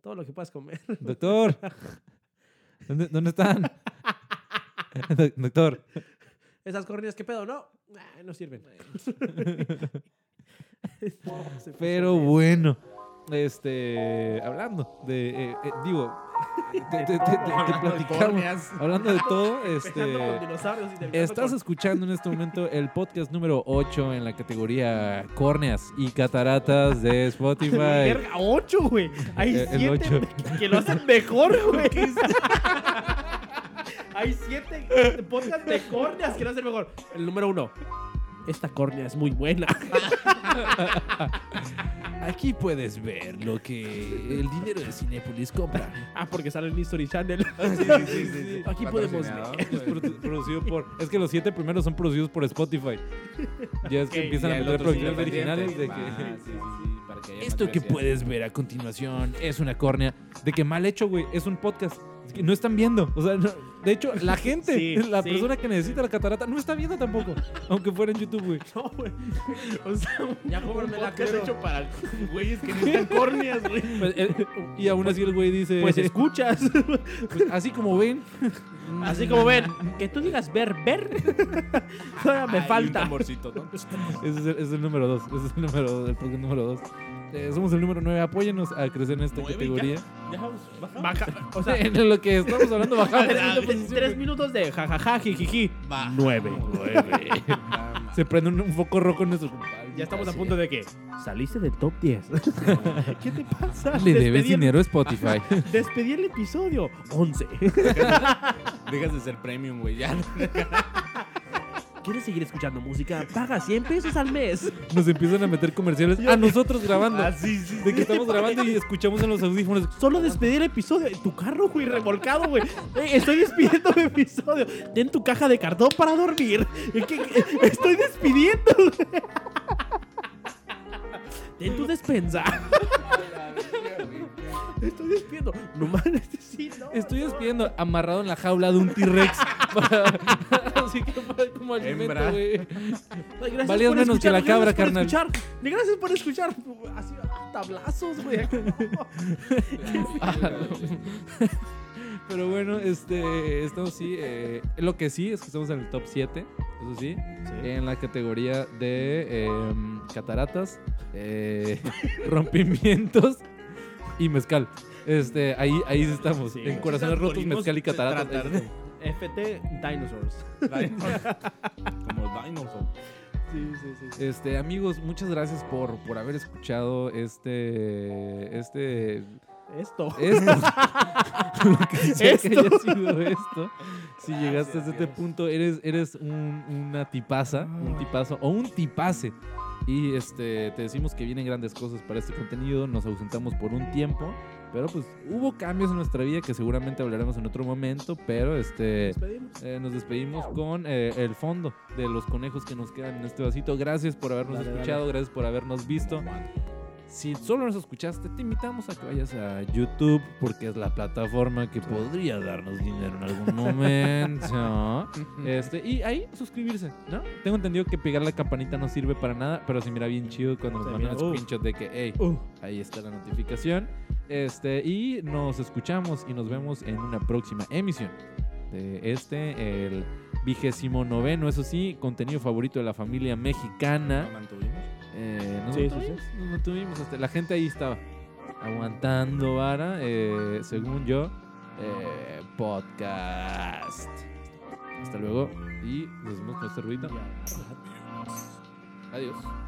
Speaker 1: Todo lo que puedas comer.
Speaker 3: Doctor, ¿dónde, dónde están? Doc- Doctor,
Speaker 1: [LAUGHS] Esas corridas, ¿qué pedo? No, Ah, no sirven. [LAUGHS] Se puso
Speaker 3: pero
Speaker 1: bien.
Speaker 3: bueno. Este, hablando de, eh, eh,
Speaker 1: [LAUGHS]
Speaker 3: digo, te, te- te- te- te
Speaker 2: Hablando de
Speaker 3: platicamos,
Speaker 2: córneas.
Speaker 3: hablando de todo,
Speaker 1: [LAUGHS] Empezando con
Speaker 3: este,
Speaker 1: dinosaurios y terminando
Speaker 3: estás
Speaker 1: con-
Speaker 3: escuchando en este momento el podcast número 8 en la categoría córneas y
Speaker 1: [LAUGHS]
Speaker 3: cataratas de Spotify.
Speaker 1: Verga, 8, güey. Hay
Speaker 3: Eh, el
Speaker 1: 7
Speaker 3: ocho.
Speaker 1: que lo hacen
Speaker 3: [LAUGHS]
Speaker 1: mejor, güey. Hay 7 podcast de córneas que lo hacen mejor. El número 1. Esta córnea es muy buena.
Speaker 3: [LAUGHS] Aquí puedes ver lo que el dinero de Cinepolis compra.
Speaker 1: Ah, porque sale en History
Speaker 3: [LAUGHS]
Speaker 1: Channel.
Speaker 2: sí, sí, sí.
Speaker 1: Aquí podemos
Speaker 2: Patrocinado,
Speaker 1: ver.
Speaker 3: Es produ- producido por. Es que los siete primeros son producidos por Spotify. Ya es que
Speaker 1: Ok,
Speaker 3: empiezan
Speaker 2: Ya
Speaker 3: a
Speaker 2: el
Speaker 3: meter
Speaker 2: otro sí
Speaker 3: producciones
Speaker 2: lo
Speaker 3: originales
Speaker 2: pendiente.
Speaker 3: de que.
Speaker 2: Ah, sí, sí, sí, para que haya
Speaker 3: Esto
Speaker 2: más
Speaker 3: que
Speaker 2: diversidad.
Speaker 3: puedes ver a continuación es una córnea. De que mal hecho, güey. Es un podcast. Es que no están viendo. O sea, no- de hecho, la gente,
Speaker 1: Sí,
Speaker 3: [LAUGHS] la
Speaker 1: sí.
Speaker 3: persona que necesita la catarata, no está viendo tampoco. Aunque fuera en YouTube, güey.
Speaker 1: No, güey. O sea, un
Speaker 4: Ya cóbrame la
Speaker 1: podcast
Speaker 4: creo.
Speaker 1: hecho
Speaker 3: [LAUGHS]
Speaker 1: para güeyes que necesitan córneas, güey.
Speaker 3: Pues, eh, y aún así el güey dice. [LAUGHS]
Speaker 1: Pues escuchas.
Speaker 3: pues, así como ven.
Speaker 1: Así como ven, que tú digas ver, [LAUGHS] ver. Todavía me
Speaker 2: Ay, un
Speaker 1: falta.
Speaker 2: tamborcito, ¿no?
Speaker 3: Ese es el, es el número 2. Ese es el número dos, el podcast número 2. somos el número 9. Apóyenos a crecer en esta
Speaker 2: Nueve,
Speaker 3: categoría.
Speaker 2: Ya, pues, baja.
Speaker 1: Baja- [LAUGHS] o sea,
Speaker 3: [LAUGHS]
Speaker 1: Ah,
Speaker 3: en lo que estamos hablando bajamos
Speaker 1: tres,
Speaker 3: una
Speaker 1: minutos-
Speaker 3: posición,
Speaker 1: tres
Speaker 3: güey.
Speaker 1: minutos de jajaja, jijiji.
Speaker 2: Baja.
Speaker 1: Nueve.
Speaker 3: Se prende un, un foco rojo en nuestro compadre.
Speaker 1: Ya estamos a punto de que saliste del top 10. [LAUGHS] ¿Qué te pasa?
Speaker 3: Le debes
Speaker 1: Despedí el-
Speaker 3: dinero a Spotify.
Speaker 1: [LAUGHS] Despedí el episodio. 11.
Speaker 2: Dejas de ser premium, güey.
Speaker 3: [LAUGHS]
Speaker 2: Ya.
Speaker 1: ¿Quieres seguir escuchando música? Paga 100 pesos al mes.
Speaker 3: Nos empiezan a meter comerciales a nosotros grabando.
Speaker 1: Ah, sí, sí.
Speaker 3: De que estamos grabando y escuchamos en los audífonos.
Speaker 1: Solo despedí el episodio. En Tu carro, güey, revolcado, güey. Eh, estoy despidiendo mi episodio. Ten tu caja de cartón para dormir. Eh, que- que- Estoy despidiendo, güey. Ten tu despensa. Estoy despidiendo. No mames, sí, no.
Speaker 3: Estoy despidiendo amarrado en la jaula de un T-Rex. [LAUGHS] Para- Así que para- como alimento,
Speaker 2: Hembra.
Speaker 1: [LAUGHS] Ay,
Speaker 3: güey.
Speaker 1: gracias
Speaker 3: valías
Speaker 1: por
Speaker 3: menos que la
Speaker 1: escuchar,
Speaker 3: cabra,
Speaker 1: gracias por
Speaker 3: carnal.
Speaker 1: Escuchar. Ni Gracias por escuchar. Así, ah, tablazos, güey.
Speaker 3: Ah, [LAUGHS] Pero bueno, este, estamos sí. eh, lo que sí es que estamos en el top 7, eso sí, en la categoría de em, cataratas, eh, [LAUGHS] rompimientos y mezcal. Este, ahí, ahí estamos,
Speaker 1: Sí,
Speaker 3: en
Speaker 1: güey.
Speaker 3: corazones rotos, mezcal y cataratas.
Speaker 2: Tratar de-
Speaker 1: FT Dinosaurs.
Speaker 2: [LAUGHS]
Speaker 3: ¿Ah?
Speaker 2: Como dinosaur.
Speaker 1: Sí, sí, sí. sí.
Speaker 3: Este, amigos, muchas gracias por, por haber escuchado este, este
Speaker 1: Esto.
Speaker 3: Esto. Lo que sea que
Speaker 1: Esto.
Speaker 3: haya sido esto. Si llegaste hasta este punto, eres, eres un- una tipaza, un tipazo o un tipase. Y este, te decimos que vienen grandes cosas para este contenido. Nos ausentamos por un tiempo. Pero pues hubo cambios en nuestra vida que seguramente hablaremos en otro momento. Pero este.
Speaker 1: Despedimos.
Speaker 3: eh, nos despedimos con eh, el fondo de los conejos que nos quedan en este vasito. Gracias por habernos
Speaker 1: Dale,
Speaker 3: escuchado, gracias por habernos visto. Si solo nos escuchaste, te invitamos a que vayas a YouTube porque es la plataforma que podría darnos dinero en
Speaker 1: [LAUGHS]
Speaker 3: algún momento. este, y ahí suscribirse, ¿no? Tengo entendido que pegar la campanita no sirve para nada, pero se mira bien chido cuando nos
Speaker 1: Se
Speaker 3: mandan
Speaker 1: mira, uh.
Speaker 3: screenshot de que, hey,
Speaker 1: Uh.
Speaker 3: ahí está la notificación. Este, y nos escuchamos y nos vemos en una próxima emisión de este, el vigésimo noveno, eso sí, contenido favorito de la familia mexicana.
Speaker 2: ¿Lo mantuvimos?
Speaker 3: Eh, nos,
Speaker 1: Sí, sí,
Speaker 3: mantuvimos, nos mantuvimos hasta- este, la gente ahí estaba aguantando vara, eh, según yo, eh, podcast. Hasta luego y nos vemos con este ruido. Adiós.